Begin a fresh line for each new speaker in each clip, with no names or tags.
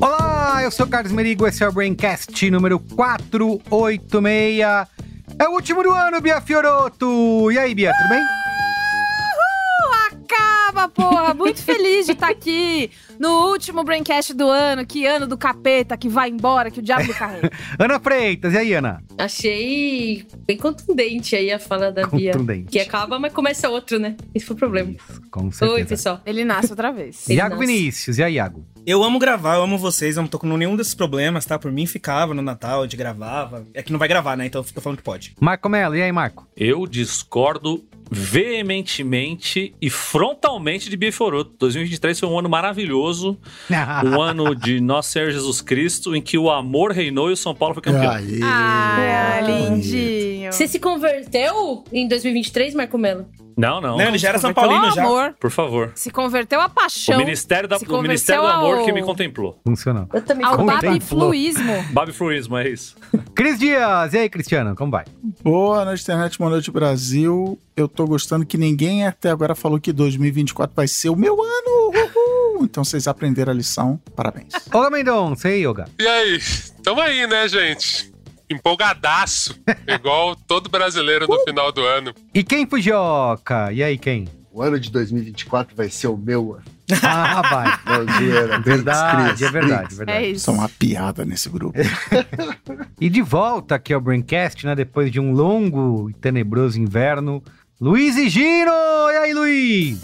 Olá, eu sou o Carlos Merigo, esse é o Braincast número 486. É o último do ano, Bia Fioroto! E aí, Bia, tudo bem?
Acaba, porra! Muito feliz de estar aqui no último Braincast do ano. Que ano do capeta, que vai embora, que o diabo do carrega.
Ana Freitas, e aí, Ana?
Achei bem contundente aí a fala da Bia.
Contundente.
Que acaba, mas começa outro, né? Esse foi o problema.
Com
Oi,
certeza.
pessoal.
Ele nasce outra vez.
Iago
Nossa.
Vinícius, e aí, Iago?
Eu amo gravar, eu amo vocês, eu não tô com nenhum desses problemas, tá? Por mim ficava no Natal, a gente gravava. É que não vai gravar, né? Então fica falando que pode.
Marco Mello, e aí, Marco?
Eu discordo veementemente e frontalmente de Bieforoto. 2023 foi um ano maravilhoso, um ano de nosso Senhor Jesus Cristo, em que o amor reinou e o São Paulo foi campeão.
Aí.
Ah,
Aí.
lindinho.
Você se converteu em 2023, Marco Melo?
Não, não,
Não, ele já era São
Converteu
Paulino
ao
já.
amor.
por favor.
Se converteu a paixão
O Ministério, da,
se
o Ministério do
converteu
Amor
ao-
que me contemplou.
Funcionou.
Eu também
ao
Converteu.
é
babifluísmo.
Babi Fruismo, é isso.
Cris Dias, e aí, Cristiano, como vai?
Boa noite, internet, boa noite, Brasil. Eu tô gostando que ninguém até agora falou que 2024 vai ser o meu ano. Uhul. Então vocês aprenderam a lição. Parabéns.
Olá, Mendonça, e aí, Yoga?
E aí? Tamo aí, né, gente? Empolgadaço, igual todo brasileiro
Uh!
no final do ano.
E quem fugioca? E aí, quem?
O ano de 2024 vai ser o meu ano.
Ah, vai.
Não, zoeira. Brinks, Cris,
Verdade, é verdade, é
Brinks.
É
verdade. É.
isso.
São uma piada nesse grupo.
E de volta aqui ao Braincast, né? Depois de um longo e tenebroso inverno. Luiz e Gino! E aí, Luiz?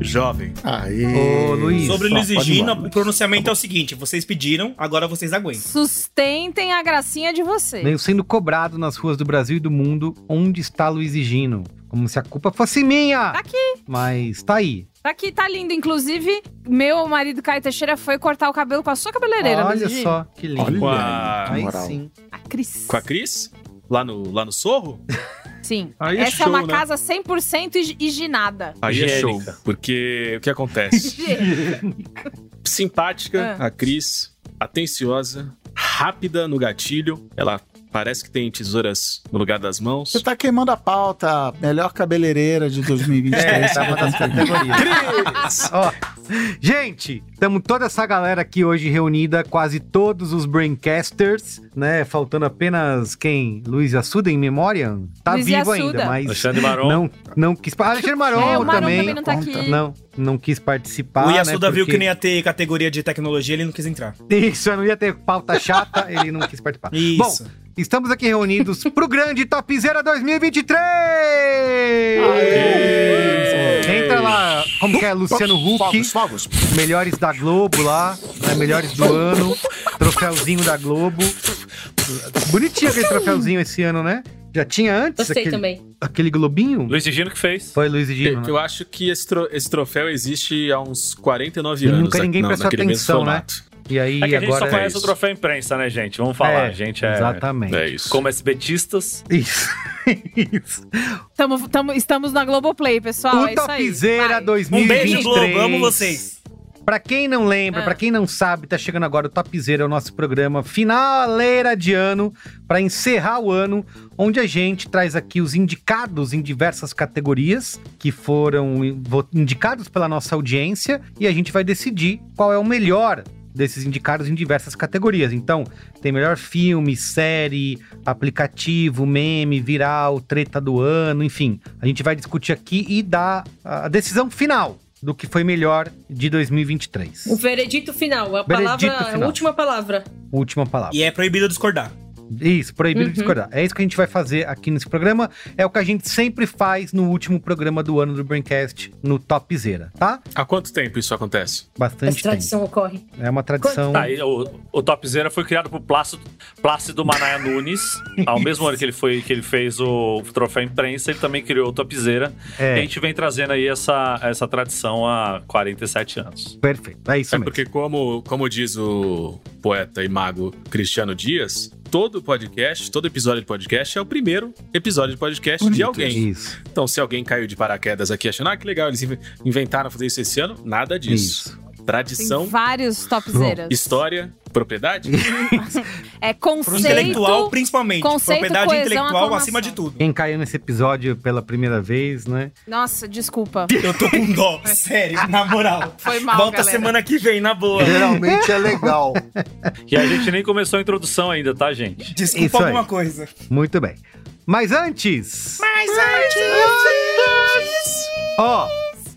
Jovem.
Aí.
Ô, Luiz.
Sobre
Isso,
Luiz e
pode ir
Gina,
embora.
o pronunciamento é o seguinte: vocês pediram, agora vocês aguentam.
Sustentem a gracinha de vocês.
Venho sendo cobrado nas ruas do Brasil e do mundo onde está Luiz e Gino. Como se a culpa fosse minha!
Tá aqui.
Mas tá aí.
Aqui tá lindo. Inclusive, meu marido Caio Teixeira foi cortar o cabelo com a sua cabeleireira.
Olha
é Tá, Luiz Gino.
só que lindo.
Olha
Com
aí,
a,
Aí
moral.
sim.
A Cris.
com a Cris? Lá no, lá no Sorro?
Sim.
Aí é
Essa é
show,
uma
né?
casa 100% hig- higinada.
Aí é show.
Higiênica.
Porque o que acontece? Simpática,
Ah.
a Cris, atenciosa, rápida no gatilho. Ela parece que tem tesouras no lugar das mãos.
Você tá queimando a pauta. Melhor cabeleireira de 2023.
tá uma das categorias. Ó, gente, estamos toda essa galera aqui hoje reunida, quase todos os Braincasters, né? Faltando apenas quem? Luiz Assuda em memória? Tá
Luiz
vivo
Assuda.
ainda, mas
Alexandre Maron.
não, não quis. Ah, Alexandre Maron,
é, o Marom
também.
também, não tá aqui.
Não, não quis participar.
o
né,
Yasuda viu
porque-
que não ia ter categoria de tecnologia, ele não quis entrar.
Isso, é não ia ter pauta chata, ele não quis participar.
Isso.
Bom, estamos aqui reunidos pro grande Topzera 2023! Entra lá, como que é? Luciano Huck,
Fogos, fogos.
melhores da Globo lá, né, melhores do ano, troféuzinho da Globo. Bonitinho aquele troféuzinho esse ano, né? Já tinha antes?
Gostei
aquele,
também.
aquele Globinho?
Luiz de Gino que fez.
Foi Luiz e Dino, né?
Eu acho que esse, tro- esse troféu existe há uns 49
E
anos.
nunca
né?
ninguém
Não,
prestou
naquele mesmo
atenção, né?
formato.
E aí,
é que a gente
agora.
só
é
conhece
isso.
o troféu imprensa, né, gente? Vamos
É,
falar, a gente é...
Exatamente.
É isso.
Como SBTistas,
Isso. isso.
Tamo, tamo, estamos na Globoplay, pessoal.
o
é isso aí.
Topzera
Vai.
2023.
Um beijo, Globo. Amo vocês.
Pra quem não lembra,
Ah.
pra quem não sabe, tá chegando agora o Topzera, é o nosso programa finaleira de ano, pra encerrar o ano, onde a gente traz aqui os indicados em diversas categorias que foram vo- indicados pela nossa audiência e a gente vai decidir qual é o melhor desses indicados em diversas categorias. Então, tem melhor filme, série, aplicativo, meme, viral, treta do ano, enfim. A gente vai discutir aqui e dar a decisão final do que foi melhor de 2023.
O veredito final, a
Veredito
palavra,
final.
a última palavra.
Última palavra.
E é proibido discordar.
Isso, proibido
Uhum.
discordar. É isso que a gente vai fazer aqui nesse programa. É o que a gente sempre faz no último programa do ano do Braincast, no Topzera, tá? Então
Há quanto tempo isso acontece?
Bastante
Essa
tempo.
tradição ocorre.
É uma tradição.
Tá, e o, o Topzera foi criado por Plácido, Plácido Manaia Nunes. Ao mesmo ano que ele, foi, que ele fez o Troféu Imprensa, ele também criou o Topzera. E a
É,
gente vem trazendo aí essa, essa tradição há 47 anos.
perfeito. É isso
É
mesmo.
porque, como, como diz o poeta e mago Cristiano Dias, todo podcast, todo episódio de podcast é o primeiro episódio de podcast de
Bonito
alguém.
Isso,
Então, se alguém caiu de paraquedas aqui achando, ah, que legal, eles inven- inventaram fazer isso esse ano, nada disso.
isso.
Tem
Tradição,
vários topzeiras.
história, propriedade.
É conceito.
Intelectual, principalmente.
conceito,
Propriedade
coesão,
intelectual
aclamação.
acima de tudo.
Quem caiu nesse episódio pela primeira vez, né?
Nossa, desculpa.
Eu tô com dó, sério, na moral.
Foi mal,
Volta
galera.
semana que vem, na boa.
Geralmente é legal.
E a gente nem começou a introdução ainda, tá, gente?
Desculpa
Isso aí.
alguma coisa.
Muito bem. Mas antes.
Mas antes...
Ó,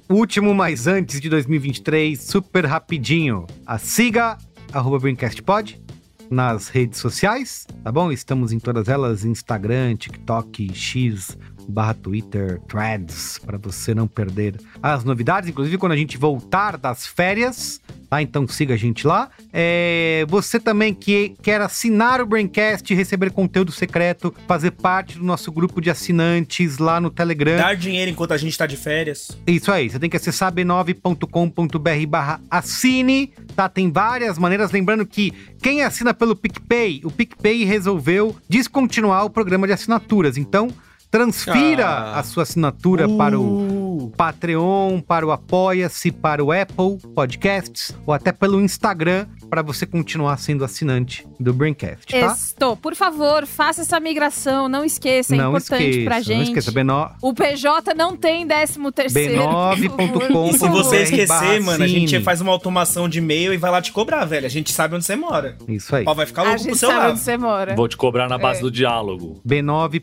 último mais antes de 2023, super rapidinho. A siga arroba Pod nas redes sociais, tá bom? Estamos em todas elas, Instagram, TikTok, X, barra Twitter, Threads, para você não perder as novidades, inclusive quando a gente voltar das férias, tá? Então siga a gente lá. É, você também que quer assinar o Braincast, receber conteúdo secreto, fazer parte do nosso grupo de assinantes lá no Telegram.
Dar dinheiro enquanto a gente tá de férias.
Isso aí, você tem que acessar b9.com.br barra assine, tá? Tem várias maneiras, lembrando que quem assina pelo PicPay, o PicPay resolveu descontinuar o programa de assinaturas, então transfira
Ah.
a sua assinatura para o Patreon, para o Apoia-se, para o Apple Podcasts ou até pelo Instagram para você continuar sendo assinante do Braincast, tá?
Estou. Por favor, faça essa migração. Não esqueça, é importante pra gente.
não esqueça, B9
O PJ não tem 13 terceiro.
B9.com.
E
Ponto
se você
BR barra
esquecer, mano, a gente
assine.
faz uma automação de e-mail e vai lá te cobrar, velho. A gente sabe onde você mora.
Isso aí.
Ó, vai ficar
A
louco pro
gente
seu
sabe onde
lado.
você mora.
Vou te cobrar
É.
na base do diálogo.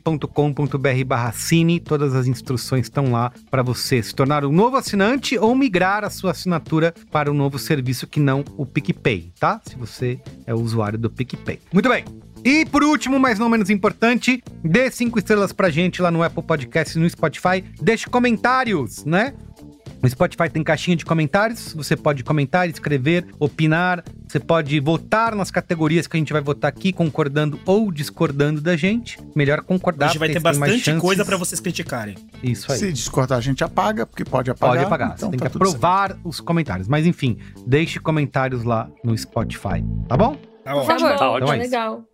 b9.com.br barra cine, todas as instruções estão lá para você se tornar um novo assinante ou migrar a sua assinatura para um novo serviço que não o PicPay, tá? Se você é usuário do PicPay. Muito bem. E por último, mas não menos importante, dê cinco estrelas pra gente lá no Apple Podcasts, e no Spotify. Deixe comentários, né? O Spotify tem caixinha de comentários, você pode comentar, escrever, opinar, você pode votar nas categorias que a gente vai votar aqui, concordando ou discordando da gente. Melhor concordar,
Hoje vai
porque
ter
Ah, tem mais
bastante
chances.
coisa pra vocês criticarem.
Isso aí.
Se discordar, a gente apaga, porque pode apagar.
Pode apagar,
então
você tem
tá
que
tudo certo.
aprovar os comentários. Mas enfim, deixe comentários lá no Spotify, tá bom? Então
Tá bom.
Tá bom,
Tá
tá
é
ótimo.
legal.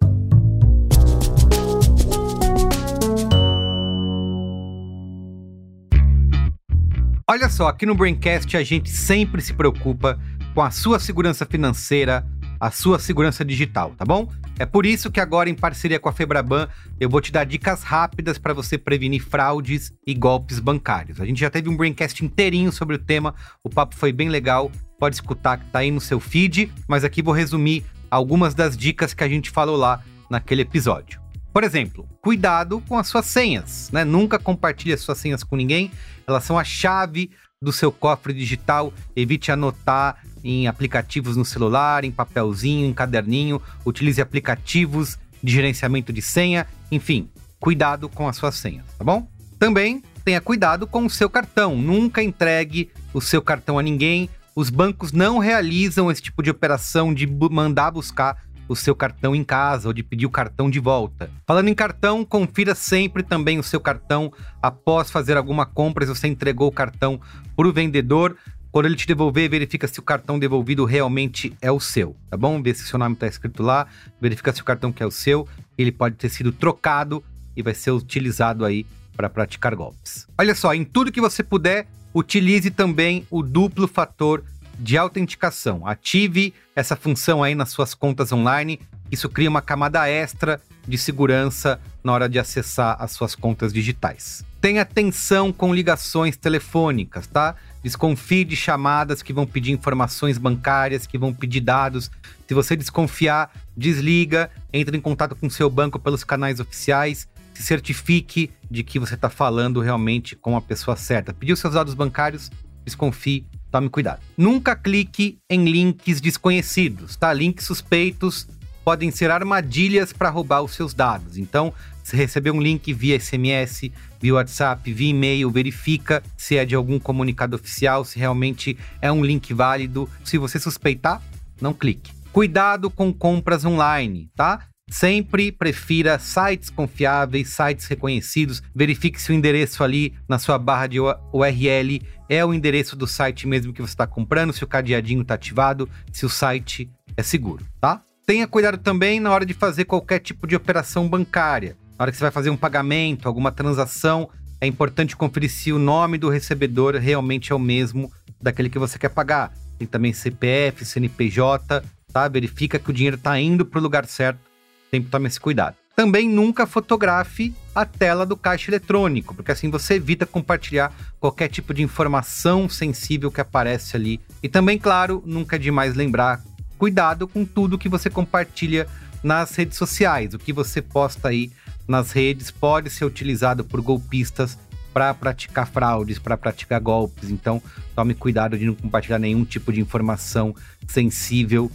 Olha só, aqui no Braincast a gente sempre se preocupa com a sua segurança financeira, a sua segurança digital, tá bom? É por isso que agora, em parceria com a Febraban, eu vou te dar dicas rápidas para você prevenir fraudes e golpes bancários. A gente já teve um Braincast inteirinho sobre o tema, o papo foi bem legal, pode escutar que tá aí no seu feed, mas aqui vou resumir algumas das dicas que a gente falou lá naquele episódio. Por exemplo, cuidado com as suas senhas, né? Nunca compartilhe as suas senhas com ninguém, elas são a chave do seu cofre digital. Evite anotar em aplicativos no celular, em papelzinho, em caderninho. Utilize aplicativos de gerenciamento de senha. Enfim, cuidado com as suas senhas, tá bom? Também tenha cuidado com o seu cartão. Nunca entregue o seu cartão a ninguém. Os bancos não realizam esse tipo de operação de bu- mandar buscar o seu cartão em casa ou de pedir o cartão de volta. Falando em cartão, confira sempre também o seu cartão após fazer alguma compra, se você entregou o cartão para o vendedor. Quando ele te devolver, verifica se o cartão devolvido realmente é o seu, tá bom? Vê se seu nome está escrito lá, verifica se o cartão que é o seu, ele pode ter sido trocado e vai ser utilizado aí para praticar golpes. Olha só, em tudo que você puder, utilize também o duplo fator de autenticação. Ative essa função aí nas suas contas online. Isso cria uma camada extra de segurança na hora de acessar as suas contas digitais. Tenha atenção com ligações telefônicas, tá? Desconfie de chamadas que vão pedir informações bancárias, que vão pedir dados. Se você desconfiar, desliga, entre em contato com seu banco pelos canais oficiais, se certifique de que você está falando realmente com a pessoa certa. Pediu seus dados bancários, desconfie, tome cuidado. Nunca clique em links desconhecidos, tá? Links suspeitos podem ser armadilhas para roubar os seus dados. Então, se receber um link via SMS, via WhatsApp, via e-mail, verifica se é de algum comunicado oficial, se realmente é um link válido. Se você suspeitar, não clique. Cuidado com compras online, tá? Sempre prefira sites confiáveis, sites reconhecidos. Verifique se o endereço ali na sua barra de URL é o endereço do site mesmo que você está comprando, se o cadeadinho está ativado, se o site é seguro, tá? Tenha cuidado também na hora de fazer qualquer tipo de operação bancária. Na hora que você vai fazer um pagamento, alguma transação, é importante conferir se o nome do recebedor realmente é o mesmo daquele que você quer pagar. Tem também CPF, CNPJ, tá? Verifica que o dinheiro está indo para o lugar certo sempre tome esse cuidado. Também nunca fotografe a tela do caixa eletrônico, porque assim você evita compartilhar qualquer tipo de informação sensível que aparece ali. E também, claro, nunca é demais lembrar: cuidado com tudo que você compartilha nas redes sociais. O que você posta aí nas redes pode ser utilizado por golpistas para praticar fraudes, para praticar golpes. Então, tome cuidado de não compartilhar nenhum tipo de informação sensível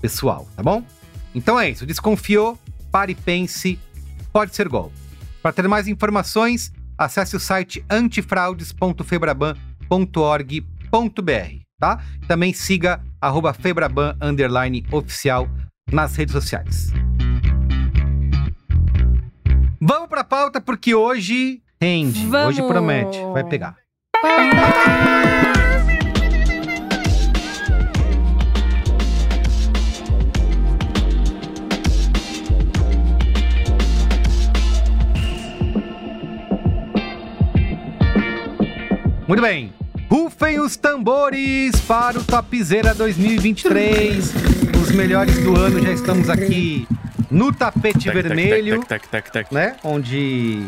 pessoal, tá bom? Então é isso. Desconfiou, pare e pense. Pode ser golpe. Para ter mais informações, acesse o site antifraudes.febraban.org.br, tá? Também siga arroba febraban underline oficial nas redes sociais. Vamos para a pauta porque hoje rende,
Vamos.
hoje promete, vai pegar. Muito bem. Rufem os tambores para o Tapizeira 2023. Os melhores do ano já estamos aqui no tapete
Tac, tac,
vermelho,
tac, tac, tac, tac, tac.
né? Onde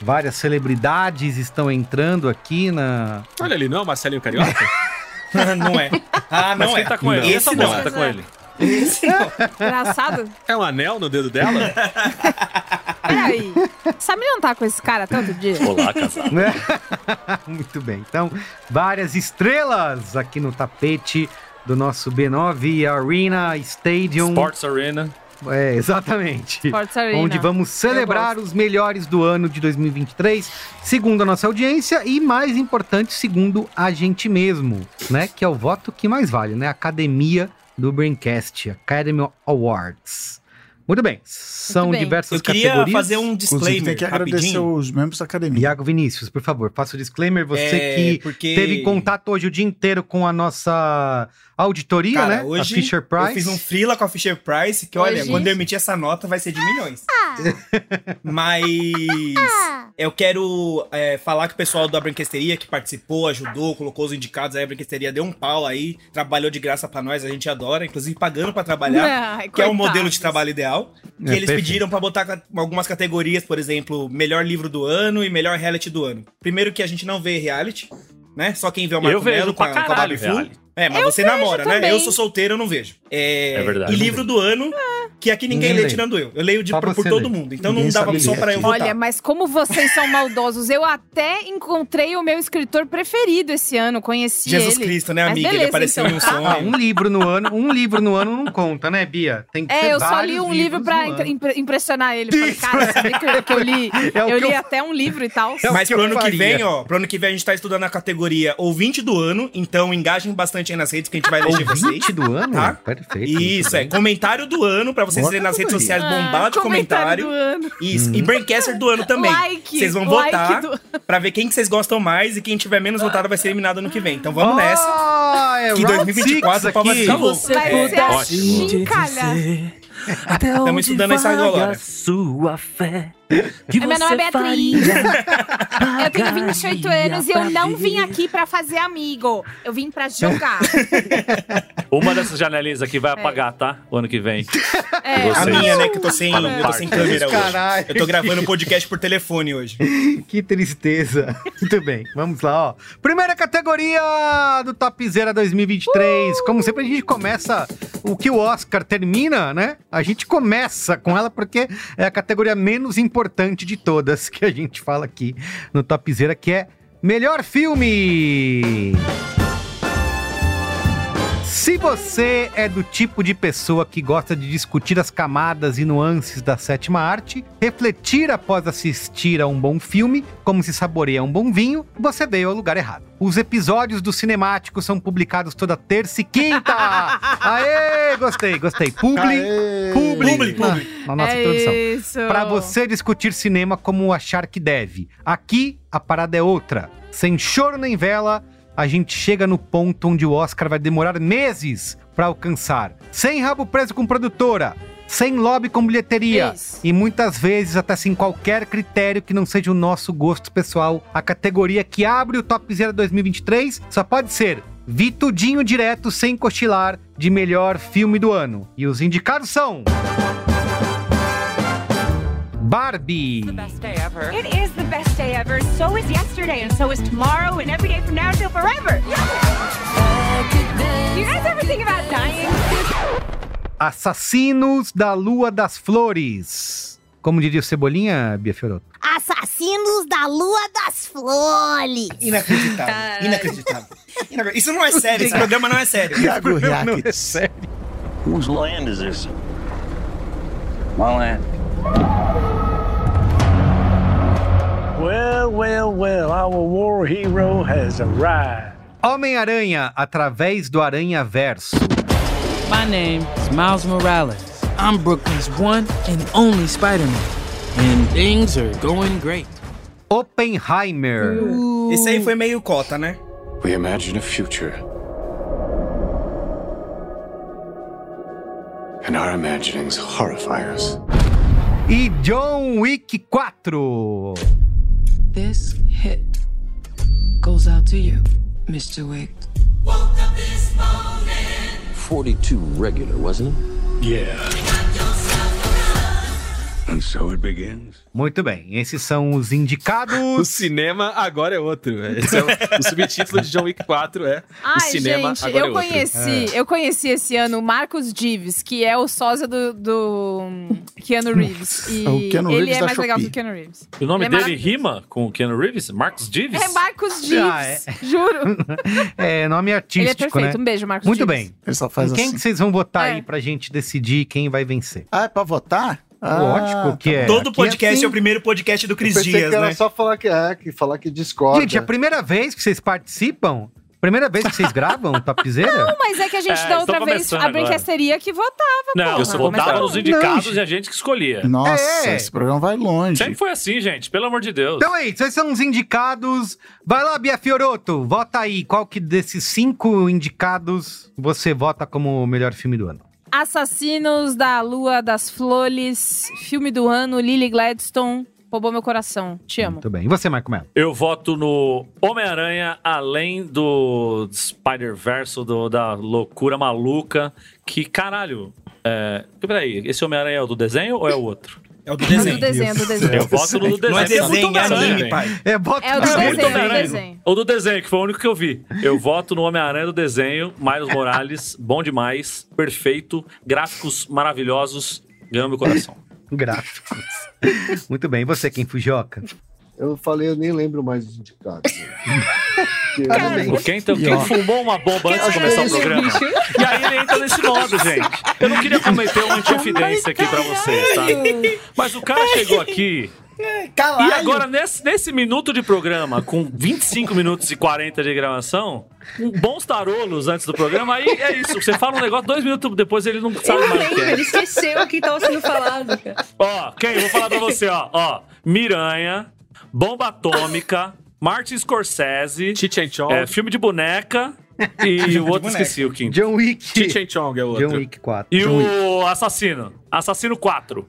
várias celebridades estão entrando aqui na
Olha ali, não é o Marcelinho Carioca?
não é. Ah,
Mas
não
quem
é.
tá com ele?
Esse
Essa
não.
moça tá com ele.
Engraçado.
É um anel no dedo dela?
Peraí. Sabe não tá com esse cara tanto dia?
Olá, casal.
né? Muito bem. Então, várias estrelas aqui no tapete do nosso B9 Arena Stadium.
Sports Arena.
É, exatamente.
Sports Arena.
Onde vamos celebrar os melhores do ano de 2023, segundo a nossa audiência e, mais importante, segundo a gente mesmo, né? Que é o voto que mais vale, né? Academia do Braincast, Academy Awards. Muito bem, são
Muito bem.
diversas
Eu queria
categorias.
fazer um
Inclusive, tem
disclaimer
que agradecer
rapidinho.
os membros da academia.
Iago Vinícius, por favor, faça o disclaimer. Você
É,
que
porque-
teve contato hoje o dia inteiro com a nossa auditoria,
Cara,
né?
hoje
a Fisher Price.
Eu fiz um freela com a Fisher Price, que olha,
Hoje?
quando eu emitir essa nota vai ser de milhões. Mas
Ah!
eu quero é, falar que o pessoal da Branquesteria que participou, ajudou, colocou os indicados, aí a Branquesteria deu um pau aí, trabalhou de graça pra nós, a gente adora, inclusive pagando pra trabalhar.
Ai,
Que é o modelo
coitados.
de trabalho ideal. Que
É,
eles
perfeito.
pediram pra botar ca- algumas categorias, por exemplo, melhor livro do ano e melhor reality do ano. Primeiro que a gente não vê reality, né? Só quem vê o Marco
Eu vejo
Melo com
pra
a, com a Babi
caralho,
Fu.
reality.
É, mas você namora, né?
também.
Eu sou solteiro, eu não vejo. É,
É verdade.
E livro do ano,
É.
que aqui ninguém,
Ninguém
lê
lê.
tirando eu. Eu leio de,
Só
por, por
você
todo
lê.
mundo. Então
Ninguém
não dava
sabe
só
ler
pra eu
aqui.
votar.
Olha, mas como vocês são maldosos, eu até encontrei o meu escritor preferido esse ano, conheci
Jesus
ele.
Cristo, né,
Mas
amiga?
beleza,
Ele apareceu
então.
em um
Ah,
sonho.
um livro no ano, um livro no ano não conta, né, Bia? Tem que ser
É, eu só
vários
li um livro
livros
pra
no
impre-
ano.
impre- impressionar ele. Falei, cara, sabia que eu, que eu li?
É o
eu
que
li
eu-
até um livro e tal.
É o
Mas
que
pro
eu
ano que
faria.
vem, ó, pro ano que vem a gente tá estudando a categoria ouvinte do ano, então engajem bastante aí nas redes que a gente vai eleger vocês.
Ouvinte do ano?
Tá?
Perfeito.
Isso, é. Comentário do ano, pra vocês
Boa
irem nas redes
categoria.
sociais bombar de comentário.
Ah, do ano.
Isso.
Uhum.
E Braincaster do ano também.
Like,
vocês vão
like
votar
do-
pra ver quem que vocês gostam mais e quem tiver menos votado vai ser eliminado ano que vem. Então vamos nessa.
Ah, é
Que
round
2024
six
o pau vai
aqui.
ficar louco.
Você
Vai ser assim, a
Ótimo.
chincalha.
Até
Estamos estudando essa agora.
sua fé. Que
É, Meu nome é Beatriz. Eu tenho 28
pagaria
anos e eu
pra
não vim
ver.
aqui pra fazer amigo. Eu vim pra jogar.
Uma dessas janelinhas aqui vai apagar, tá? O ano que vem.
É.
É. A
Vocês. Tá
minha, né, que eu tô sem, eu tô sem
Para
é
câmera hoje.
Tá Caralho.
Eu tô gravando podcast por telefone hoje.
Que tristeza. Muito bem, vamos lá, ó. Primeira categoria do Topzera
Uh!
2023. Como sempre, a gente começa o que o Oscar termina, né? A gente começa com ela porque é a categoria menos importante de todas que a gente fala aqui no Topzera, que é Melhor Filme. Se você é do tipo de pessoa que gosta de discutir as camadas e nuances da sétima arte, refletir após assistir a um bom filme, como se saboreia um bom vinho, você veio ao lugar errado. Os episódios do Cinemático são publicados toda terça e quinta! Aê! Gostei, gostei. Publi, publi,
Publi, publi.
Na, na nossa
é
introdução.
isso.
Pra você discutir cinema como achar que deve. Aqui a parada é outra. Sem choro nem vela, a gente chega no ponto onde o Oscar vai demorar meses pra alcançar. Sem rabo preso com produtora, sem lobby com bilheteria
Isso.
e muitas vezes até sem qualquer critério que não seja o nosso gosto pessoal. A categoria que abre o Top Zero 2023 só pode ser Vi tudinho direto sem cochilar de melhor filme do ano. E os indicados são Barbie,
It is the best day ever. So is yesterday, and so is tomorrow, and every day from now till forever. Do you guys ever think about dying?
Assassinos da Lua das Flores. Como diria o Cebolinha, Bia Fiorotto?
Assassinos da Lua das Flores.
Inacreditável.
Caralho.
Inacreditável. Inacreditável. Isso não é sério, esse programa não é sério.
Iago
Não, é
React.
sério.
Whose land is this? My land. Well, well, well, our war hero has arrived.
Homem-Aranha através do Aranha Verso.
My name is Miles Morales. I'm Brooklyn's one and only Spider-Man, and things are going great.
Oppenheimer.
Esse aí foi meio cota, né?
We imagine a future. And our imaginings horrify us.
E John Wick 4.
This hit goes out to you, Mr. Wick.
42 regular, wasn't it?
And so it begins.
Muito bem, esses são os
O
indicados.
cinema agora é outro. Esse é o, o subtítulo de John Wick 4 é O
Ai,
cinema
gente,
agora
eu
é outro.
conheci, eu conheci esse ano o Marcos Dives, que é o sósia do, do hum, Keanu Reeves. E
É o Keanu
ele
Reeves
é
da
mais legal que
Shopee.
o Keanu Reeves.
O nome
Ele é
dele rima com o Keanu Reeves? Marcos Dives?
É Marcos Dives,
Ah, é.
juro.
é, nome
Ele é
artístico,
perfeito.
né?
Um beijo, Marcos
Muito
Dives.
bem.
Ele só
E
faz
quem
assim.
que vocês vão votar
É.
aí pra gente decidir quem vai vencer?
Ah, é pra votar? Ah,
Lógico que é.
Todo
Aqui
podcast é,
assim.
o primeiro podcast do Cris
Pensei
Dias,
que era
né?
só falar que é, que falar que discorda.
Gente, é a primeira vez que vocês participam? Primeira vez que vocês gravam o Topzera?
Mas é que a gente,
É,
da
estão
outra vez,
começando
a
agora.
brinquesteria que votava,
Não,
porra.
eu só votava
Mas-
nos indicados
Não,
e a gente que escolhia.
Nossa,
É.
esse programa vai longe.
Sempre foi assim, gente, pelo amor de Deus.
Então é isso, esses são os indicados. Vai lá, Bia Fioroto, vota aí. Qual que desses cinco indicados você vota como o melhor filme do ano?
Assassinos da Lua das Flores, filme do ano, Lily Gladstone, roubou meu coração. Te amo.
Muito bem. E você, Marco Melo?
Eu voto no Homem-Aranha, além do Spider-Verse, do- da loucura maluca. Que caralho. É, peraí, esse Homem-Aranha é o do desenho ou é o outro?
É o do
É
desenho.
do desenho, do
Eu
desenho.
voto no do desenho.
Não é
porque muito
desenho, é
Homem-Aranha,
anime,
velho.
pai.
É, bota
É o do
na-
muito
desenho, é do
Homem-Aranha.
desenho.
Ou do desenho, que foi o único que eu vi. Eu voto no Homem-Aranha do desenho, Miles Morales, bom demais, perfeito, gráficos maravilhosos, ganhou meu coração.
Gráficos. Muito bem. E você, quem fujoca?
Eu falei, eu nem lembro mais os indicados. Porque eu não
O
lembro.
Quem, então, quem fumou uma bomba antes de começar o programa? E aí ele entra nesse modo, gente. Eu não queria cometer
Oh
uma antifidência aqui pra vocês, tá? Mas o cara chegou aqui
Tá
Caralho.
e agora, nesse, nesse minuto de programa, com 25 minutos e 40 de gravação, com bons tarolos antes do programa, aí é isso. Você fala um negócio, dois minutos depois ele não sabe
Ele não
mais o que
lembra,
é.
ele esqueceu o que tava sendo falado, cara.
Ó, quem? Eu Vou falar pra você, ó. Ó, Miranha, Bomba Atômica, Martin Scorsese,
Chichen Chong.
é, filme de boneca e o outro
boneca.
esqueci o quinto.
John Wick.
Chichen Chong é o
John
outro.
Wick 4.
E o assassino. Assassino 4.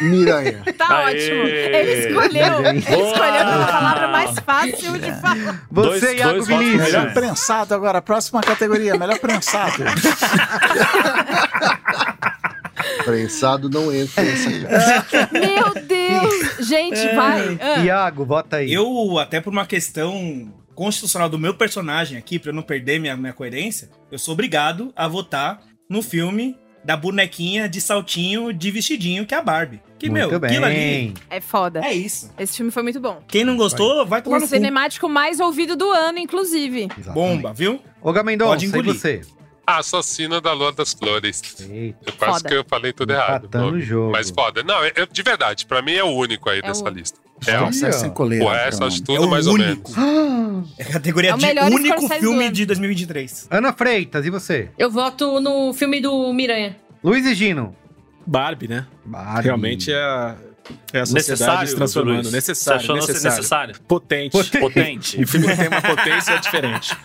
Miranha.
Tá
Aê.
ótimo. Ele escolheu, ele
Boa.
escolheu a palavra mais fácil de falar.
Você,
Dois-
Iago
dois votos
Vinícius.
Melhor
É.
prensado agora. Próxima categoria, melhor prensado.
Prensado não entra nessa casa.
Meu Deus! Gente, vai.
É.
Ah,
Iago, vota aí.
Eu, até por uma questão constitucional do meu personagem aqui, pra eu não perder minha, minha coerência, eu sou obrigado a votar no filme da bonequinha de saltinho de vestidinho que é a Barbie. Que,
Muito
meu,
bem.
aquilo ali
É foda.
é isso.
Esse filme foi muito bom.
Quem não gostou, vai tomar
O
no
cinemático mais ouvido do ano, inclusive.
cu.
Exatamente.
Bomba, viu?
Ô, Gamendon,
Pode
sei
engolir.
você.
Ah, A assassina da Lua das Flores. Eu quase
Foda.
que eu falei tudo errado.
Empatando
nome.
Tá o jogo.
Mas foda. Não, eu- eu- de verdade, pra mim é o único aí dessa lista. É
Olha.
o
Sexo sem coleira,
O resto,
então.
acho
É
tudo mais ou menos.
É a categoria
É o
de
melhor
único
Scorsese do
filme
ano.
de 2023.
Ana Freitas, e você?
Eu voto no filme do Miranha.
Luiz e Gino.
Barbie, né?
Barbie.
Realmente é, a- é a sociedade
Necessário,
se transformando.
Luiz?
Necessário,
Você achou
necessário.
necessário?
Potente.
Potente.
o filme que tem uma potência diferente.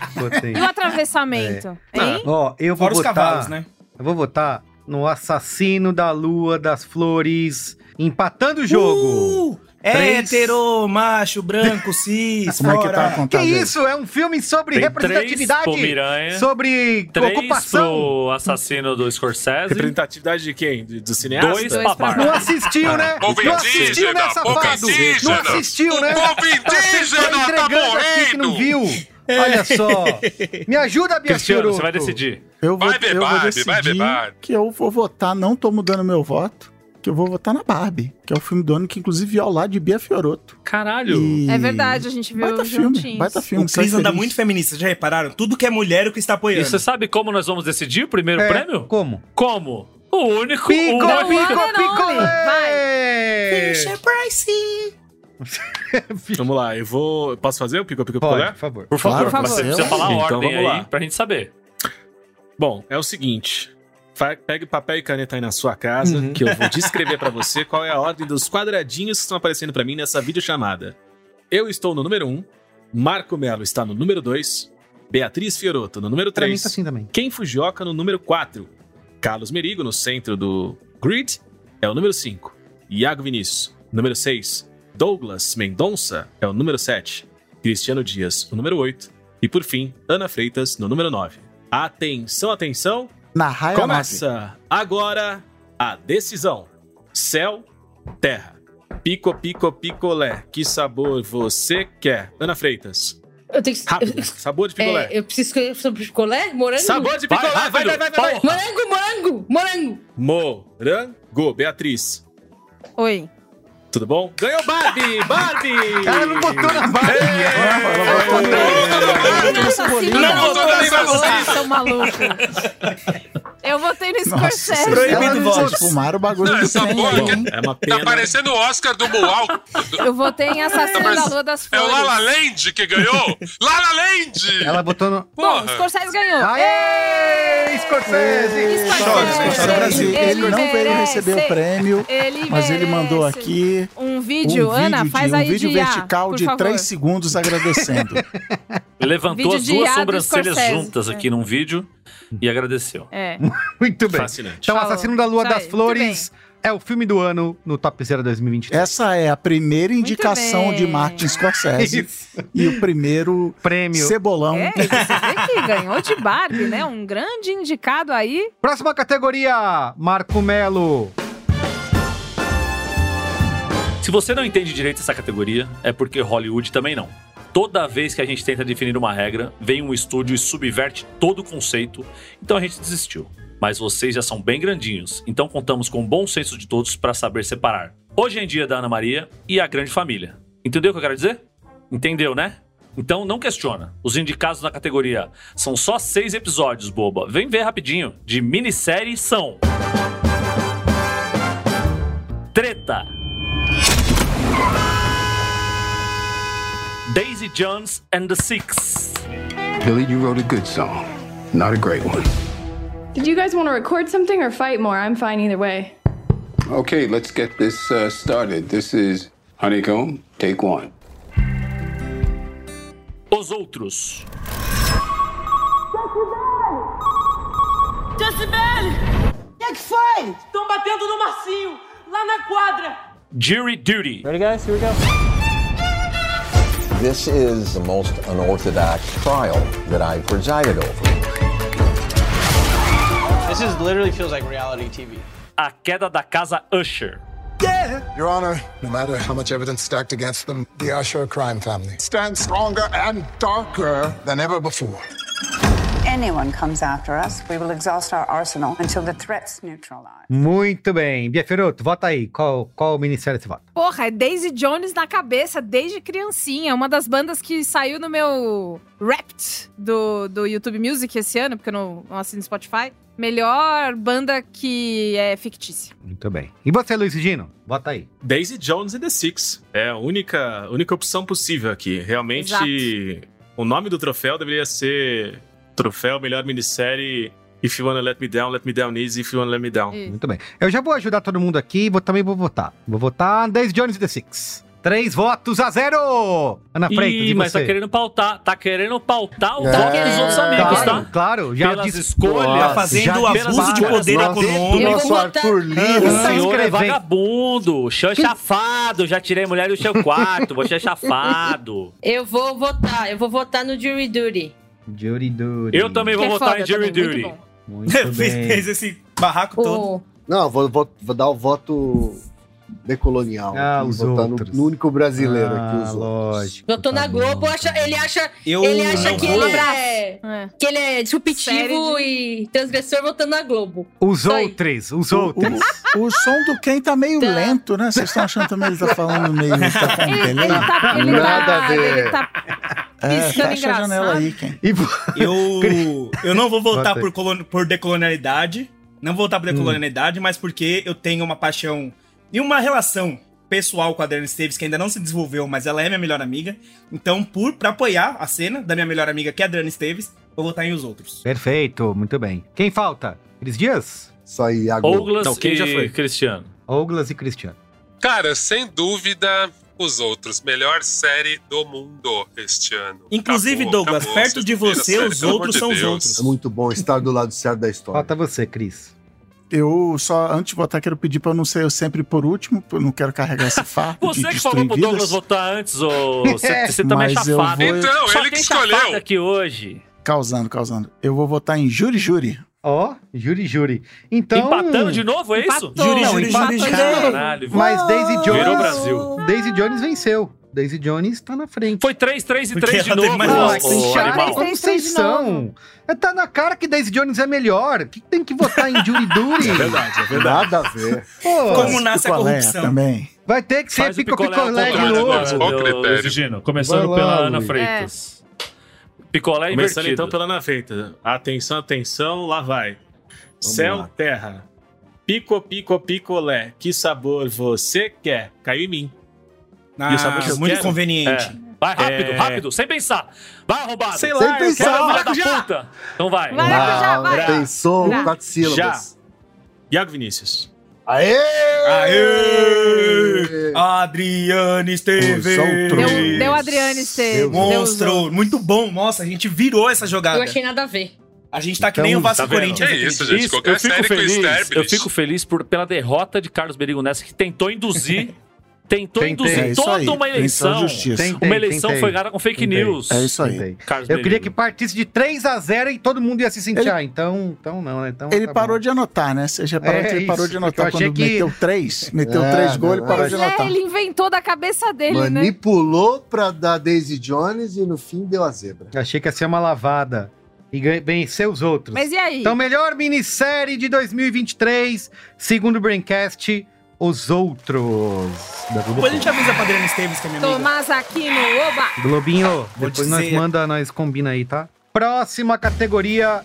E o atravessamento?
É.
Hein?
Ó, eu vou
Fora os
votar,
cavalos, né?
Eu vou votar no Assassino da Lua das Flores, empatando o jogo.
Uh, hétero,
macho, branco, cis, Como
fora.
É que, tá a que isso? É um filme sobre
Tem
representatividade.
três pro Miranha.
sobre
Três
ocupação.
pro assassino do Scorsese.
Representatividade de quem? Do, do cineasta?
Dois pra Barbie.
Não assistiu, né?
Povo
Não assistiu, né,
indígena, povo
safado? Não
indígena.
assistiu, né?
O povo
Tá se
indígena tá
entregando aqui que não viu. Olha só. Me ajuda, Bia
Cristiano, você
Fiorotto.
vai decidir.
Eu vou,
Vai ver
eu vou
Barbie, vai ver
decidir
Barbie.
que eu vou votar, não tô mudando meu voto, que eu vou votar na Barbie, que é o filme do ano que inclusive é ao lado de Bia Fiorotto.
Caralho.
E-
É verdade, a gente viu
Baita filme,
juntinhos.
baita
O
filme.
Um Cris
sai
anda
feliz.
muito feminista, já repararam? Tudo que é mulher é o que está
E
apoiando.
você sabe como nós vamos decidir o primeiro
É,
prêmio?
Como?
Como? O único.
Pico,
o
pico,
único.
pico. é.
Price!
Vamos lá, eu vou. Posso fazer o Pico Pico
Pode,
Picolé?
por favor.
Por favor,
Claro,
mas você
claro.
precisa falar a
Então,
ordem
vamos
aí
lá.
pra gente saber.
Bom, é o seguinte. fa- Pegue papel e caneta aí na sua casa, que eu vou descrever pra você qual é a ordem dos quadradinhos que estão aparecendo pra mim nessa videochamada. Eu estou no número 1, Marco Melo está no número 2, Beatriz Fiorotto no número
Pra mim
3,
tá assim também.
Ken Fujioka no número 4, Carlos Merigo no centro do grid é o número 5, Iago Vinícius, número 6, Douglas Mendonça é o número 7, Cristiano Dias, o número 8, e por fim, Ana Freitas no número 9. Atenção, atenção,
Na raia nove.
Começa agora a decisão. Céu, terra. Pico, pico, picolé. Que sabor você quer? Ana Freitas.
Eu tenho que.
Rápido. né? Sabor de picolé.
É, eu preciso escolher sobre picolé? Morango?
Sabor de picolé. Vai, vai, vai, vai. vai,
Morango, morango, morango.
Morango. Beatriz.
Oi.
Tudo bom? Ganhou Barbie! Barbie! É.
Ela não botou na barra.
Assassino da
Não,
Lua
não,
das
não, não,
Flores, seu maluco. Eu votei no
Nossa,
Scorsese.
vocês
É, Proibido
elas
voto.
esfumaram o bagulho
Não,
do
essa
trem,
porra
hein?
aqui
É uma
Tá
pena.
parecendo o Oscar do Moal.
Eu votei em Assassino da Lua das
É o
Flores.
Lala Land que ganhou? Lala Land!
Ela botou no.
Bom,
Porra.
Scorsese ganhou.
Aê! Scorsese!
Scorsese,
Chora, chora, Brasil.
Ele,
ele
não veio
merece.
receber o prêmio,
Ele
mas ele
merece.
mandou aqui
Um vídeo,
um
Ana,
vídeo
faz
de,
aí
um vídeo
de IA,
vertical
por
de
favor.
3 segundos agradecendo.
Levantou
Vídeo
as
de
duas
Iado
sobrancelhas
Scorsese.
juntas
É.
aqui num vídeo e agradeceu.
É.
Muito bem.
Fascinante.
Então,
Falou.
Assassino da Lua
Isso aí,
das
muito
Flores é o filme do ano no Top Zero 2023.
Essa é a primeira indicação de
bem.
Martin Scorsese e o primeiro
Prêmio.
cebolão.
É, e você vê que ganhou de Barbie, né? Um grande indicado aí.
Próxima categoria, Marco Melo.
Se você não entende direito essa categoria, é porque Hollywood também não. Toda vez que a gente tenta definir uma regra, vem um estúdio e subverte todo o conceito, então a gente desistiu. Mas vocês já são bem grandinhos, então contamos com o bom senso de todos para saber separar. Hoje em dia é da Ana Maria e a grande família. Entendeu o que eu quero dizer? Entendeu, né? Então não questiona. Os indicados na categoria são só seis episódios, boba. Vem ver rapidinho. De minissérie são. Treta. Daisy Jones and the Six.
Billy, you wrote a good song, not a great one.
Did you guys want to record something or fight more? I'm fine either way.
Okay, let's get this uh, started. This is Honeycomb, take one.
Os Outros.
Jacibele! O que, que foi? Estão batendo no Marcinho, lá na quadra.
Jury Duty.
Ready, guys? Here we go.
This is the most unorthodox trial that I presided over.
This is literally feels like reality TV.
A Queda da Casa Usher.
Your Honor, no matter how much evidence stacked against them, the Usher crime family stands stronger and darker than ever before.
anyone comes after us, we will exhaust our arsenal until the threat's neutralized.
Muito bem. Bia Feroto, vota aí. Qual, qual minissérie você vota?
Porra, é Daisy Jones na cabeça desde criancinha. Uma das bandas que saiu no meu Wrapped do, do YouTube Music esse ano, porque eu não, não assino Spotify. Melhor banda que é fictícia.
Muito bem. E você, Luiz Gino? Vota aí.
Daisy Jones and the Six. É a única, única opção possível aqui. Realmente, o nome do troféu deveria ser Troféu Melhor Minissérie If You Wanna Let Me Down, Let Me Down Easy, If You Wanna Let Me Down.
Muito bem. Eu já vou ajudar todo mundo aqui e vou- também vou votar. Vou votar Daisy Jones e The Six. Três votos a zero! Ana Freitas,
Ih,
e
mas
você?
tá querendo pautar, tá querendo pautar o
É.
voto dos outros amigos,
Claro,
tá?
claro, já
Pelas
disse-
escolhas,
Nossa, já disse várias nossas- Eu vou votar-
O senhor é
escrevendo.
vagabundo, o senhor é chafado, já tirei mulher do seu quarto, você é chafado.
Eu vou votar, eu vou votar no Jury Duty.
Jury Duty.
Eu também vou
Que é
votar
foda
em Jury
também,
Duty.
Muito bem.
Fez esse barraco todo.
Não, vou, vou- vou dar o voto decolonial.
Ah,
aqui,
os
votar no-
outros.
No, único brasileiro
Ah,
aqui. Os
lógico.
Votou
Tá
na Globo, acha, ele acha,
Eu
ele acha
não
que,
vou.
Um
ele é, que ele é disruptivo e transgressor votando na Globo.
Os
Só isso.
outros, os outros.
O, o som do Ken tá meio lento, né? Vocês estão achando também que ele tá falando meio. Ele tá com
Ele- ele
delay?
tá- ele tá- Nada a ver. ele tá
É,
piscando
fecha a
tá engraçado.
janela aí, Ken.
Eu, eu não vou votar
Vota aí.
por, colon- por decolonialidade. Não vou
Hum.
votar por decolonialidade, mas porque eu tenho uma paixão e uma relação pessoal com a Adriana Esteves, que ainda não se desenvolveu, mas ela é minha melhor amiga. Então, por pra apoiar a cena da minha melhor amiga, que é a Adriana Esteves, vou votar em os outros.
Perfeito, muito bem. Quem falta? Cris Dias?
Isso aí,
Douglas e Cristiano.
Douglas e Cristiano.
Cara, sem dúvida, os outros. Melhor série do mundo este ano.
Inclusive,
Acabou,
Douglas,
acabou.
perto de
Vocês
você,
viram a série,
os
pelo amor
outros
de
são os
Deus.
outros. É muito bom estar do lado certo da história.
Falta você, Cris.
Eu só, antes de votar, quero pedir pra eu não ser eu sempre por último, porque eu não quero carregar esse fardo.
Você
de
que falou pro
destruir
Douglas
vidas.
votar antes, ô. Você, você também é
Mas eu
chafado.
vou- Então,
Só
ele
tem
que escolheu.
chafado aqui hoje.
Causando, causando. Eu vou votar em Júri Júri.
Ó, Júri Júri. Então.
Empatando de novo, é isso? Júri,
Não,
júri,
empatando.
júri, júri. Caralho,
Mas Daisy
virou
Jones.
Brasil.
Daisy Jones venceu. Daisy Jones tá na frente.
Foi 3, 3 e
Porque
3 de
ela tem
novo.
mais
ô,
votos.
ô,
Cara,
animal.
vocês são. É, Tá na cara que Daisy Jones é melhor. Que tem que votar em Jury Duty?
É verdade, é verdade.
Nada a ver.
Pô,
Como nasce a corrupção?
Também.
Vai ter que ser
Faz o
Pico
picolé ao
Picolé de
contrário
novo.
agora,
Qual
do-
critério?
do Gino,
Vai
Começando
lá,
pela Ana
Luiz.
Freitas. Picolé
Começando
invertido.
então pela Ana Feita. Atenção, atenção, lá vai. Céu,
lá.
terra. Pico, pico, picolé. Que sabor você quer? Caiu em mim.
Ah, muito conveniente.
Vai rápido,
É.
rápido, sem pensar. Vai, arrombado.
Sei lá, Sem eu quero pensar.
Vai da
maracujá.
puta. Então vai.
Maracujá, vai. Pensou,
Já.
quatro sílabas.
Iago Vinícius.
Aê!
Aê! Adriane Esteves!
Deu, deu Adriane Esteves. deu os outros.
Monstro! Muito bom, nossa, a gente virou essa jogada.
Eu achei nada a ver.
A gente tá que nem o Vasco e
Então, vendo?
É
Corinthians. aquele dia.
eu fico feliz, Eu fico feliz por, pela derrota de Carlos Berigo nessa, que tentou induzir. Tentou
Tentei.
induzir
É isso
toda
aí,
uma
tentei
eleição.
justiça. Tentei,
uma eleição
tentei.
foi ganhada com fake
Tentei.
news.
É isso aí. Tentei.
Carlos
Eu queria
Berigo.
que partisse de 3 a 0 e todo mundo ia se sentir. Ah, então, então não, né? Então,
Ele
tá
parou de anotar, né? Você já parou
É
que ele parou
isso,
de
porque eu
anotar
achei
quando
que-
meteu três. Meteu
É,
três
não,
gols, ele parou de
eu
anotar.
É, ele inventou da cabeça dele, né?
Manipulou pra dar Daisy Jones e no fim deu a zebra.
bom. Achei que ia ser uma lavada. E ganha- vencer os outros.
Mas e aí?
Então, melhor minissérie de 2023, segundo o Braincast, Os Outros. Da Globo.
Depois a gente avisa pra Adriana Esteves, que é minha amiga.
Tomás Aquino, oba!
Globinho,
Vou
depois
dizer.
nós manda, nós combina aí, tá? Próxima categoria.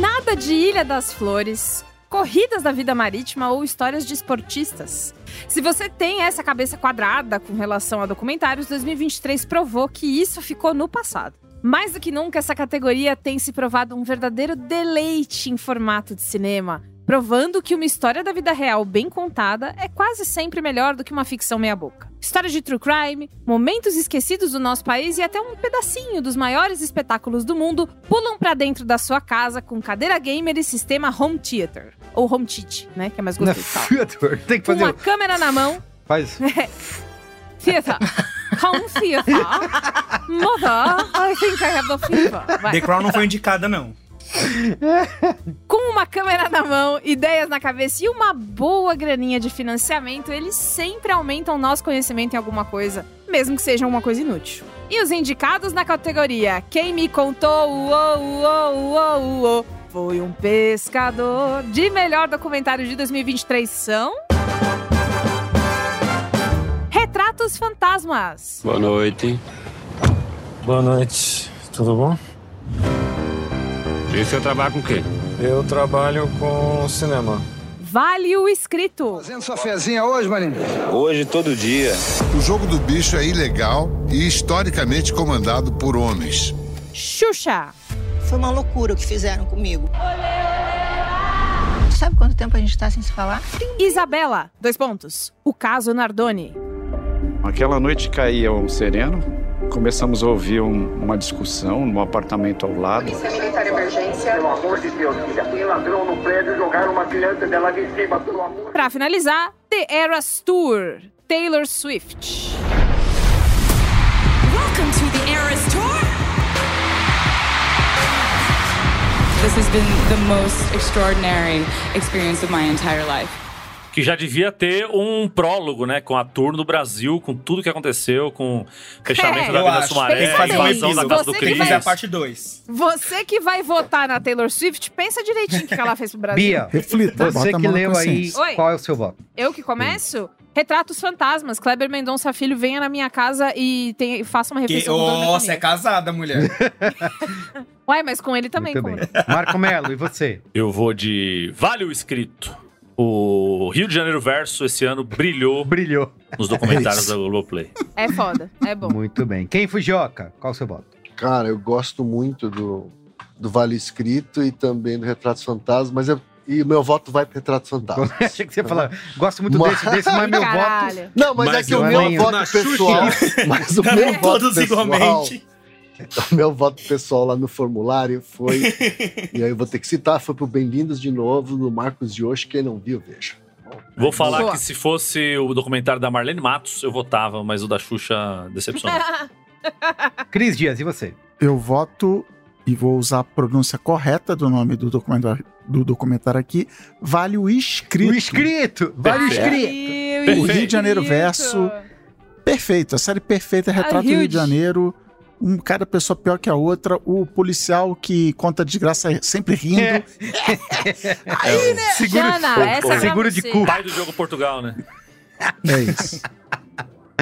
Nada de Ilha das Flores, corridas da vida marítima ou histórias de esportistas. Se você tem essa cabeça quadrada com relação a documentários, 2023 provou que isso ficou no passado. Mais do que nunca, essa categoria tem se provado um verdadeiro deleite em formato de cinema, provando que uma história da vida real bem contada é quase sempre melhor do que uma ficção meia-boca. Histórias de true crime, momentos esquecidos do nosso país e até um pedacinho dos maiores espetáculos do mundo pulam pra dentro da sua casa com cadeira gamer e sistema home theater. Ou home cheat, né? Que é mais
Na
gostoso.
Theater. Tem que
Com
fazer.
uma
o-
câmera na mão.
Faz.
theater. Home theater. Mother, I think I have the fever. Vai.
The Crown não foi indicada, não.
Com uma câmera na mão, ideias na cabeça e uma boa graninha de financiamento, eles sempre aumentam nosso conhecimento em alguma coisa, mesmo que seja uma coisa inútil. E os indicados na categoria Quem me contou uou, uou, uou, uou, foi um pescador de melhor documentário de 2023 são... Retratos Fantasmas.
Boa noite.
Boa noite. Tudo bom?
E você trabalha com o quê?
Eu trabalho com cinema.
Vale o escrito.
Fazendo sua fezinha Assim é hoje, Marinho?
Hoje, todo dia.
O jogo do bicho é ilegal e historicamente comandado por homens.
Xuxa.
Foi uma loucura o que fizeram comigo. Olê, olê, olê. Sabe quanto tempo a gente tá sem se falar?
Isabela. Dois pontos. O caso Nardoni.
Aquela noite caía um sereno. Começamos a ouvir um, uma discussão no apartamento ao lado.
Secretário emergência. Pelo amor de Deus, filha. Tem ladrão no prédio jogaram uma criança dela de cima, pelo amor.
Pra finalizar, The Eras Tour. Taylor Swift.
Welcome to the Eras Tour. This has been the most extraordinary experience of my entire life
que já devia ter um prólogo, né? Com a tour no Brasil, com tudo que aconteceu, com o fechamento
É,
da
eu
Vila
acho.
Sumaré,
Tem que fazer um
invasão da
epílogo.
Casa do
Você que
Crime.
faz a parte 2.
Você que vai votar na Taylor Swift, pensa direitinho o que ela fez pro Brasil.
Bia, você
Reflita, bota a
que
mão na
leu aí,
consciência. Oi.
qual é o seu voto?
Eu que começo? Retratos Fantasmas. Kleber Mendonça Filho, venha na minha casa e tem- faça uma
Que,
refeição com o dono da
nossa, é
família.
casada, mulher.
Uai, mas com ele também.
Muito
como
bem.
não?
Marco Melo, e você?
Eu vou de Vale o Escrito. O Rio de Janeiro Verso esse ano brilhou.
Brilhou.
Nos documentários
É
da Globoplay.
É foda, é bom.
Muito bem. Quem Fujioka, qual o seu voto?
Cara, eu gosto muito do, do Vale Escrito e também do Retratos Fantasmas, mas eu- e o meu voto vai pro Retratos Fantasmas.
Achei que você ia falar, gosto muito desse, desse, mas meu voto...
Não, mas, é que o
não
meu
nenhum.
voto pessoal. Mas o
Tá
meu voto
Todos
pessoal,
igualmente.
O meu voto pessoal lá no formulário foi. e aí eu vou ter que citar, foi pro Bem-vindos de novo, no Marcos de hoje. Quem não viu, veja.
Vou falar
Boa.
que se fosse o documentário da Marlene Matos, eu votava, mas o da Xuxa decepcionou.
Cris Dias, e você?
Eu voto e vou usar a pronúncia correta do nome do documentário, do documentário aqui. Vale o escrito.
O escrito! Vale o
Perfeito.
escrito!
O Rio de Janeiro verso. Perfeito, a série perfeita retrata o Rio
huge.
de Janeiro. Um cada pessoa pior que a outra, o policial que conta desgraça sempre rindo.
É.
Aí,
né? Seguro- Jana, essa é pra
seguro
você.
de cu. Pai do jogo Portugal, né?
É isso.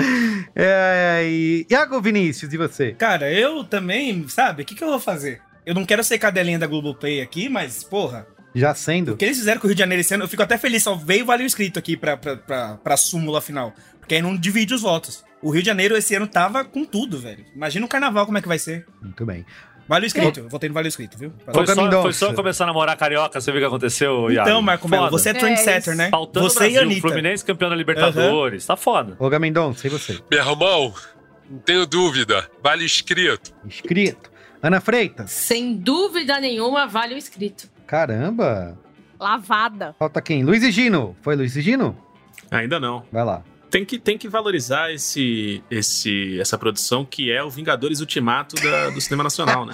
É, e... Iago Vinícius, e você?
Cara, eu também, sabe? O que, que eu vou fazer? Eu não quero ser cadelinha da Globoplay aqui, mas, porra.
Já sendo?
O que eles fizeram com o Rio de Janeiro esse ano, eu fico até feliz, só veio valeu escrito aqui pra, pra, pra, pra súmula final. Porque aí não divide os votos. O Rio de Janeiro esse ano tava com tudo, velho. Imagina o carnaval como é que vai ser.
Muito bem.
Valeu escrito, eu votei no valeu escrito, viu?
Foi só, foi só começar a namorar carioca, você viu o que aconteceu,
Então,
Iago?
Marco Melo,
Foda.
você é trendsetter, né?
Faltando
Você
você Brasil,
e Anitta.
Fluminense campeão da Libertadores, tá foda.
Ô, Gamendon, sei você.
Meu irmão, não tenho dúvida. Vale escrito.
Escrito. Ana Freitas.
Sem dúvida nenhuma, vale o escrito.
Caramba.
Lavada.
Falta quem? Luiz e Gino. Foi Luiz e Gino?
Ainda não.
Vai lá.
Tem que, tem que valorizar esse, esse, essa produção que é o Vingadores Ultimato da- do cinema nacional, né?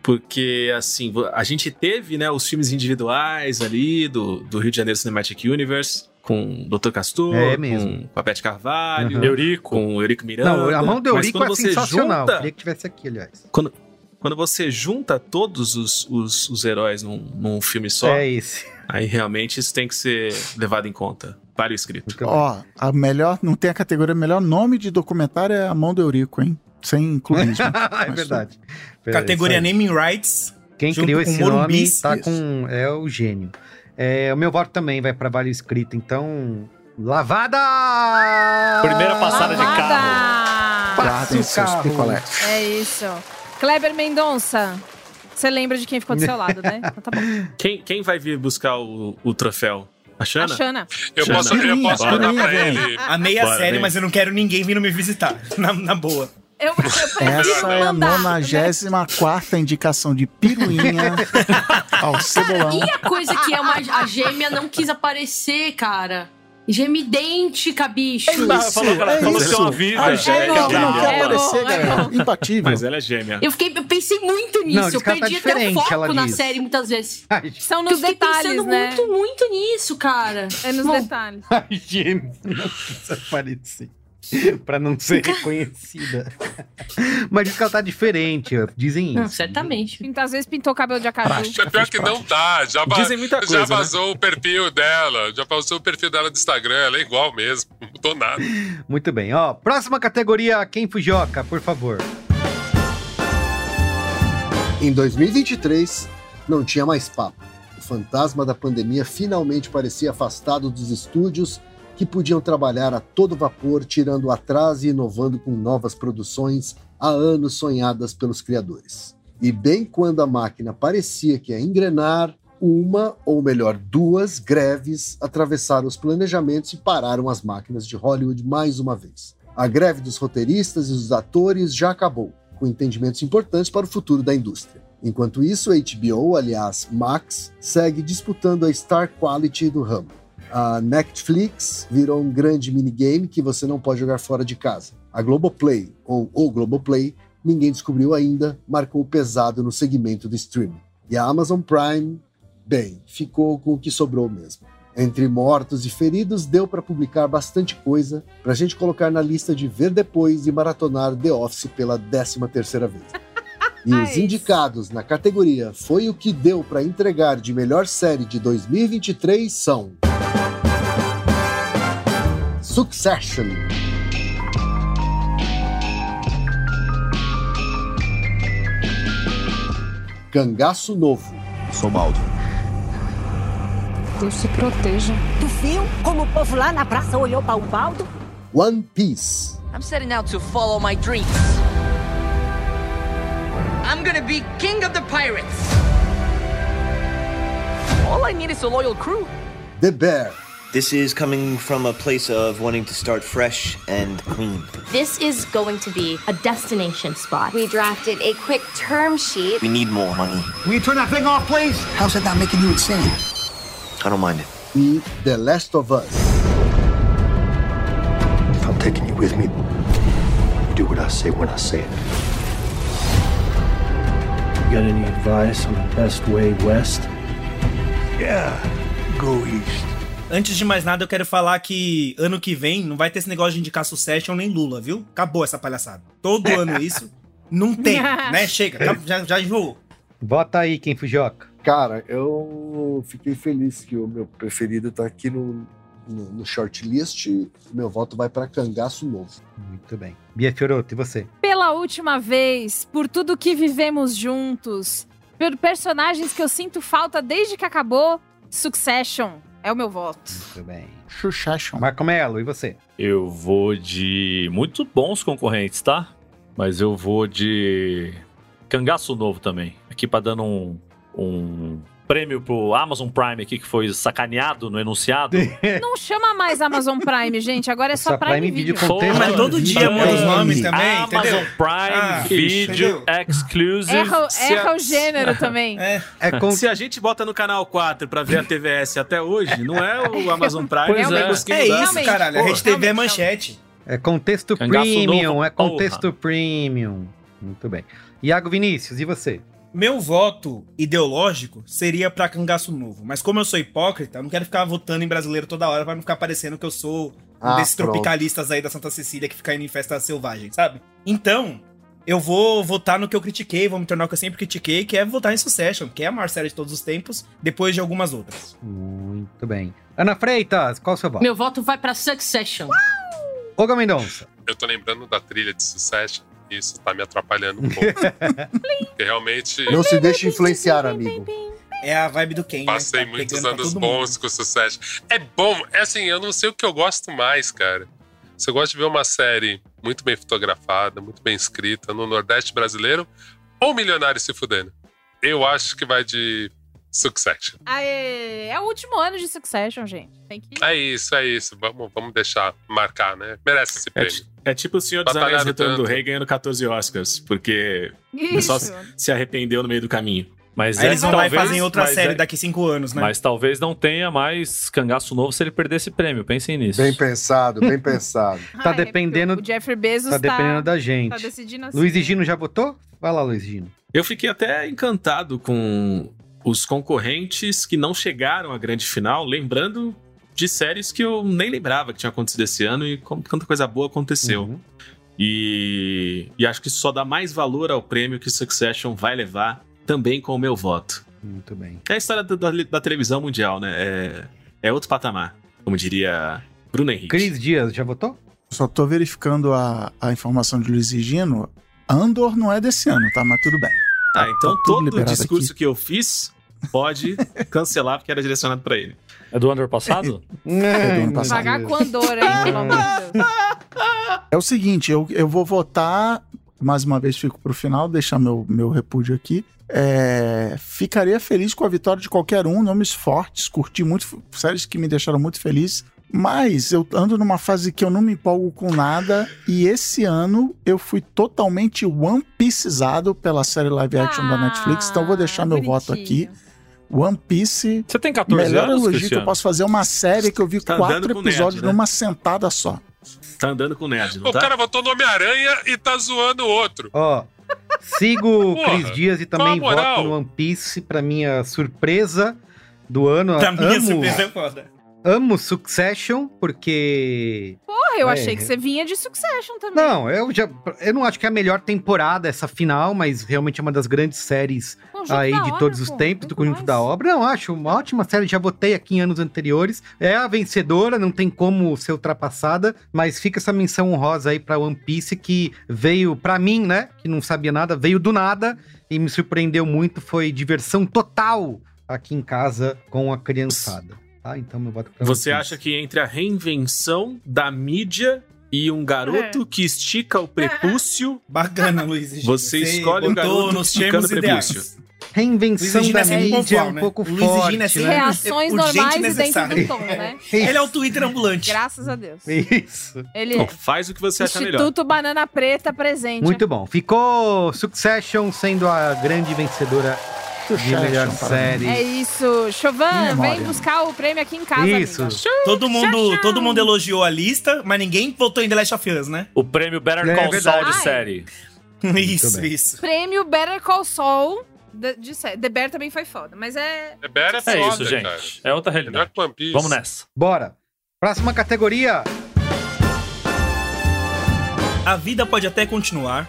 Porque, assim, vo- a gente teve né, os filmes individuais ali do, do Rio de Janeiro Cinematic Universe, com o Dr. Castor,
É
com, com a Pet Carvalho,
Uhum.
Eurico.
com o Eurico Miranda.
Não, a mão do
Mas
Eurico
quando
é
você
sensacional.
junta-
Queria que tivesse aqui, aliás.
quando, quando você junta todos os, os, os heróis num, num filme só,
É isso.
aí realmente isso tem que ser levado em conta. Para o escrito.
Ó, a melhor, não tem a categoria, melhor nome de documentário é A Mão do Eurico, hein? Sem clubismo.
é verdade.
Categoria
Isso aí.
Naming Rights.
Quem
junto
criou
com
esse nome
Morumbi.
tá com. É o gênio. É, o meu voto também vai pra Vale Escrito, então. Lavada!
Primeira passada de
carro.
Passe
Guardem
o
seus
carro.
picolés.
É isso. Kleber Mendonça. Você lembra de quem ficou do seu lado, né? Então tá bom.
Quem, quem vai vir buscar o, o troféu? A Xana?
A Xana.
Eu posso- eu posso
Bora.
mandar pra ele. Amei a
Bora,
série,
vem.
mas eu não quero ninguém vindo me visitar. Na, na boa.
Eu,
Essa é a
né?
94 indicação de piruinha ao cebolão.
E a coisa que é uma. A gêmea não quis aparecer, cara. Gêmea idêntica, bicho.
Ele não falou que ela-
É
falou que
isso.
tem uma vida.
A gente
É,
não
é
não
gêmea.
quer aparecer,
É bom, é
galera. Imbatível.
Mas ela é gêmea.
Eu, fiquei, eu pensei muito
Não,
nisso.
diz
eu
que ela tá
perdi até o
diferente, ela
foco na
diz.
série muitas vezes.
São
nos né? eu fiquei pensando muito, muito nisso, cara.
É nos
Bom,
detalhes.
Ai, gêmeo. Não precisa aparecer. pra não ser reconhecida. Mas diz que ela tá diferente, ó, dizem isso.
certamente. Às vezes pintou o cabelo de acaju.
Prática.
É pior que não tá. Já, va-
Dizem muita
já
coisa, né?
vazou o perfil dela. Já vazou o perfil dela do Instagram. Ela é igual mesmo. Não mudou nada.
Muito bem, ó. Próxima categoria, quem fujoca, por favor.
Em 2023, não tinha mais papo. O fantasma da pandemia finalmente parecia afastado dos estúdios que podiam trabalhar a todo vapor, tirando atraso e inovando com novas produções há anos sonhadas pelos criadores. E bem quando a máquina parecia que ia engrenar, uma, ou melhor, duas greves atravessaram os planejamentos e pararam as máquinas de Hollywood mais uma vez. A greve dos roteiristas e dos atores já acabou, com entendimentos importantes para o futuro da indústria. Enquanto isso, a HBO, aliás, Max, segue disputando a Star Quality do ramo. A Netflix virou um grande minigame que você não pode jogar fora de casa. A Globoplay, ou o Globoplay, ninguém descobriu ainda, marcou pesado no segmento do streaming. E a Amazon Prime Bem, ficou com o que sobrou mesmo. Entre mortos e feridos, deu para publicar bastante coisa para gente colocar na lista de ver depois e maratonar The Office pela 13 terceira vez. E os indicados na categoria Foi o que deu para entregar de melhor série de 2023 são Succession, Cangaço Novo. Sou Baldo.
Deus te proteja.
Tu viu como o povo lá na praça olhou para o baldo?
One Piece.
I'm setting out to follow my dreams. I'm gonna be king of the pirates. All I need is a loyal crew.
The Bear.
This is coming from a place of wanting to start fresh and clean.
This is going to be a destination spot. We drafted a quick term sheet.
We need more money.
Will you turn that thing off, please? How's it not making you insane?
I don't mind it.
E The Last of Us.
I'm taking you with me. You do what I say when I say it. You got any advice on the best way west?
Yeah, go east. Antes de mais nada, eu quero falar que ano que vem não vai ter esse negócio de indicar Succession nem Lula, viu? Acabou essa palhaçada. Todo ano isso. Não tem, né? Chega, acabou, já, já enjoou.
Bota aí quem fujoca.
Cara, eu fiquei feliz que o meu preferido tá aqui no, no, no shortlist. Meu voto vai para Cangaço Novo.
Muito bem. Bia Fiorotto, e você?
Pela última vez, por tudo que vivemos juntos, por personagens que eu sinto falta desde que acabou, Succession é o meu voto.
Muito bem.
Xuxaxon.
Marco Melo, e você?
Eu vou de muito bons concorrentes, tá? Mas eu vou de Cangaço Novo também. Aqui pra dando um, um prêmio pro Amazon Prime aqui que foi sacaneado no enunciado.
Não chama mais Amazon Prime, gente. Agora é só, Prime, Video.
Porra,
os nomes também,
Amazon
entendeu?
Prime
Ah,
Video
entendeu?
Exclusive.
Erra,
Se
erra
a-
o gênero também.
É com-
Se a gente bota no canal 4 pra ver a TVS até hoje, não é o Amazon Prime.
Pois
não
é.
conseguindo
É
dar.
isso, caralho. A Rede TV é manchete.
É contexto
Cangaço
premium,
novo,
é
porra.
contexto premium. Muito bem. Iago Vinícius, e você?
Meu voto ideológico seria pra cangaço novo. Mas como eu sou hipócrita, eu não quero ficar votando em brasileiro toda hora pra não ficar parecendo que eu sou um
Ah,
desses
pronto.
tropicalistas aí da Santa Cecília que fica indo em festa selvagem, sabe? Então, eu vou votar no que eu critiquei, vou me tornar o que eu sempre critiquei, que é votar em Succession, que é a maior série de todos os tempos, depois de algumas outras.
Muito bem. Ana Freitas, qual o seu voto?
Meu voto vai pra Succession.
Olga Mendonça.
Eu tô lembrando da trilha de sucesso. Isso tá me atrapalhando um pouco. Porque realmente
Não se né? deixe influenciar, amigo.
É a vibe do Ken,
Tá
passei muitos anos bons com sucesso. É bom, é assim, eu não sei o que eu gosto mais, cara. Se eu gosto de ver uma série muito bem fotografada, muito bem escrita, no Nordeste brasileiro, ou Milionário se fudendo. Eu acho que vai de Succession.
Aê, é o último ano de Succession, gente. Tem que...
É isso, é isso. Vamos, vamos deixar marcar, né? Merece esse
É,
prêmio.
ti- é tipo o Senhor dos
Batalharam
Anéis Retorno do
tanto.
Rei ganhando 14 Oscars, porque o pessoal
Isso.
se- se arrependeu no meio do caminho.
Mas é
Aí eles vão lá e
talvez-
fazem outra
mas
série
é-
daqui cinco anos, né?
Mas talvez não tenha mais cangaço novo se ele perder esse prêmio. Pensem nisso.
Bem pensado, bem pensado.
Tá dependendo,
é O Jeffrey Bezos
tá
tá,
dependendo da gente.
tá decidindo assim.
Luiz e Gino já votou? Vai lá, Luiz e Gino.
Eu fiquei até encantado com os concorrentes que não chegaram à grande final, lembrando de séries que eu nem lembrava que tinha acontecido esse ano e como tanta coisa boa aconteceu.
Uhum.
E, e acho que isso só dá mais valor ao prêmio que Succession vai levar, também com o meu voto.
Muito bem.
É a história da, da- da televisão mundial, né? É, é outro patamar, como diria Bruno Henrique.
Cris Dias, já votou?
Só tô verificando a, a informação de Luiz Higino. Andor não é desse ano, tá? Mas tudo bem.
Ah, então
tá
tudo
todo o
liberado
discurso
aqui.
que eu fiz pode cancelar porque era direcionado pra ele.
É do ano passado?
É do ano
tá
passado.
assim
Pagar com Andorra, hein, pelo amor de Deus.
É o seguinte, eu, eu vou votar, mais uma vez fico pro final, deixar meu, meu repúdio aqui. É, ficaria feliz com a vitória de qualquer um, nomes fortes, curti muito, f- séries que me deixaram muito feliz. Mas eu ando numa fase que eu não me empolgo com nada, e esse ano eu fui totalmente One Pieceizado pela série live action da Netflix, então eu vou deixar meu voto aqui. One Piece.
Você tem 14
melhor
anos,
elogio que eu
Cristiano?
posso fazer é uma série que eu vi
Tá andando
quatro
com nerd,
episódios
né?
numa sentada só.
Tá andando com o Nerd, não
O
tá?
cara votou no Homem-Aranha e tá zoando o outro.
Ó, sigo o Cris
Porra,
Dias e
qual a
também
moral?
voto no One Piece pra minha surpresa do ano.
Pra mim,
amo,
essa surpresa é foda.
amo Succession, porque...
Porra, eu
É.
achei que você vinha de Succession também.
Não, é eu já. Eu não acho que é a melhor temporada essa final, mas realmente é uma das grandes séries
Conjunto
aí
da
de
obra,
todos os
pô,
tempos, do
muito
Conjunto
mais.
da Obra. Não, acho uma ótima série, já votei aqui em anos anteriores. É a vencedora, não tem como ser ultrapassada, mas fica essa menção honrosa aí pra One Piece que veio, pra mim, né, que não sabia nada, veio do nada e me surpreendeu muito. Foi diversão total aqui em casa com a criançada. Tá? Então eu voto pra One
Você
Piece.
acha que entre a reinvenção da mídia e um garoto que estica o prepúcio,
Bacana, Luiz.
Você escolhe o
botou
garoto
nos termos
esticando o prepúcio.
ideais.
Reinvenção
Luiz Gina
da
é sempre
mídia é
pontual,
um
né?
pouco
Luiz
forte,
Gina é sempre-
né?
Reações
É urgente e
normais e dentro do
necessário.
tom, né?
Ele é o Twitter ambulante.
Graças a Deus.
Isso.
Ele
Então,
é.
faz o que você acha melhor.
Instituto Banana Preta presente.
Muito bom. Ficou Succession sendo a grande vencedora de
Succession,
melhor
parabéns.
série.
É isso. Chovan,
Memória.
vem buscar o prêmio aqui em casa.
Isso.
amiga.
Todo mundo, todo mundo elogiou a lista, mas ninguém votou em The Last of Us, né?
O prêmio Better
É
Call Saul
verdade.
de
Ai.
série.
Isso,
bem.
isso.
Prêmio Better Call Saul. De, de, sé- The Bear também foi foda, mas é.
É Bera é foda,
É isso, gente.
cara.
É outra
Melhor
realidade.
que One Piece.
Vamos nessa.
Bora. Próxima categoria.
A vida pode até continuar,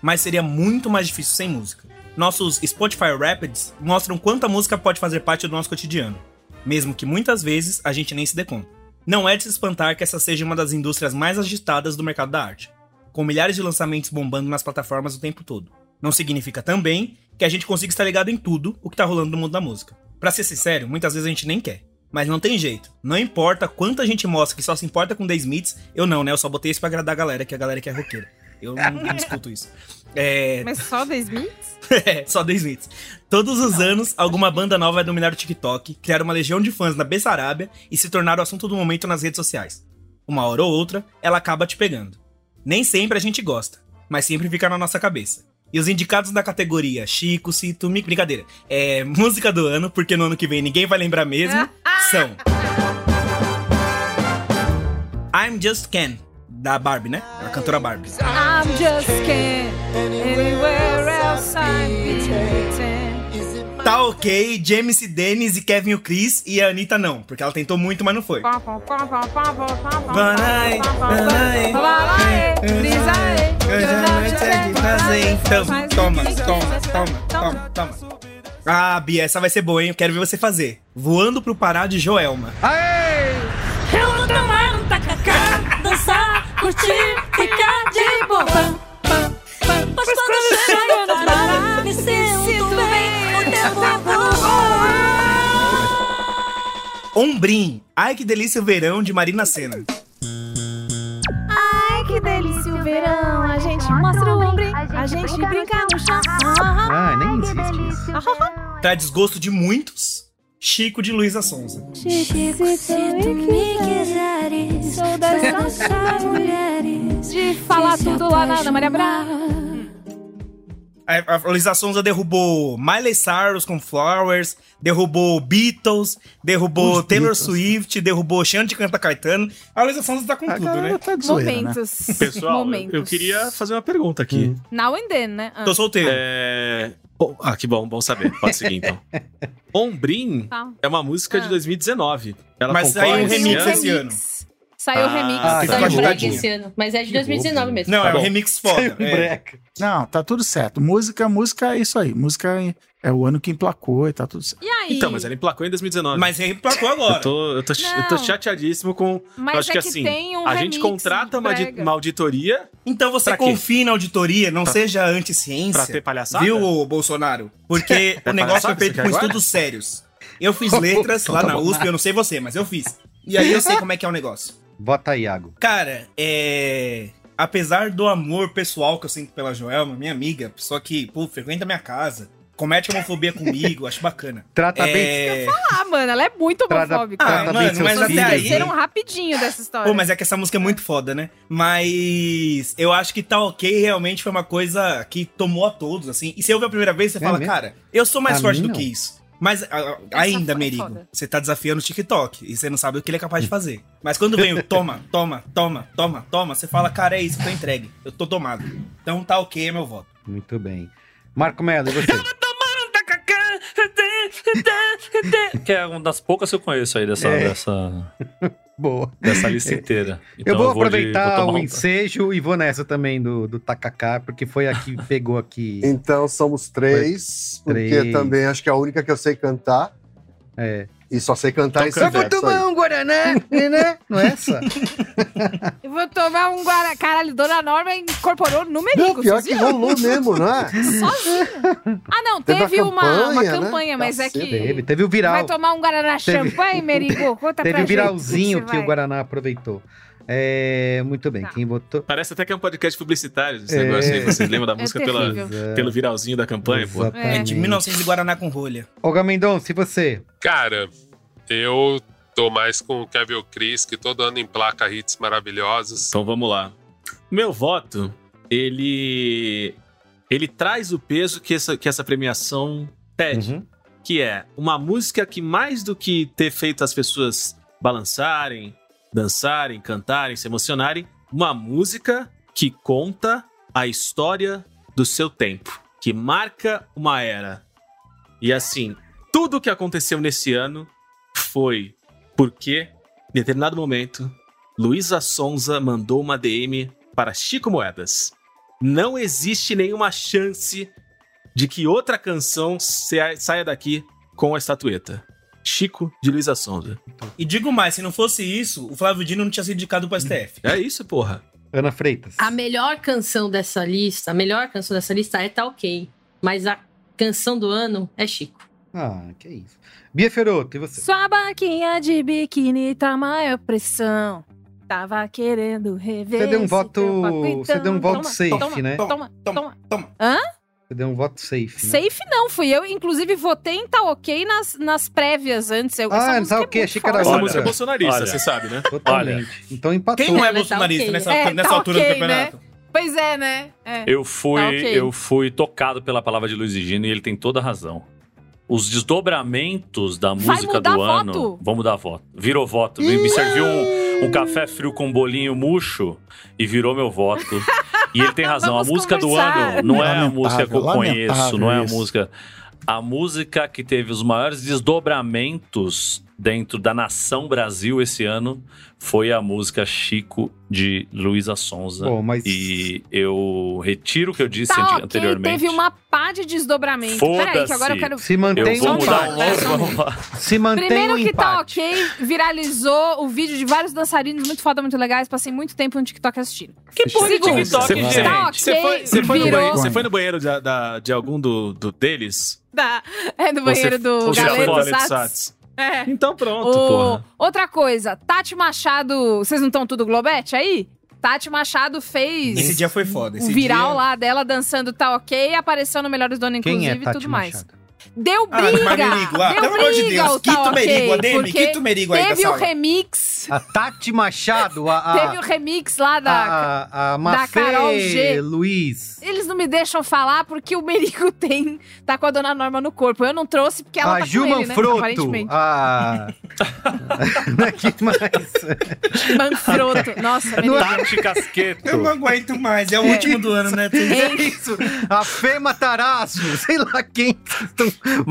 mas seria muito mais difícil sem música. Nossos Spotify Rapids mostram quanto a música pode fazer parte do nosso cotidiano, mesmo que muitas vezes a gente nem se dê conta. Não é de se espantar que essa seja uma das indústrias mais agitadas do mercado da arte, com milhares de lançamentos bombando nas plataformas o tempo todo. Não significa também que a gente consiga estar ligado em tudo o que tá rolando no mundo da música. Pra ser sincero, muitas vezes a gente nem quer. Mas não tem jeito. Não importa quanta gente mostra que só se importa com The Smiths, eu não, né? Eu só botei isso pra agradar a galera, que a galera que é roqueira. Eu não, não escuto isso. É,
Mas só The Smiths?
é, só 10 hits. Todos os anos, alguma banda nova vai dominar o TikTok, criar uma legião de fãs na Bessarabia e se tornar o assunto do momento nas redes sociais. Uma hora ou outra, ela acaba te pegando. Nem sempre a gente gosta, mas sempre fica na nossa cabeça. E os indicados da categoria Chico, Cito, Mi... Brincadeira. É música do ano, porque no ano que vem ninguém vai lembrar mesmo, são... I'm Just Ken, da Barbie, né? A cantora Barbie.
I'm just can't anywhere else I'm beaten.
Tá ok, James e Dennis e Kevin e o Chris e a Anitta não, porque ela tentou muito, mas não foi.
Pá, pá, pá, pá, pá, pá, pá, pá,
Banai,
pá, pá, pá,
banai.
pá, banai, brisae,
Eu já não
eu já
sei o que
te
fazer, então.
Faz o
Toma,
que
toma,
quiser.
toma, toma, toma. Ah, Bia, essa vai ser boa, hein? Eu quero ver você fazer. Voando pro Pará de Joelma.
Eu vou tomar um tacacá, dançar, curtir, ficar de boa. Mas quando chego no Pará, me sinto bem, o tempo voa.
Ombrim. Ai, que delícia o verão de Marina Senna.
Ai, que delícia o verão, a gente mostra o ombro, a gente brinca no chão.
Ah, nem existe isso.
Pra desgosto de muitos, Chico de Luísa Sonza.
Chico, se tu me quiseres, sou das nossas mulheres. De
falar tudo lá na Ana Maria Braga.
A, a Luísa Sonza derrubou Miley Cyrus com Flowers, derrubou Beatles, derrubou
Os
Taylor
Beatles.
Swift, derrubou Xande Canta Caetano. A Luísa Sonza tá com
A
tudo, né?
galera tá de zoeira, né? Hum.
Momentos.
Pessoal, eu-
momentos.
eu queria fazer uma pergunta aqui.
Now and then, né? Ah.
Tô solteiro.
É, Oh, ah, que bom, bom saber. Pode seguir então. Ombrim
Tá.
é uma música de 2019. Ela
Mas
concorre
saiu um remix
esse
esse ano.
Saiu o
Ah,
remix.
tá.
Saiu
Tá
um break
bom.
esse ano. Mas é de 2019 mesmo.
Não, é
Tá
um
bom.
remix foda.
um
é.
Não, tá tudo certo. Música, música é isso aí. Música é- é o ano que emplacou e tá tudo certo.
E aí?
Então, mas ela emplacou em 2019.
Mas ela emplacou agora.
Eu tô, eu tô, eu tô
Não.
chateadíssimo com.
Mas
eu acho
é
que
que
assim,
tem um
a gente
remix
contrata uma,
brega.
audi- uma auditoria.
Então você
Pra quê?
confie na auditoria, não
Pra-
seja anti-ciência.
pra ter palhaçada?
Viu, ô, Bolsonaro? Porque
É
o negócio
palhaçada
foi
isso
feito
aqui
com
agora?
estudos sérios. Eu fiz letras
Então
lá
tá
na
bom.
USP, eu não sei você, mas eu fiz. E aí eu sei como é que é o negócio.
Bota aí, Iago.
Cara, é. Apesar do amor pessoal que eu sinto pela Joelma, minha amiga, pessoa que, pô, frequenta minha casa, comete homofobia comigo, acho bacana.
Trata
é... bem.
Ah, mano, ela é muito
Trata-
homofóbica.
Ah, Trata bem mano, seus mas
Vocês
até aí-
esqueceram rapidinho dessa história.
Pô, mas é que essa música é muito foda, né? Mas eu acho que tá ok, realmente foi uma coisa que tomou a todos, assim. E você ouve a primeira vez, você fala,
É mesmo?
cara, eu sou mais
A
forte
mim,
do
não.
que isso. Mas a- a- ainda, Merigo,
foda.
você tá desafiando o TikTok e você não sabe o que ele é capaz de fazer. Mas quando vem o toma, toma, toma, toma, toma, você fala, cara, é isso, eu tô entregue, eu tô tomado. Então tá ok, é meu voto.
Muito bem. Marco Melo, e você?
Que é uma das poucas que eu conheço aí dessa,
É.
dessa,
Boa.
dessa lista inteira. Então,
eu vou
de-
aproveitar
tomar
o
um-
ensejo e vou nessa também do, do Takaká, porque foi a que pegou aqui.
Então somos três,
Foi
porque
três.
também acho que é a única que eu sei cantar.
É.
E só sei cantar
Então
esse
canta.
verso aí.
um Guaraná, né? Não é essa?
Eu vou tomar um guará. Caralho, Dona Norma incorporou no
Não,
Merigo.
pior
vocês
que
viram?
rolou mesmo, né?
Ah, não,
Teve
teve,
a
uma campanha, uma
campanha, né?
campanha mas é que.
Teve, teve o viral.
Vai tomar um Guaraná
Teve-
champanhe, Merigo? Conta pra
Teve o
gente.
viralzinho
Você
que
vai. Tá.
o Guaraná aproveitou. É, muito bem, quem votou?
Parece até que é um podcast publicitário esse
É.
negócio aí. Vocês lembram da
É
música pela,
terrível.
pelo viralzinho da campanha? Pô?
É de 1900 e Guaraná com rolha.
Olga Mendonça, se você?
Cara, eu tô mais com o Kevin Chris, que todo ano emplaca hits maravilhosos.
Então vamos lá. Meu voto, ele. Ele traz o peso que essa, que essa premiação pede. Que é uma música que, mais do que ter feito as pessoas balançarem, dançarem, cantarem, se emocionarem, uma música que conta a história do seu tempo, que marca uma era. E assim, tudo o que aconteceu nesse ano foi porque, em determinado momento, Luísa Sonza mandou uma DM para Chico Moedas. Não existe nenhuma chance de que outra canção sea- saia daqui com a estatueta. Chico de Luísa Sonza.
E digo mais, se não fosse isso, o Flávio Dino não tinha sido indicado pro STF.
É isso, porra.
Ana Freitas.
A melhor canção dessa lista, a melhor canção dessa lista é Tá Ok. Mas a canção do ano é Chico.
Ah, que isso. Bia Feroto, e você?
Sua banquinha de biquíni tá maior pressão. Tava querendo rever.
Você deu um
esse
voto-
teu papo,
você deu um voto
toma,
safe,
toma,
né?
Toma, toma,
Você deu um voto safe. né?
Safe não, fui eu. Inclusive, votei em Tá Ok nas, nas prévias antes. Eu,
Ah,
essa
não
música
sabe
é
o que?
muito
Achei que era
Essa
outra.
música é bolsonarista,
Olha.
você sabe, né?
Totalmente. Então empatou.
Quem não é
Ela tá
bolsonarista
ok.
nessa,
É,
nessa
tá
altura
ok,
do campeonato?
Pois é, né? É.
Eu fui,
Tá ok.
eu fui tocado pela palavra de Luiz Gino e ele tem toda a razão. Os desdobramentos da
Vai
música
mudar
do ano.
voto?
Vamos dar voto. Virou voto. Me, me serviu um, um café frio com um bolinho murcho e virou meu voto. E ele tem razão.
Vamos
a música do
conversar.
ano não é a
Lamentável,
música que eu conheço,
lamentável
não é a
isso.
música. A música que teve os maiores desdobramentos dentro da nação Brasil esse ano foi a música Chico de Luísa Sonza.
Bom, mas-
E eu retiro o que eu disse
Tá
ante-
ok,
anteriormente.
teve uma pá de desdobramento. Peraí, que agora eu quero.
Foda-se.
Se mantém
Eu vou
o
mudar
empate.
um outro.
Se mantém
Primeiro
o
que tá
empate.
ok, viralizou o vídeo de vários dançarinos muito foda, muito legais. Passei muito tempo no TikTok assistindo.
Que porra de
Segundo,
TikTok,
você-
gente?
Tá ok,
Você foi, você foi no
virou.
banheiro, você foi no banheiro de, da- de algum do, do deles?
Da- é do banheiro
Você-
do
ou você
Galera
foi no
do
Galeto
Sats.
Sats?
É.
Então pronto,
Ô,
porra.
Outra coisa, Tati Machado. Vocês não estão tudo Globete aí? Tati Machado fez
Esse dia foi foda. Esse
o viral
dia...
lá dela dançando tá ok, apareceu no Melhores do Ano,
Quem é
inclusive, e
Tati
tudo mais.
Machado?
Deu
Ah, mas
briga!
Merigo, ah,
deu
pelo
briga
amor de Deus,
o tá
quita o
ok,
Merigo, ADM,
porque
quita o Merigo aí da
Teve o
sala.
remix,
A Tati Machado, a, a,
teve o remix lá da...
a, a, a
Carol G.
Mafê Luiz.
Eles não me deixam falar porque o Merigo tem... Tá com a Dona Norma no corpo. Eu não trouxe porque ela
a
tá
Ah, Gilman
com ele, né?
Froto.
Aparentemente.
A... que mais?
Manfroto. Nossa,
No-
Casqueto.
Eu não aguento mais, é o último do ano, né? Tem-
É isso. A Fê Matarazzo, sei lá quem que estão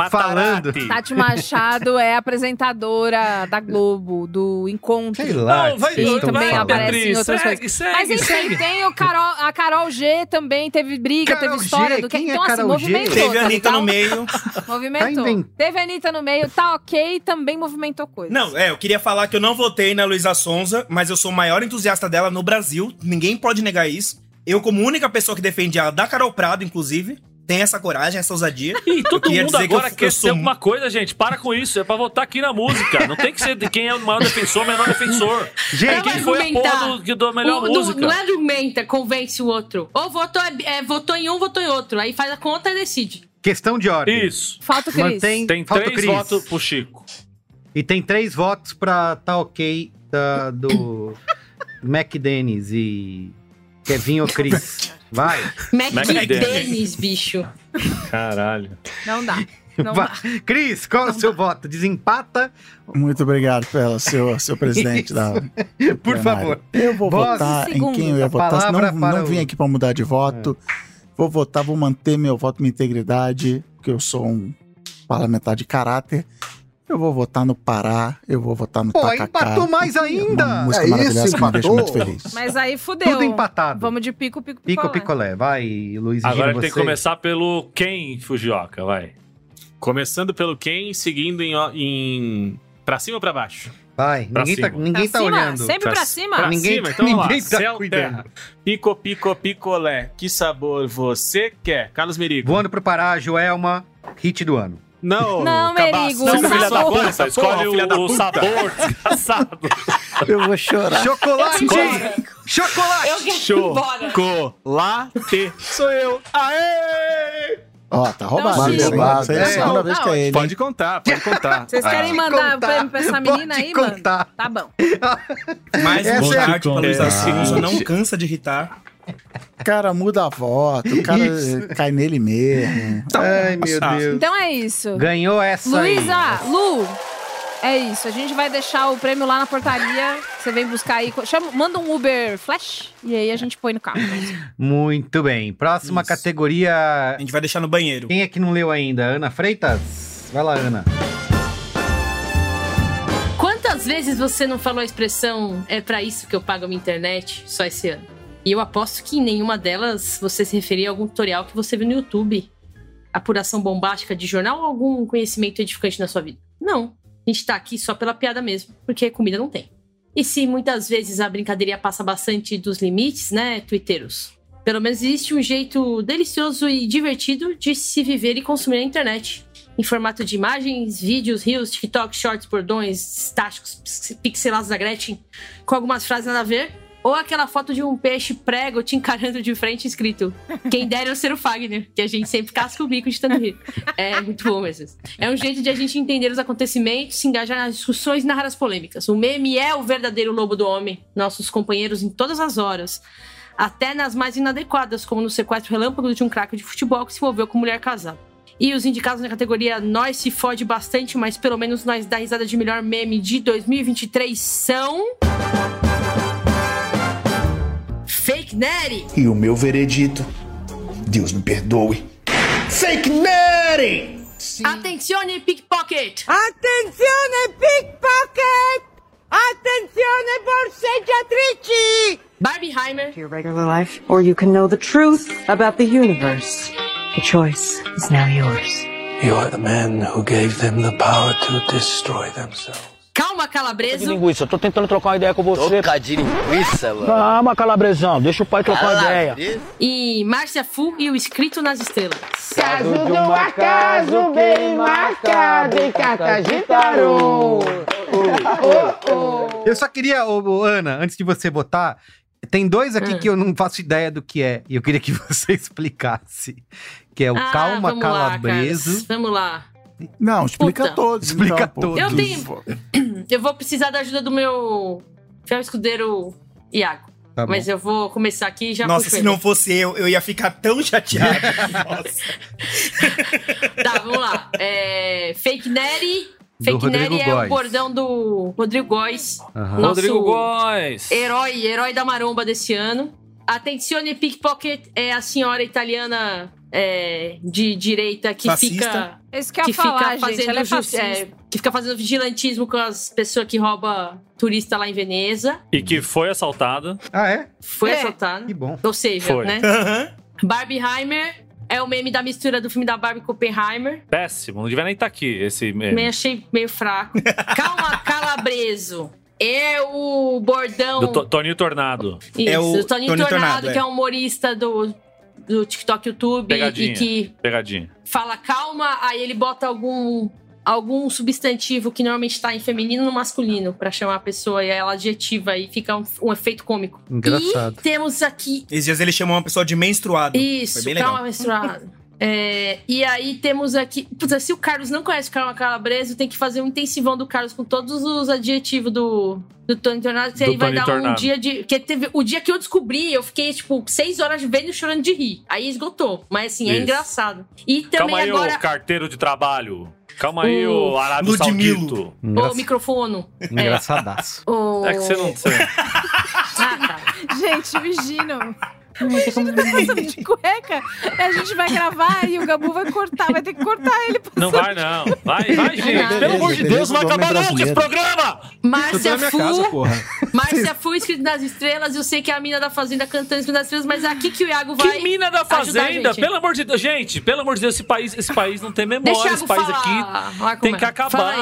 falando.
Tati Machado é apresentadora da Globo, do Encontro.
Sei lá um
E
que vocês estão
também
falando.
aparece em
Beatriz,
outras
segue,
coisas.
segue,
Mas enfim,
segue.
tem o Carol, a Carol G também teve briga,
Carol
teve história
G?
do que.
Quem é
Então, assim,
Carol G?
movimentou.
Teve
tá
a Anitta
legal?
no meio.
Movimentou.
Tá invent-
Teve a Anitta no meio, tá ok, também movimentou coisa.
Não, é, eu queria falar que eu não votei na Luísa Sonza, mas eu sou o maior entusiasta dela no Brasil. Ninguém pode negar isso. Eu, como única pessoa que defende a da Carol Prado, inclusive, tem essa coragem, essa ousadia.
E todo mundo agora quer ser
uma
alguma
um-
coisa, gente. Para com isso. É pra votar aqui na música. Não tem que ser de quem é o maior defensor, o menor defensor.
Gente,
quem foi a porra do, do melhor
O- do-
música.
não é argumenta, convence o outro. Ou votou, é, votou em um, votou em outro. Aí faz a conta e decide.
Questão de ordem.
Isso.
Falta o Cris.
Mantém,
Tem
falta o
três
Cris.
votos pro Chico.
E tem três votos pra tá ok da- do Mac Dennis e Kevin ou Cris. Vai.
McDennis, bicho.
Caralho.
Não dá. Não
Vai.
dá.
Cris, qual é o seu voto? Desempata?
Muito obrigado pela seu, seu presidente da.
Por
plenária.
favor.
Eu vou
Votos
votar em
segundos.
quem eu ia
A
votar. senão
palavra
Não,
para
não
o- É.
vim aqui pra mudar de voto. Vou votar, vou manter meu voto, minha integridade, porque eu sou um parlamentar de caráter. Eu vou votar no Pará, eu vou votar no
Pô,
Tacacá.
empatou mais ainda.
Uma música
É isso,
maravilhosa que me deixa
empatou.
muito feliz.
Mas aí fudeu.
Tudo empatado.
Vamos de pico, pico, pico.
Pico picolé. Vai, Luiz.
Agora
Gino,
tem que
você.
começar pelo quem, Fujioka, vai.
Começando pelo quem, seguindo em. ó- em... Pra cima ou pra baixo?
Vai,
pra
ninguém tá-
cima.
ninguém Pra tá cima, olhando. sempre pra
c-
cima.
Pra
Ninguém-
cima, então vamos
ninguém
lá.
tá
Céu,
cuidando.
terra. Pico, pico, picolé. Que sabor você quer? Carlos Merigo.
Voando pro Pará, Joelma, hit do ano.
Não,
Não,
cabaço.
Merigo,
Você
o
assim, filha da
sabor.
puta, Escolhe
Porra,
o,
filha da
o
puta.
sabor, desgraçado.
Eu vou chorar.
Chocolate!
Chocolate!
Eu quero ir embora.
Chocolate!
Sou eu. Aê!
Ó, tá roubado.
Não,
Mas
Chico.
roubado. É a segunda
Não,
vez
não,
que é ele.
Pode contar, pode contar.
Vocês querem
Ah.
mandar
contar.
pra, pra essa
Pode
menina aí,
contar.
mano? Tá bom.
Mais
Essa
um
é a-
destaque pra Luísa
É.
Sonza, não cansa de irritar.
cara muda a voto, o cara
Isso.
cai nele mesmo.
Ai, meu Deus.
Então é isso.
Ganhou essa
Luísa,
aí.
Lu, é isso. A gente vai deixar o prêmio lá na portaria. Você vem buscar aí. Chama, manda um Uber Flash e aí a gente põe no carro.
Muito bem. Próxima categoria. A
gente vai deixar no banheiro.
Quem é que não leu ainda? Ana Freitas? Vai lá, Ana.
Quantas vezes você não falou a expressão é pra isso que eu pago a minha internet só esse ano? E eu aposto que em nenhuma delas você se referia a algum tutorial que você viu no YouTube. Apuração bombástica de jornal ou algum conhecimento edificante na sua vida? Não. A gente tá aqui só pela piada mesmo, porque comida não tem. E se muitas vezes a brincadeirinha passa bastante dos limites, né, twitteiros? Pelo menos existe um jeito delicioso e divertido de se viver e consumir a internet. Em formato de imagens, vídeos, reels, TikTok, shorts, bordões, estáticos, pix- pixelados da Gretchen, com algumas frases nada a ver. Ou aquela foto de um peixe prego te encarando de frente escrito Quem dera eu ser o Fagner, que a gente sempre casca o bico de tanto rir. É muito bom mesmo. É um jeito de a gente entender os acontecimentos, se engajar nas discussões e narrar as polêmicas. O meme é o verdadeiro lobo do homem, nossos companheiros em todas as horas até nas mais inadequadas, como no sequestro relâmpago de um craque de futebol que se envolveu com mulher casada. E os indicados na categoria Nós se fode bastante, mas pelo menos nós dá risada de melhor meme de 2023 são. Fake Nery!
E o meu veredito, Deus me perdoe.
Fake Nery! Attenzione pickpocket! Attenzione pickpocket! Attenzione borseggiatrici! Barbie Heimer.
regular life, or you can know the truth about the universe. The choice is now yours.
You are the man who gave them the power to destroy themselves.
Calma, Calabreso.
Tá
Linguiça, eu tô tentando trocar uma ideia com você. Trocar de linguiça, mano? Calma, Calabresão, deixa o pai trocar uma ideia.
E Márcia Fu e o Escrito nas Estrelas.
Caso
Tá
de um acaso
bem
marcado em
Carcagitaru.
Eu só queria, ô, ô, Ana, antes de você votar, tem dois aqui que eu não faço ideia do que é. E eu queria que você explicasse. Que é o
Ah,
Calma
vamos lá,
Calabreso.
Carlos, vamos lá.
Não, explica
Puta.
todos.
Explica
então, pô.
todos.
Eu tenho- Eu vou precisar da ajuda do meu fiel escudeiro Iago.
Tá bom.
Mas eu vou começar aqui e já
Nossa,
puxo
se
ele.
não fosse eu, eu ia ficar tão chateado.
Tá, vamos lá. É, fake Nery
Do
Fake
Rodrigo
Nery é o
Góes.
bordão do Rodrigo Góes.
Aham.
Nosso
Rodrigo
Góes.
Herói, herói da maromba desse ano. Atencione Pickpocket é a senhora italiana é, de direita que fica...
Isso que eu ia falar, gente. Ela é
jus-
fascista.
é, que fica fazendo vigilantismo com as pessoas que roubam turista lá em Veneza.
E que foi assaltada.
Ah, é?
Foi assaltada.
Que bom.
Ou seja,
Foi.
né? Barbieheimer é o meme da mistura do filme da Barbie com Oppenheimer.
Péssimo, não devia nem estar aqui esse eh, meme.
Me achei meio fraco. Calma, Calabreso. É o bordão.
Do To- Toninho Tornado.
Isso, É o Toninho Tornado, que é um humorista do, do TikTok YouTube
Pegadinha.
e que
Pegadinha.
fala calma, aí ele bota algum algum substantivo que normalmente tá em feminino no masculino pra chamar a pessoa e aí ela adjetiva e fica um, um efeito cômico.
Engraçado.
E temos aqui
Esses dias ele chamou uma pessoa de menstruado.
isso,
Foi bem legal.
calma menstruada. É, e aí temos aqui. Puta, se o Carlos não conhece o Carla Calabreso, tem que fazer um intensivão do Carlos com todos os adjetivos do, do Tony Tornado, que
Do
aí vai
Tony
dar um
Tornado.
dia de. Porque teve, o dia que eu descobri, eu fiquei, tipo, seis horas vendo e chorando de rir. Aí esgotou. Mas assim, é
Isso.
engraçado. E também
Calma aí,
agora.
ô carteiro de trabalho. Calma aí,
O- É.
ô Arábio
Ludmilo.
Saudito.
O microfone.
Engraçadaço.
O...
É que você não. Você...
Ah, tá.
Gente, o Gino. O Gino tá passando de cueca. A gente vai gravar e o Gabu vai cortar. Vai ter que cortar ele.
Não vai, né? não. Vai, vai, gente. Pelo amor de Deus, não vai acabar não com esse programa!
Márcia Fu.
porra.
Márcia Fu, escrito nas estrelas. Eu sei que é a mina da Fazenda cantando escrito nas estrelas, mas é aqui que o Iago vai. Que mina
da Fazenda, pelo amor de Deus, gente, pelo amor de Deus, esse país, esse país não tem memória,
Deixa eu
esse país
falar,
aqui
Marco
tem que
Mano.
acabar.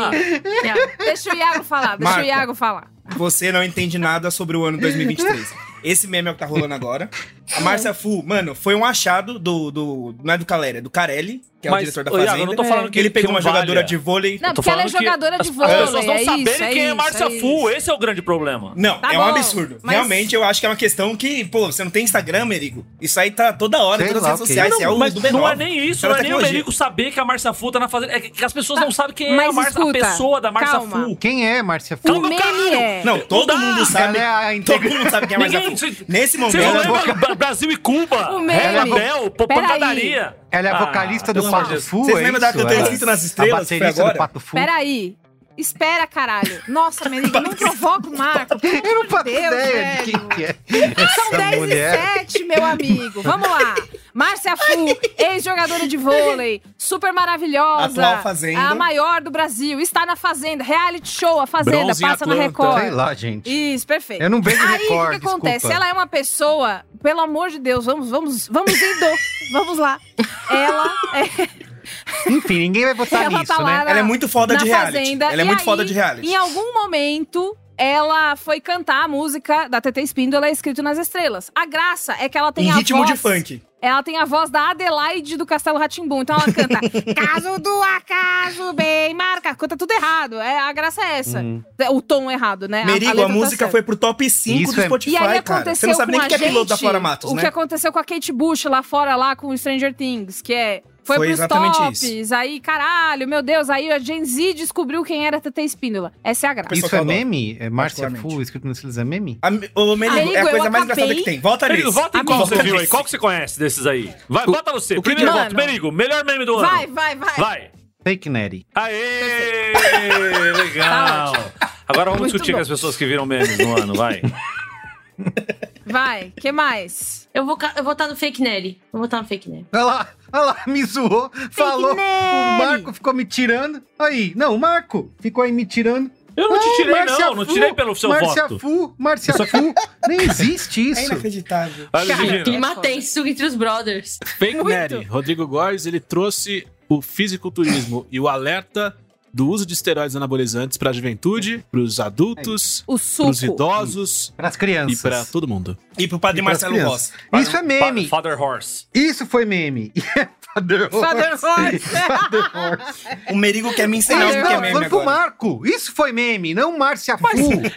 Deixa o Iago falar, deixa
Marco.
o Iago falar.
Você não entende nada sobre o ano 2023. Esse meme é o que tá rolando agora. A Márcia Fu, mano, foi um achado do. do não é do Calera, é do Carelli, que é
Mas,
o diretor da
ô, Iago,
Fazenda.
eu não tô falando que- um
ele pegou
que
uma
não
jogadora
valha.
de vôlei.
Não, porque ela é jogadora de vôlei.
As pessoas não
é
saberem
isso,
quem é,
isso,
Márcia
isso.
Fu, esse é o grande problema.
Não,
Tá
é um
bom,
absurdo.
mas-
Realmente, eu acho que é uma questão que, pô, você não tem Instagram, Merigo? Isso aí tá toda hora, em todas as redes sociais,
Não,
isso é o
mas
do
não
B9.
é nem isso,
Tá na
não é nem o
tecnologia.
Merico saber que a Márcia Fu tá na fazenda. É que as pessoas não sabem quem é
Mas
a, Márcia, a
escuta,
pessoa da Márcia
calma.
Fu.
Quem é Márcia Fu?
Calma, caralho.
Não, todo mundo sabe. todo mundo sabe quem é Márcia Fu.
Ninguém-
Nesse
Vocês
momento.
não lembram Bra- Brasil e
Ah,
Cuba?
O meme.
Ela é Bel, pô,
Peraí.
pancadaria.
Ela é a
Ah,
vocalista do
pelo amor de
Pato
Deus.
Fu,
Vocês
é
lembram da
isso?
cantora
Ela-
Escrito nas Estrelas,
A
que foi
baterista do
agora?
Pato Fu.
Peraí. Espera, caralho. Nossa, Merigo, não provoca o Marco. Eu não faço
ideia de quem que é. São
10 e 7, meu amigo. Vamos lá. Márcia Fu, ex-jogadora de vôlei, super maravilhosa.
Atual Fazenda.
A maior do Brasil. Está na Fazenda. Reality show, a Fazenda.
Bronze em tá?
passa na
Atlanta.
Record.
Sei lá, gente.
Isso, perfeito.
Eu não vejo
Aí,
Record,
o que, que acontece?
desculpa.
Ela é uma pessoa, pelo amor de Deus, vamos, vamos, vamos em dor. vamos lá. Ela é...
Enfim, ninguém vai votar
Ela
nisso,
tá lá
né?
é
na- na Fazenda.
Ela é
E
muito
aí,
foda de reality.
Em algum momento, ela foi cantar a música da TT Espíndola é escrito nas estrelas. A graça é que ela tem
Em
a
ritmo
voz...
de funk.
Ela tem a voz da Adelaide do Castelo Ratimbu. Então ela canta Caso do acaso, bem marca. Canta tudo errado. É, a graça é essa.
Hum.
O tom errado, né?
Merigo, a,
letra tá
música
certa.
foi pro top 5 do Spotify,
E aí
cara.
aconteceu
é- Você não sabe
com
nem
a
quem é piloto da
gente
Flora Matos,
O
né?
que aconteceu com a Kate Bush lá fora, lá com o Stranger Things, que é... Foi,
Foi
pros
exatamente
tops,
isso.
aí caralho, meu Deus, aí a Gen Z descobriu quem era a TT Espíndola. Essa é a graça.
Isso é meme? É Márcia Fu escrito nas estrelas é meme?
Ô,
Merigo, Amigo, é a eu coisa mais acabei- engraçada que tem. Volta
Merigo,
nisso.
Volta em qual
Amigo.
você viu aí. Qual que você conhece desses aí? Vai, bota você. Primeiro
Mano.
é?
voto, Merigo. Melhor meme do ano.
Vai, vai, vai.
Vai.
Fake Nery.
Aê!
Tá
Legal. Agora vamos
Muito
discutir
bom.
com as pessoas que viram memes no ano, vai.
Vai, que mais?
Eu vou, ca- eu vou estar no fake Nelly. Eu vou estar no fake Nelly.
Olha lá, olha lá, me zoou, falou. O Marco ficou me tirando. Aí, não, o Marco ficou aí me tirando.
Eu
não te tirei, não, não tirei pelo seu
Márcia
voto.
Fu, Márcia Fu, nem existe isso.
É inacreditável.
Cara, clima tenso entre os brothers.
Fake Nery, Rodrigo Góes, ele trouxe o fisiculturismo e o alerta do uso de esteroides anabolizantes para a juventude, para os adultos,
É O
para os
suco.
idosos,
para as crianças
e para todo mundo.
E pro padre
E pras
Marcelo
crianças.
Rossi.
Isso é meme.
Father Horse.
Isso foi meme. Father Horse.
Father Horse.
Father Horse.
O Merigo quer me ensinar o
Mas
que é
não,
meme
Foi pro
agora.
Marco. Isso foi meme, não Márcia Fu.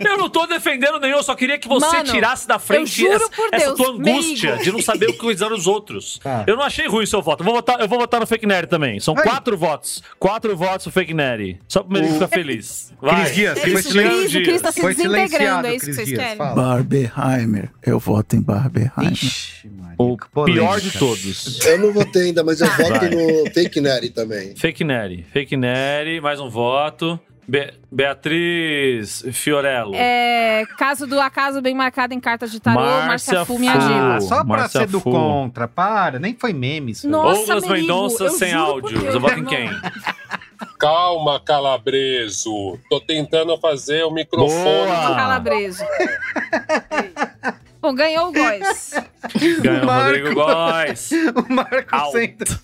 Eu não tô defendendo nenhum, eu só queria que você
Mano,
tirasse da frente
eu juro
essa,
por
essa
Deus, Tá.
tua angústia
meigo.
de não saber o que fizeram os outros. Eu não achei ruim o seu voto. Eu vou votar, eu vou votar no Fake Nerd também. São quatro votos. Quatro votos pro Fake Nerd. Só pro Merigo
O-
ficar feliz. Vai.
Cris Dias,
Cris
foi silenciado.
Dias.
O Cris tá se
Foi
desintegrando,
silenciado,
é isso que
Cris
vocês
Dias,
querem.
fala.
Barberheimer. Eu voto em Barberheimer.
Ixi, Maria.
O pior de todos.
Eu não votei ainda, mas eu voto
Vai.
no Fake Nerd também.
Fake Neri. Fake Neri, mais um voto. Be- Beatriz Fiorello.
É, caso do acaso bem marcado em cartas de tarô, Márcia Fu, minha
Ah,
diva.
só pra
Márcia
ser do
Fu.
contra, para. Nem foi memes.
Nossa,
Douglas
Merigo,
Mendonça
eu
sem
juro por
áudio.
Deus,
Eu voto em
não.
quem?
Calma, Calabreso. Tô tentando fazer o microfone.
Calma, calabreso. Bom, ganhou o Góis.
É
Ganhou o Rodrigo Góes.
O Marco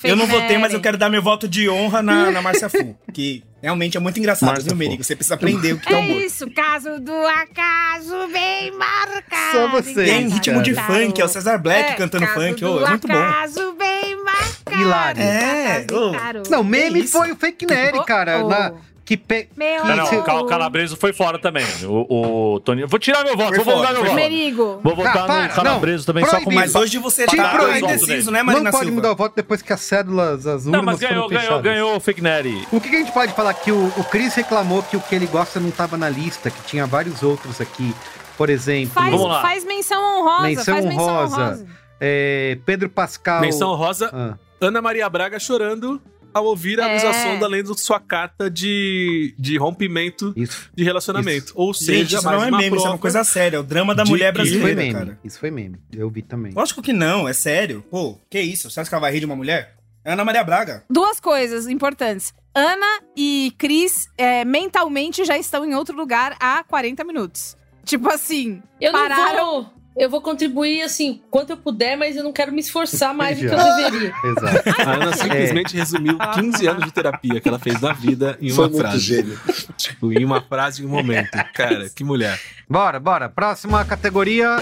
Eu não
Fake
votei, mas
Mary.
eu quero dar meu voto de honra na, na Márcia Fu. Que realmente é muito engraçado, viu, Merigo? Você precisa aprender o que é
É
humor.
isso, caso do acaso bem marcado.
Só você. Tem ritmo de
cara.
funk, é o Cesar Black cantando
caso
funk,
do
ô, é muito bom.
acaso bem marcado.
Hilário.
É, ô.
Não, meme foi o fake Neri, cara.
Oh, oh.
na- que pe...
Meu
Não, não,
Deus.
o Cal- Calabreso foi fora também. O, o Toninho. Vou tirar meu voto,
Foi
vou
fora,
voltar meu
foi
voto.
Merigo.
Vou votar
Ah,
no
para,
Calabreso
não,
também, só com
proibido.
mais. um.
Mas hoje você
Te
tá
proibido.
indeciso, né, Marina
Não pode
Silva?
mudar o voto depois que as cédulas, as urnas
Não, mas
foram
ganhou, ganhou,
fechadas.
ganhou o Fake Neri.
O que, que a gente pode falar? Que o, o Chris reclamou que o que ele gosta não tava na lista, que tinha vários outros aqui. Por exemplo,
Faz, faz menção honrosa.
menção
faz menção honrosa.
honrosa. é, Pedro Pascal.
Menção Rosa,
Ah.
Ana Maria Braga chorando ao ouvir a
É.
acusação da lenda de sua carta de, de rompimento
Isso.
de relacionamento. Ou seja,
Gente, isso
mais
não é
uma
meme, isso é uma
prova-
coisa séria. É o drama da
de
mulher
que-
Isso foi
brasileira,
meme.
cara.
Isso foi meme. Eu vi também.
Lógico que não, é sério. Pô, que isso? Você acha que ela vai rir de uma mulher? É Ana Maria Braga.
Duas coisas importantes. Ana e Cris é, mentalmente já estão em outro lugar há 40 minutos. Tipo assim,
Eu
pararam.
não vou. Eu vou contribuir assim, quanto eu puder, mas eu não quero me esforçar mais do que eu
Já.
deveria.
Exato.
A Ana simplesmente resumiu 15 anos de terapia que ela fez na vida em
Foi
uma
muito
frase.
gênio.
Tipo, em uma frase em um momento. Cara, que mulher.
Bora, bora. Próxima categoria.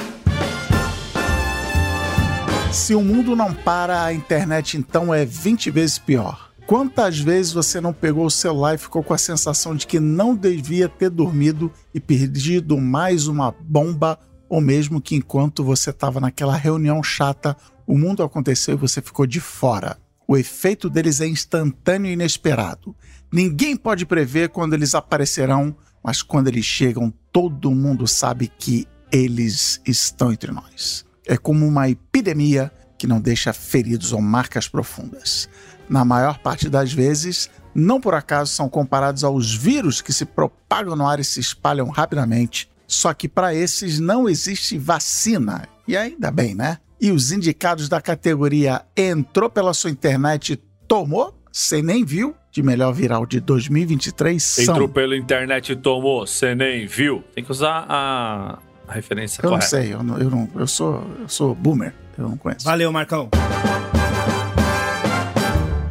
Se o mundo não para, a internet então é 20 vezes pior. Quantas vezes você não pegou o celular e ficou com a sensação de que não devia ter dormido e perdido mais uma bomba, ou mesmo que enquanto você estava naquela reunião chata, o mundo aconteceu e você ficou de fora? O efeito deles é instantâneo e inesperado. Ninguém pode prever quando eles aparecerão, mas quando eles chegam, todo mundo sabe que eles estão entre nós. É como uma epidemia que não deixa feridos ou marcas profundas. Na maior parte das vezes, não por acaso são comparados aos vírus que se propagam no ar e se espalham rapidamente. Só que para esses não existe vacina. E ainda bem, né? E os indicados da categoria entrou pela sua internet, tomou, sem nem viu, de melhor viral de 2023 são.
Entrou pela internet e tomou, você nem viu. Tem que usar a, a referência
Eu não
correta.
sei, eu, não, eu, não, eu, sou, eu sou boomer, eu não conheço.
Valeu, Marcão.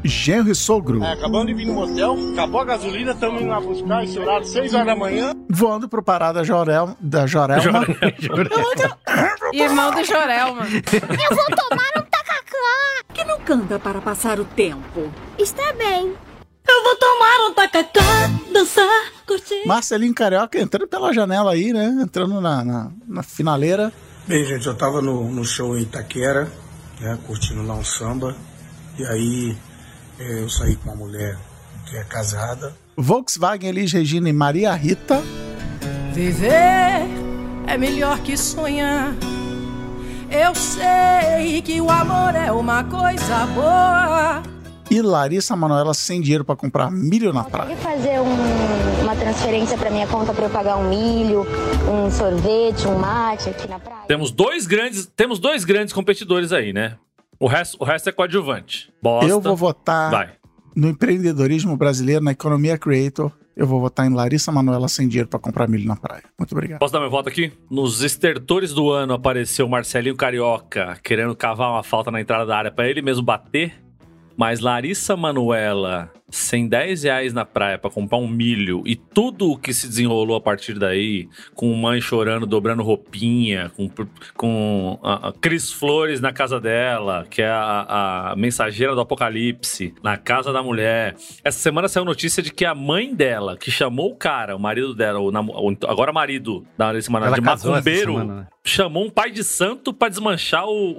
Genro e sogro.
Tá acabando de vir no motel, acabou a gasolina, estamos indo lá buscar esse horário, 6 horas da manhã.
voando pro Pará da, Jorel, da Jorelma.
Irmão do Jorel, mano.
Eu vou tomar um tacacá. Que não canta para passar o tempo. Está bem. Eu vou tomar um tacacá, dançar, curtir.
Marcelinho Carioca entrando pela janela aí, né? Entrando na, na, na finaleira.
Bem, gente, eu tava no, no show em Itaquera, né, curtindo lá um samba, e aí eh, eu saí com uma mulher que é casada.
Volkswagen, Elis Regina e Maria Rita.
Viver é melhor que sonhar. Eu sei que o amor é uma coisa boa.
E Larissa Manoela sem dinheiro pra comprar milho na praia.
Quer fazer um- uma transferência para minha conta para eu pagar um milho, um sorvete, um mate aqui na praia?
Temos dois grandes, temos dois grandes competidores aí, né? O resto, o resto é coadjuvante. Bosta.
Eu vou votar
Vai.
no empreendedorismo brasileiro, na economia creator. Eu vou votar em Larissa Manoela sem dinheiro pra comprar milho na praia. Muito obrigado.
Posso dar meu voto aqui? Nos estertores do ano apareceu Marcelinho Carioca querendo cavar uma falta na entrada da área pra ele mesmo bater. Mas Larissa Manuela, sem 10 reais na praia pra comprar um milho e tudo o que se desenrolou a partir daí, com mãe chorando, dobrando roupinha, com, com a, a Cris Flores na casa dela, que é a, a mensageira do apocalipse, na casa da mulher. Essa semana saiu notícia de que a mãe dela, que chamou o cara, o marido dela, o namo- o ent- agora marido da Larissa Manoela,
Ela
de
casou essa
macumbeiro,
semana, né?
chamou um pai de santo pra desmanchar o-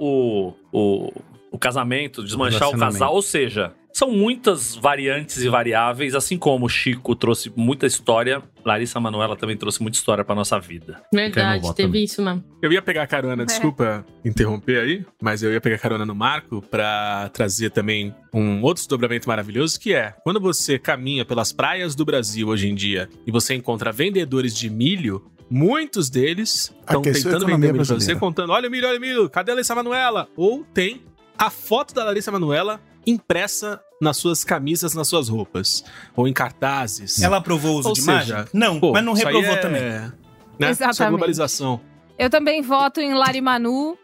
o, o, o casamento, desmanchar o
Relacionamento.
casal, ou seja, são muitas variantes e variáveis, assim como o Chico trouxe muita história, Larissa Manoela também trouxe muita história pra nossa vida.
Quem não
Verdade,
vota
teve isso mesmo.
Eu ia pegar carona,
É.
desculpa interromper aí, mas eu ia pegar carona no Marco pra trazer também um outro desdobramento maravilhoso que é quando você caminha pelas praias do Brasil hoje em dia e você encontra vendedores de milho. Muitos deles estão
Aqueceu a
tentando
economia
vender milho pra você,
brasileira.
contando: olha o milho, olha o milho, cadê a Larissa Manuela? Ou tem a foto da Larissa Manuela impressa nas suas camisas, nas suas roupas, ou em cartazes.
Ela aprovou o uso de imagem? Não, mas não
isso aí
reprovou
é-
também.
Né? Isso é
Exatamente.
globalização.
Eu também voto em Lari Manu,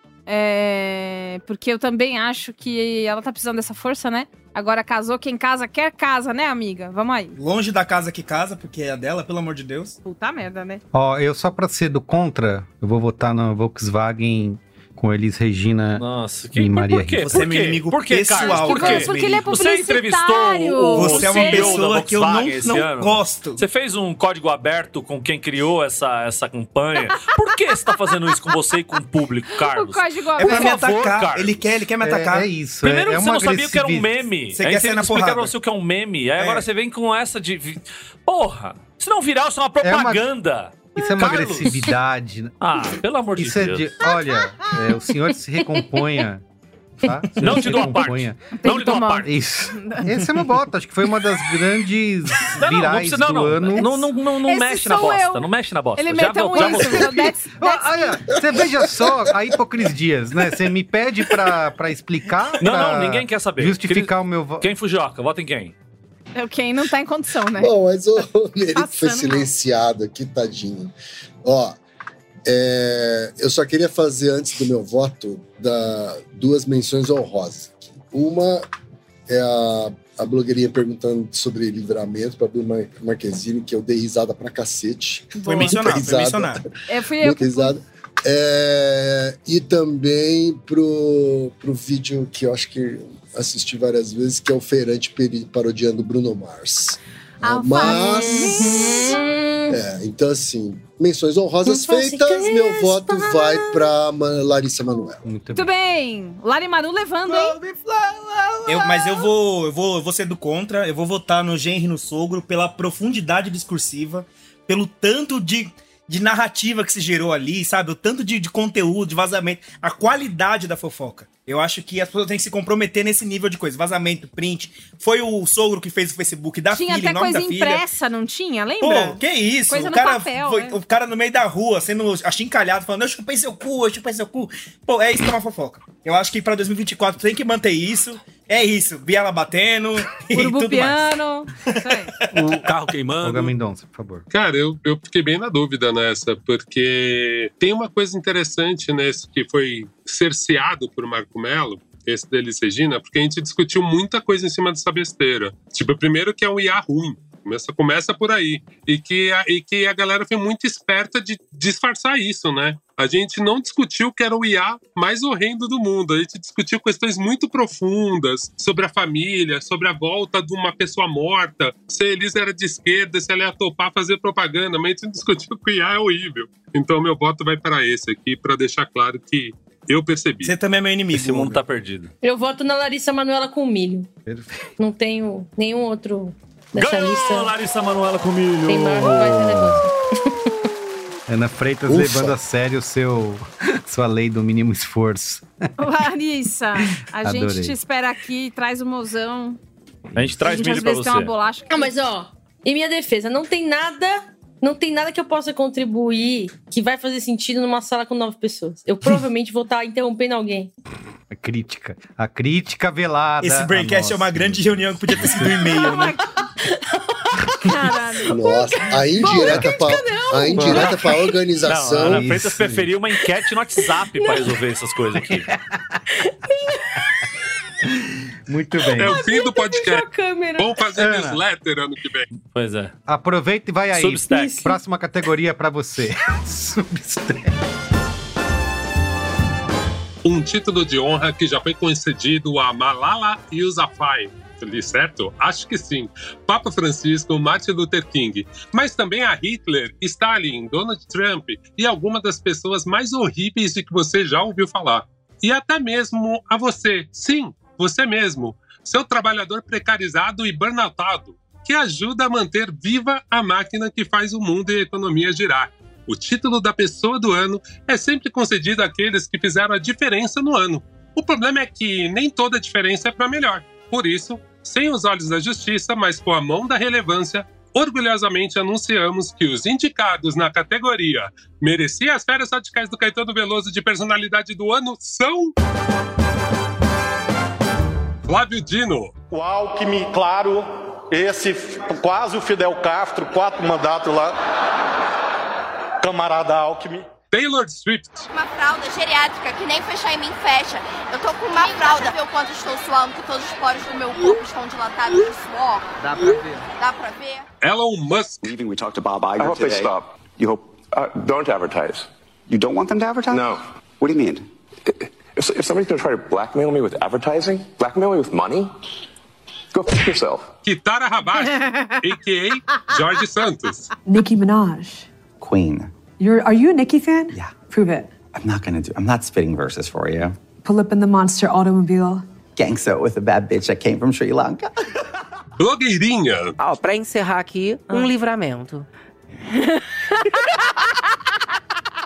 é, porque eu também acho que ela tá precisando dessa força, né? Agora casou, quem casa quer casa, né, amiga? Vamos aí.
Longe da casa que casa, porque é a dela, pelo amor de Deus.
Puta merda, né?
Ó, eu só pra ser do contra, eu vou votar na Volkswagen com Elis Regina
Nossa,
que... e Maria
por quê?
Rita.
Você é meu inimigo
Por quê,
pessoal.
Carlos? Por quê?
Porque ele é
Você entrevistou
publicitário.
o, o
Você é uma
CEO
pessoa
da
que eu não-
Volkswagen esse
não
ano?
gosto.
Você fez um código aberto com quem criou essa, essa campanha. Por que você tá fazendo isso com você e com o público, Carlos?
código
É pra
Por
me
favor,
atacar.
Carlos.
Ele quer, ele quer me atacar.
É, é isso.
Primeiro
é, é
você
uma
não sabia o que era um
agressividade.
meme.
Você
aí
quer
você
sair na
explicaram
porrada.
pra você o que é um meme. Aí agora você vem com essa de. vi- Porra! Isso não virar, isso é uma propaganda.
Isso é uma
Carlos.
agressividade. né?
Ah, pelo amor de
Isso é
Deus.
de. Olha, é, o senhor se recomponha. Tá? O senhor
Não
se
te dou a parte.
recomponha.
Não lhe dou uma parte.
Isso. Esse é uma bota. Acho que foi uma das grandes
Não, não, não
virais
precisa, não,
do
não.
ano.
Não, não, não, não
Esse
mexe na
sou
bosta.
eu.
Não mexe na bosta.
Ele
já
meteu
vou-
um
já
isso.
vou-
meu, that's- that's-
Olha, você veja só a hipocrisias, né? Você me pede pra, pra explicar.
Não,
pra
não, ninguém quer saber.
Justificar
Cri-
o meu voto.
Quem fugioca? Vota em quem?
É Quem não tá em condição, né?
Bom, mas o o Merico foi
Passando.
silenciado aqui, tadinho. Ó, é, eu só queria fazer, antes do meu voto, da, duas menções honrosas. aqui. Uma é a, a blogueirinha perguntando sobre livramento para Bruna Mar- Marquezine, que eu dei risada pra cacete.
Foi mencionado, foi
Risada.
mencionado.
Eu fui eu.
Muita risada. É, e também pro, pro vídeo que eu acho que assisti várias vezes, que é o Feirante peri- parodiando Bruno Mars. Mas. É, então, assim, menções honrosas feitas, meu voto vai pra Ma- Larissa Manoela.
Muito
Muito bem. Lari Manu levando, hein?
Eu- mas eu vou, eu vou, eu vou ser do contra. Eu vou votar no Genri e no Sogro pela profundidade discursiva, pelo tanto de, de narrativa que se gerou ali, sabe? O tanto de, de conteúdo, de vazamento, a qualidade da fofoca. Eu acho que as pessoas têm que se comprometer nesse nível de coisa. Vazamento, print. Foi o sogro que fez o Facebook da
Tinha
filha, em
até
nome
coisa
da filha.
impressa, não tinha? Lembra?
Pô, que isso?
Coisa
o,
no
cara
papel,
foi-
né?
o cara no meio da rua, sendo achincalhado, falando, eu chupei seu cu, eu chupei seu cu. Pô, é isso que é uma fofoca. Eu acho que pra 2024 tem que manter isso. É isso. Biela batendo e
Urubu
tudo mais.
piano. Isso aí.
O carro queimando.
Olga Mendonça, por favor.
Cara, eu, eu fiquei bem na dúvida nessa, porque tem uma coisa interessante nesse que foi cerceado por Marco Melo, esse deles Regina, porque a gente discutiu muita coisa em cima dessa besteira. Tipo, primeiro que é um IA ruim. Começa, começa por aí. E que, a, e que a galera foi muito esperta de disfarçar isso, né? A gente não discutiu que era o IA mais horrendo do mundo. A gente discutiu questões muito profundas sobre a família, sobre a volta de uma pessoa morta, se a Elisa era de esquerda, se ela ia topar fazer propaganda. Mas a gente discutiu que o IA é horrível. Então, meu voto vai para esse aqui, para deixar claro que eu percebi.
Você também é meu inimigo.
Esse mundo tá perdido.
Eu voto na Larissa Manuela com milho.
Perfeito.
Não tenho nenhum outro dessa
Ganhou,
lista.
Larissa Manoela com milho.
Tem maior mais relevância.
Ana Freitas
Ufa.
levando a sério o seu, sua lei do mínimo esforço.
Larissa, a gente
Adorei.
te espera aqui, traz o mozão.
A gente traz
a gente às
milho pra
vezes
você.
tem uma bolacha.
Não, mas ó, em minha defesa, não tem nada. Não tem nada que eu possa contribuir que vai fazer sentido numa sala com nove pessoas. Eu provavelmente vou estar interrompendo alguém.
A crítica. A crítica velada.
Esse
Braincast
Braincast é uma grande reunião que podia ter sido um e-mail, né?
Caralho.
Nossa, a indireta pra, a indireta pra
Não, a
organização.
Ana Freitas
Isso.
preferiu uma enquete no WhatsApp pra resolver essas coisas aqui.
Muito bem.
É o fim do
Fechou
podcast.
a câmera.
Vamos fazer
É.
Ana.
newsletter ano que vem.
Pois é.
Aproveita e vai aí.
Substack.
Próxima categoria pra você. Substack.
Um título de honra que já foi concedido a Malala Yousafzai. Li certo? Acho que sim. Papa Francisco, Martin Luther King, mas também a Hitler, Stalin, Donald Trump e algumas das pessoas mais horríveis de que você já ouviu falar. e até mesmo a você. Sim, você mesmo, seu trabalhador precarizado e burnoutado, que ajuda a manter viva a máquina que faz o mundo e a economia girar. O título da pessoa do ano é sempre concedido àqueles que fizeram a diferença no ano. O problema é que nem toda diferença é para melhor. Por isso, sem os olhos da justiça, mas com a mão da relevância, orgulhosamente anunciamos que os indicados na categoria Merecia as Férias Radicais do Caetano Veloso de Personalidade do Ano são. Flávio Dino.
O Alckmin, claro, esse f- quase o Fidel Castro, quatro mandatos lá. Camarada Alckmin.
Taylor Swift.
Uma fralda geriátrica que nem fechar em mim fecha. Eu tô com uma fralda. Ver o quanto estou suando, que todos os poros do meu corpo estão dilatados de suor.
Dá pra ver.
Dá pra ver?
Elon Musk.
Leaving, we talked to Bob Iger I hope they today. stop. You hope uh, don't advertise. You don't want them to advertise? No. What do you mean? If, if somebody's going to try to blackmail me with advertising, blackmail me with money, go f yourself.
Kitara Rabash, a.k.a. Jorge Santos.
Nicki Minaj.
Queen.
You're, are you a Nicki fan? Yeah. Prove it.
I'm not gonna do. I'm not spitting verses for you.
Pull up in the monster automobile.
Gangsta with a bad bitch that came from Sri Lanka.
Blogueirinha.
Ó, pra encerrar aqui,
Ah.
um livramento.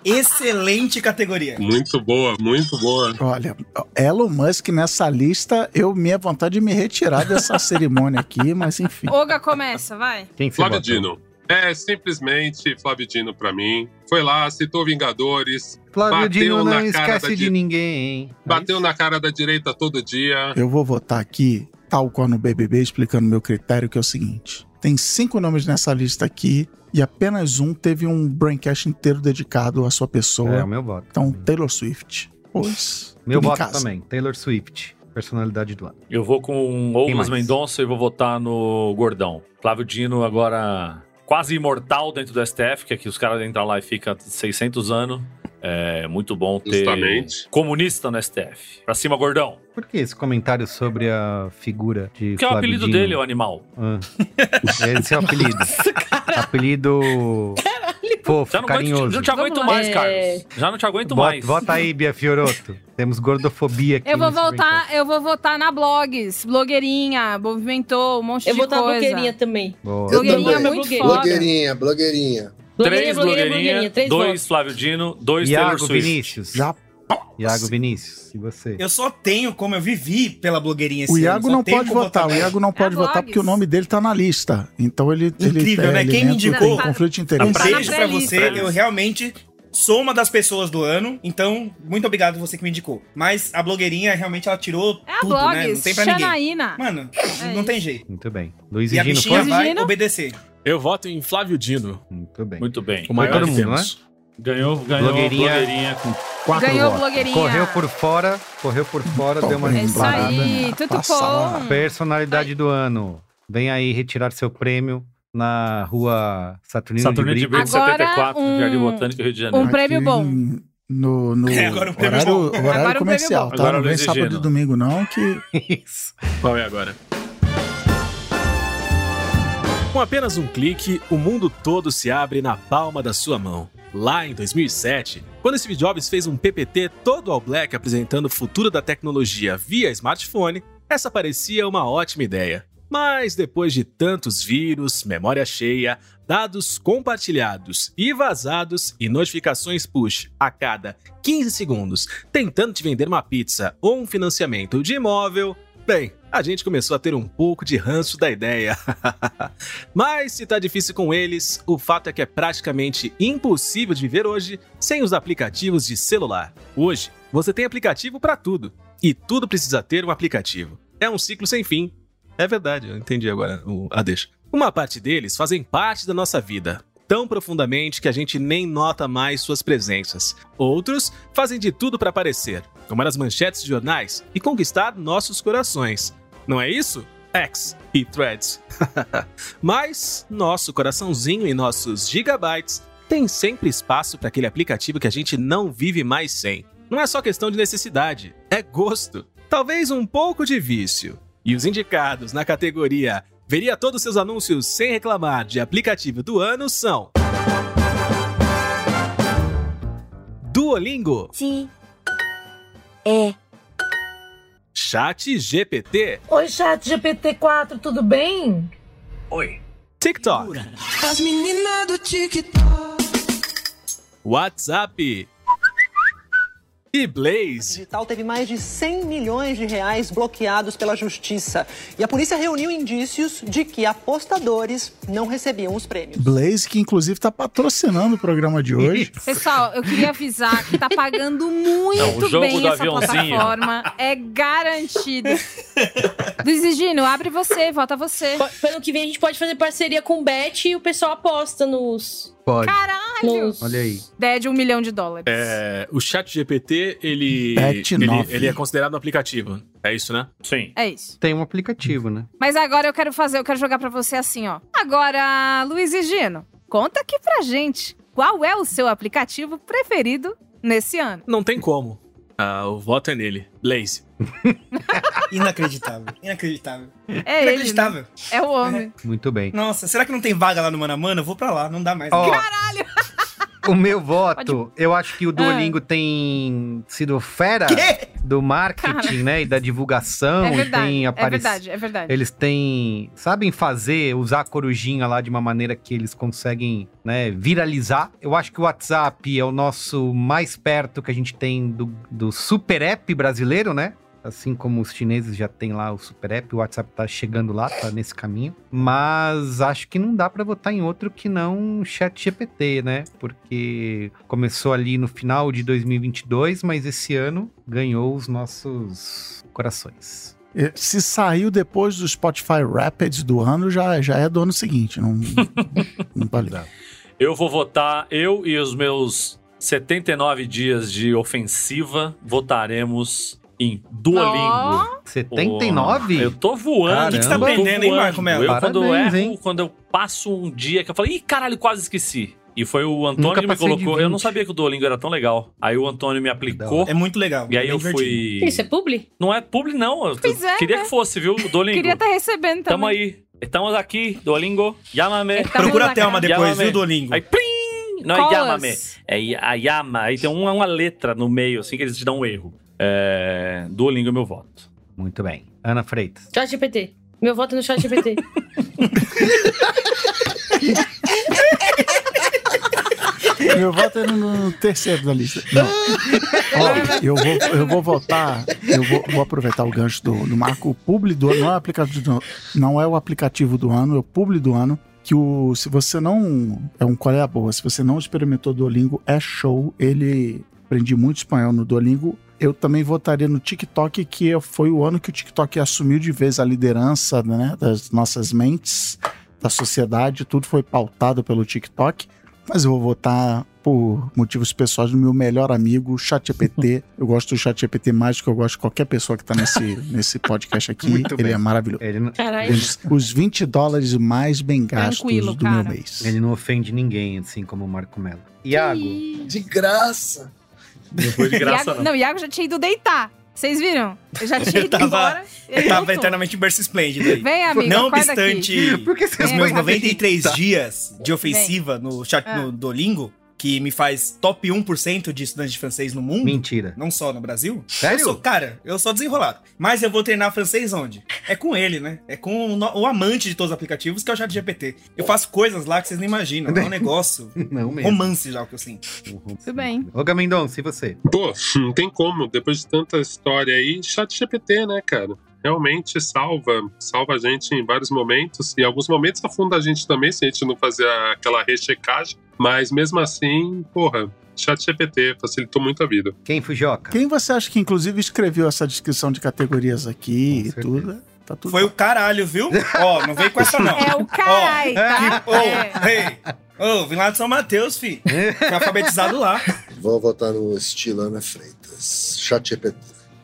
Excelente categoria.
Muito boa, muito boa.
Olha, Elon Musk nessa lista, eu minha vontade de me retirar dessa cerimônia aqui, mas enfim.
Olga começa, vai.
Quem
Flávio Dino. É simplesmente Flávio Dino pra mim. Foi lá, citou Vingadores.
Flávio
bateu
Dino
na
não
cara da
esquece de
di-
ninguém. É
Bateu na cara da direita todo dia.
Eu vou votar aqui, tal qual no BBB, explicando meu critério, que é o seguinte. Tem cinco nomes nessa lista aqui e apenas um teve um braincast inteiro dedicado à sua pessoa.
É, o meu voto.
Então, Taylor Swift. Pois.
Meu
fica em
voto
casa.
também. Taylor Swift. Personalidade do ano.
Eu vou com
mais?
Douglas Mendonça e vou votar no Gordão. Flávio Dino agora quase imortal dentro do STF, que aqui os caras entram lá e ficam 600 anos. É muito bom ter
Justamente.
comunista no STF. Pra cima, Gordão.
Por que esse comentário sobre a figura de
Que é o
Flávio
apelido
Dino?
dele, o animal.
Ah. Esse é o apelido. apelido fofo,
Já não
carinhoso.
aguento, já não te aguento
Vamos lá.
mais,
É.
Carlos. Já não te aguento
Bota,
mais.
bota aí, Bia Fioroto. Temos gordofobia aqui.
Eu vou
nesse
voltar, eu vou votar na blogs, blogueirinha, movimentou um monte
Eu
de
vou
coisa.
votar na blogueirinha também.
Boa.
Blogueirinha
também.
é muito
Blogueirinha.
foda.
Blogueirinha, blogueirinha.
Blogueirinha, blogueirinha, blogueirinha, três
dois Flávio Dino, dois
Iago
Taylor Swift.
Vinícius. Iago Vinícius, e você?
Eu só tenho como eu vivi pela blogueirinha
O
esse ano,
Iago
só
não
tenho
pode
como
votar, o
nela.
Iago não
É
pode votar porque o nome dele tá na lista. Então ele, ele
Incrível,
tem,
né? Quem me
elemento,
indicou?
tem conflito de
Um
Tá
interesse.
beijo pra você.
Pra
Eu realmente sou uma das pessoas do ano, então muito obrigado você que me indicou. Mas a blogueirinha realmente ela tirou
É a
tudo, né? Não
blogs,
tem pra ninguém.
Xanaína. É
Mano, não tem jeito.
Muito bem. Luiz
E
e
a
Gino
bichinha
foi?
vai obedecer.
Eu voto em Flávio Dino.
Muito bem. é
Muito bem.
O maior
todo
de
mundo,
todos.
Ganhou, ganhou
Blogueirinha.
blogueirinha. blogueirinha com
Quatro
Ganhou
votos. Então,
blogueirinha.
Correu por fora, correu por fora, deu uma
É isso
lembrada.
aí,
Tá
tudo bom.
Personalidade do ano. Vem aí retirar seu prêmio na rua Saturnino,
Saturnino
de
de
Brito.
Brito,
Agora,
74,
um-
Jardim Botânico, Rio de Janeiro.
um prêmio bom.
No, no
É, agora o prêmio
horário,
bom.
horário
Agora o prêmio
comercial,
bom.
tá?
Agora
não
o
vem
Luiz e
sábado
Gino.
e domingo, não, que
Isso.
Qual é agora? Com apenas um clique, o mundo todo se abre na palma da sua mão. Lá em 2007, quando Steve Jobs fez um PPT todo ao black apresentando o futuro da tecnologia via smartphone, essa parecia uma ótima ideia. Mas depois de tantos vírus, memória cheia, dados compartilhados e vazados e notificações push a cada 15 segundos tentando te vender uma pizza ou um financiamento de imóvel, bem, a gente começou a ter um pouco de ranço da ideia. Mas se tá difícil com eles, o fato é que é praticamente impossível de viver hoje sem os aplicativos de celular. Hoje, você tem aplicativo para tudo. E tudo precisa ter um aplicativo. É um ciclo sem fim. É verdade, eu entendi agora o- a deixa. Uma parte deles fazem parte da nossa vida, tão profundamente que a gente nem nota mais suas presenças. Outros fazem de tudo para aparecer, tomar as manchetes de jornais e conquistar nossos corações. Não é isso? X e Threads. Mas nosso coraçãozinho e nossos gigabytes tem sempre espaço para aquele aplicativo que a gente não vive mais sem. Não é só questão de necessidade, é gosto. Talvez um pouco de vício. E os indicados na categoria Veria todos seus anúncios sem reclamar de aplicativo do ano são. Duolingo.
Sim.
é.
Chat GPT.
Oi, chat GPT-4, tudo bem?
Oi. TikTok.
As meninas do TikTok.
WhatsApp. E Blaze.
digital teve mais de 100 milhões de reais bloqueados pela justiça. E a polícia reuniu indícios de que apostadores não recebiam os prêmios.
Blaze, que inclusive tá patrocinando o programa de hoje.
Pessoal, eu queria avisar que tá pagando muito
Não, o jogo
bem
do
essa
aviãozinho.
plataforma. É garantido. Luiz Egino, abre você, vota você.
Ano que vem a gente pode fazer parceria com o Bet e o pessoal aposta nos.
Pode.
Caralho!
Olha aí.
Ideia de um milhão de dólares.
É, o chat GPT, ele,
Bet
ele,
nove.
ele é considerado um aplicativo. É isso, né? Sim.
É isso.
Tem um aplicativo, né?
Mas agora eu quero fazer, eu quero jogar pra você assim, ó. Agora, Luiz e Gino, conta aqui pra gente. Qual é o seu aplicativo preferido nesse ano?
Não tem como. Ah, o voto é nele. Blaze.
Inacreditável. Inacreditável.
É ele,
Inacreditável.
É o homem.
Muito bem.
Nossa, será que não tem vaga lá no Mana Mana? Eu vou pra lá, não dá mais.
Ó,
Caralho!
O meu voto, eu acho que o
Ah.
Duolingo tem sido fera do marketing,
Cara.
né? E da divulgação.
é
e
verdade,
tem
é
aparecido.
verdade, é verdade.
Eles têm. Sabem fazer, usar a corujinha lá de uma maneira que eles conseguem, né, viralizar. Eu acho que o WhatsApp é o nosso mais perto que a gente tem do, do super app brasileiro, né? Assim como os chineses já têm lá o super app, o WhatsApp tá chegando lá, tá nesse caminho. Mas acho que não dá pra votar em outro que não o ChatGPT, né? Porque começou ali no final de 2022, mas esse ano ganhou os nossos corações.
E Eh, Se saiu depois do Spotify Rapids do ano, já, já é do ano seguinte. Não, não vale.
Eu vou votar, eu e os meus 79 dias de ofensiva votaremos em Duolingo.
Ó. 79?
Eu tô voando.
Caramba. O que que você tá
eu tô
aprendendo, hein,
voando.
Marco Melo?
Eu, quando
Parabéns,
erro,
hein?
quando eu passo um dia que eu falei, ih, caralho, quase esqueci. E foi o Antônio
Nunca
que me
passei de
colocou. Eu não
20.
sabia que o Duolingo era tão legal. Aí o Antônio me aplicou.
É muito legal.
E aí
bem
eu fui.
divertido.
Isso é publi?
Não é publi, não. Eu
Pois é,
queria
né?
que fosse, viu, Duolingo.
Queria estar recebendo também.
Tamo aí. Estamos aqui, Duolingo. Yamame.
Então, né? Estamos Procura a acá. Thelma
depois,
Yamame.
viu, Duolingo?
Aí, plim! Não
Colas.
é Yamame. É i- a Yama. Aí tem uma, uma letra no meio, assim, que eles te dão um erro. É, Duolingo é meu voto.
Muito bem. Ana Freitas.
Chat GPT. Meu voto é no chat GPT.
Meu voto é no, no terceiro da lista. Não. Ó, eu, vou, eu vou votar. Eu vou, vou aproveitar o gancho do, do Marco. O publi do ano não é, o aplicativo do, não é o aplicativo do ano, é o publi do ano. Que o, se você não. É um qual é a boa? Se você não experimentou Duolingo, é show. Ele. Aprendi muito espanhol no Duolingo. Eu também votaria no TikTok, que foi o ano que o TikTok assumiu de vez a liderança né, das nossas mentes, da sociedade. Tudo foi pautado pelo TikTok. Mas eu vou votar por motivos pessoais no meu melhor amigo, ChatGPT. Eu gosto do ChatGPT mais do que eu gosto de qualquer pessoa que tá nesse, nesse podcast aqui.
Muito
Ele
bem.
é maravilhoso.
Ele não...
Ele- Os, 20 dólares mais bem gastos
Tranquilo,
do
cara.
meu mês.
Ele não ofende ninguém, assim como o Marco Melo. Iago.
De graça.
Não foi de
Iago, não, Iago já tinha ido deitar. Vocês viram? Eu já tinha
Eu
ido
tava,
embora.
eu tava eternamente em berço esplêndido aí.
Vem, amigo,
Não
acorda aqui.
obstante
Por que você
os
não
meus
sabe
93
disso?
dias de ofensiva no chat
Ah.
no Duolingo, que me faz top 1% de estudantes de francês no mundo.
Mentira.
Não só no Brasil.
Sério?
Eu sou, cara, eu sou desenrolado. Mas eu vou treinar francês onde? É com ele, né? É com o, no- o amante de todos os aplicativos, que é o chat GPT. Eu faço coisas lá que vocês nem imaginam. É um negócio.
Não mesmo.
Romance já, o que eu sinto.
Tudo bem.
Ô, Mendonça, e você?
Pô, não tem como. Depois de tanta história aí, chat GPT, né, cara? Realmente salva, salva a gente em vários momentos. E alguns momentos afunda a gente também, se a gente não fazer aquela rechecagem. Mas mesmo assim, porra, chat GPT facilitou muito a vida.
Quem fujoca?
Quem você acha que, inclusive, escreveu essa descrição de categorias aqui e tudo? Tá tudo
Foi o caralho, viu? Ó, não vem com essa não.
É o carai, tá?
Ô, hey, ô, vim lá de São Mateus, fi. Fui alfabetizado lá.
Vou votar no estilo Ana Freitas. Chat GPT.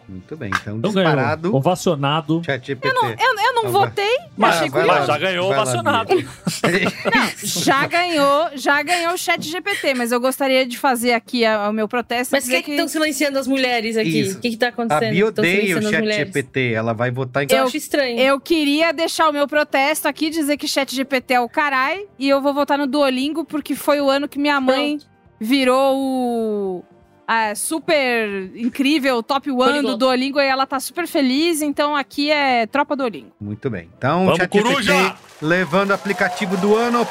Muito bem, então
Então
ganhou.
disparado.
Ovacionado.
ChatGPT.
Eu, eu não votei,
Mas-
Ah,
achei
vai lá,
curioso.
Já ganhou
Vai lá,
ovacionado.
Já ganhou, já ganhou o chat GPT, mas eu gostaria de fazer aqui a- o meu protesto.
Mas o que é que estão silenciando as mulheres aqui?
Isso.
O que, que tá
A
acontecendo?
Bia
Tão
odeia o
silenciando as mulheres.
ChatGPT. Ela vai votar em
Então,
Eu acho estranho.
Eu queria deixar o meu protesto aqui, dizer que chat GPT é o carai, e eu vou votar no Duolingo, porque foi o ano que minha mãe virou o... ah, super incrível, top one do Duolingo, e ela tá super feliz, então aqui é tropa Duolingo.
Muito bem. Então,
Vamos,
ChatGPT,
coruja!
levando o aplicativo do ano,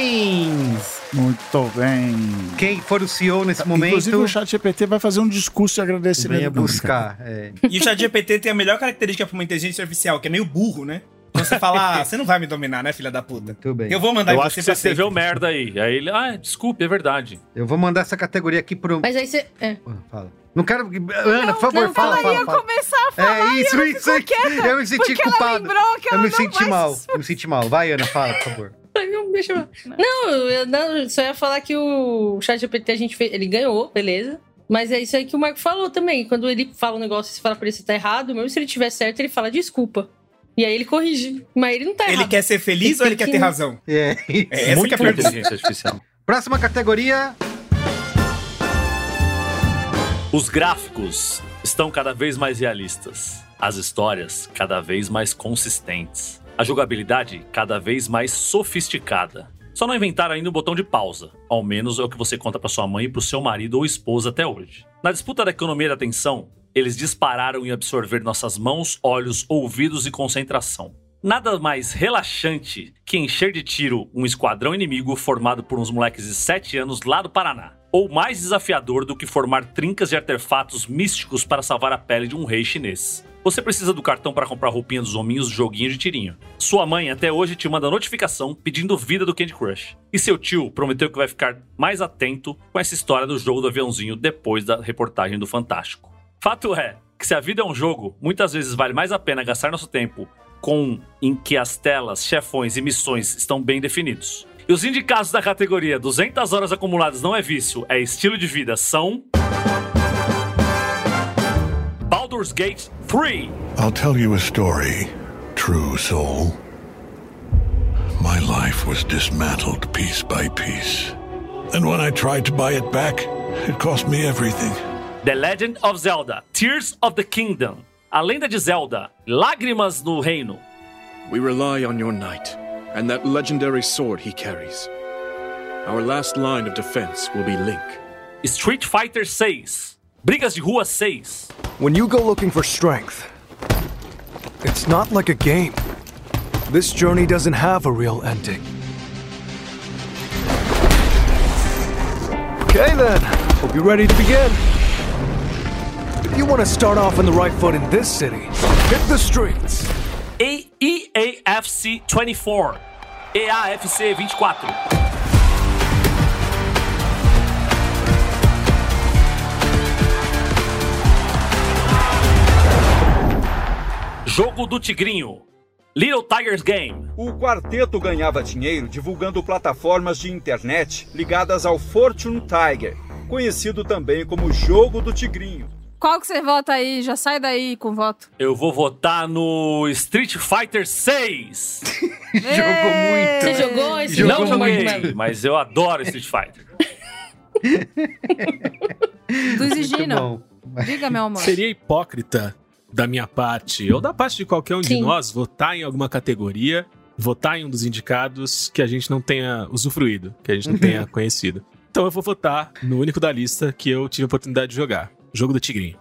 parabéns!
Muito bem.
Quem for o CEO nesse
Inclusive,
momento,
o chat GPT vai fazer um discurso de agradecimento.
venha
do público.
buscar. É.
E o ChatGPT tem a melhor característica pra uma inteligência artificial, que é meio burro, né? Então você fala, ah, você não vai me dominar, né, filha da puta? Tudo
bem.
Eu vou mandar
Eu
em
acho que você
pra
escreveu um merda aí. Aí ele, ah, desculpe, é verdade.
Eu vou mandar essa categoria aqui pro.
Mas aí você. É.
Fala. Não quero. Ana, por favor,
não,
fala,
ela
fala,
ia
fala.
começar a falar
é
e
isso,
ela
isso
ficou
aí.
quieta,
Eu me senti
porque ela é
culpado.
lembrou que
eu
ela
me
não
senti
vai-
mal. Eu me senti mal. Vai, Ana, fala, por favor.
Ai, não, deixa eu...
Né?
não, eu não, só ia falar que o ChatGPT a gente fez, ele ganhou, beleza. Mas é isso aí que o Marco falou também. Quando ele fala um negócio e você fala pra ele que tá errado, mesmo se ele tiver certo, ele fala desculpa. E aí ele corrige. Mas ele não tá errado.
Ele quer ser feliz ou ele quer ter razão?
É,
essa que é a pergunta.
artificial.
Próxima categoria.
Os gráficos estão cada vez mais realistas, as histórias cada vez mais consistentes, a jogabilidade cada vez mais sofisticada. Só não inventaram ainda o botão de pausa, ao menos é o que você conta pra sua mãe e pro seu marido ou esposa até hoje. Na disputa da economia da atenção, eles dispararam em absorver nossas mãos, olhos, ouvidos e concentração. Nada mais relaxante que encher de tiro um esquadrão inimigo formado por uns moleques de 7 anos lá do Paraná. Ou mais desafiador do que formar trincas de artefatos místicos para salvar a pele de um rei chinês. Você precisa do cartão para comprar roupinha dos hominhos do joguinho de tirinho. Sua mãe até hoje te manda notificação pedindo vida do Candy Crush. E seu tio prometeu que vai ficar mais atento com essa história do jogo do aviãozinho depois da reportagem do Fantástico. Fato é que se a vida é um jogo, muitas vezes vale mais a pena gastar nosso tempo com em que as telas, chefões e missões estão bem definidos. E os indicados da categoria 200 horas acumuladas não é vício, é estilo de vida são Baldur's Gate 3,
I'll tell you a story, true soul. My life was dismantled piece by piece. And when I tried to buy it back, it cost me everything.
The Legend of Zelda, Tears of the Kingdom, A Lenda de Zelda, Lágrimas no Reino,
We rely on your knight and that legendary sword he carries. Our last line of defense will be Link.
Street Fighter 6, Brigas de Rua 6,
When you go looking for strength, it's not like a game. This journey doesn't have a real ending. Okay then, hope you're ready to begin. If you want to start off on the right foot in this city, hit the streets.
EAFC 24, EAFC 24. Jogo do Tigrinho, Little Tigers Game.
O quarteto ganhava dinheiro divulgando plataformas de internet ligadas ao Fortune Tiger, conhecido também como Jogo do Tigrinho.
Qual que você vota aí? Já sai daí com voto.
Eu vou votar no Street Fighter 6.
Você jogou É, esse
Não
jogo, é Marco
joguei,
Melo?
mas eu adoro Street Fighter.
Do exigindo. Diga, meu amor.
Seria hipócrita da minha parte, ou da parte de qualquer um
Sim.
de nós, votar em alguma categoria, votar em um dos indicados que a gente não tenha usufruído, que a gente não tenha conhecido. Então eu vou votar no único da lista que eu tive a oportunidade de jogar: Jogo do Tigrinho.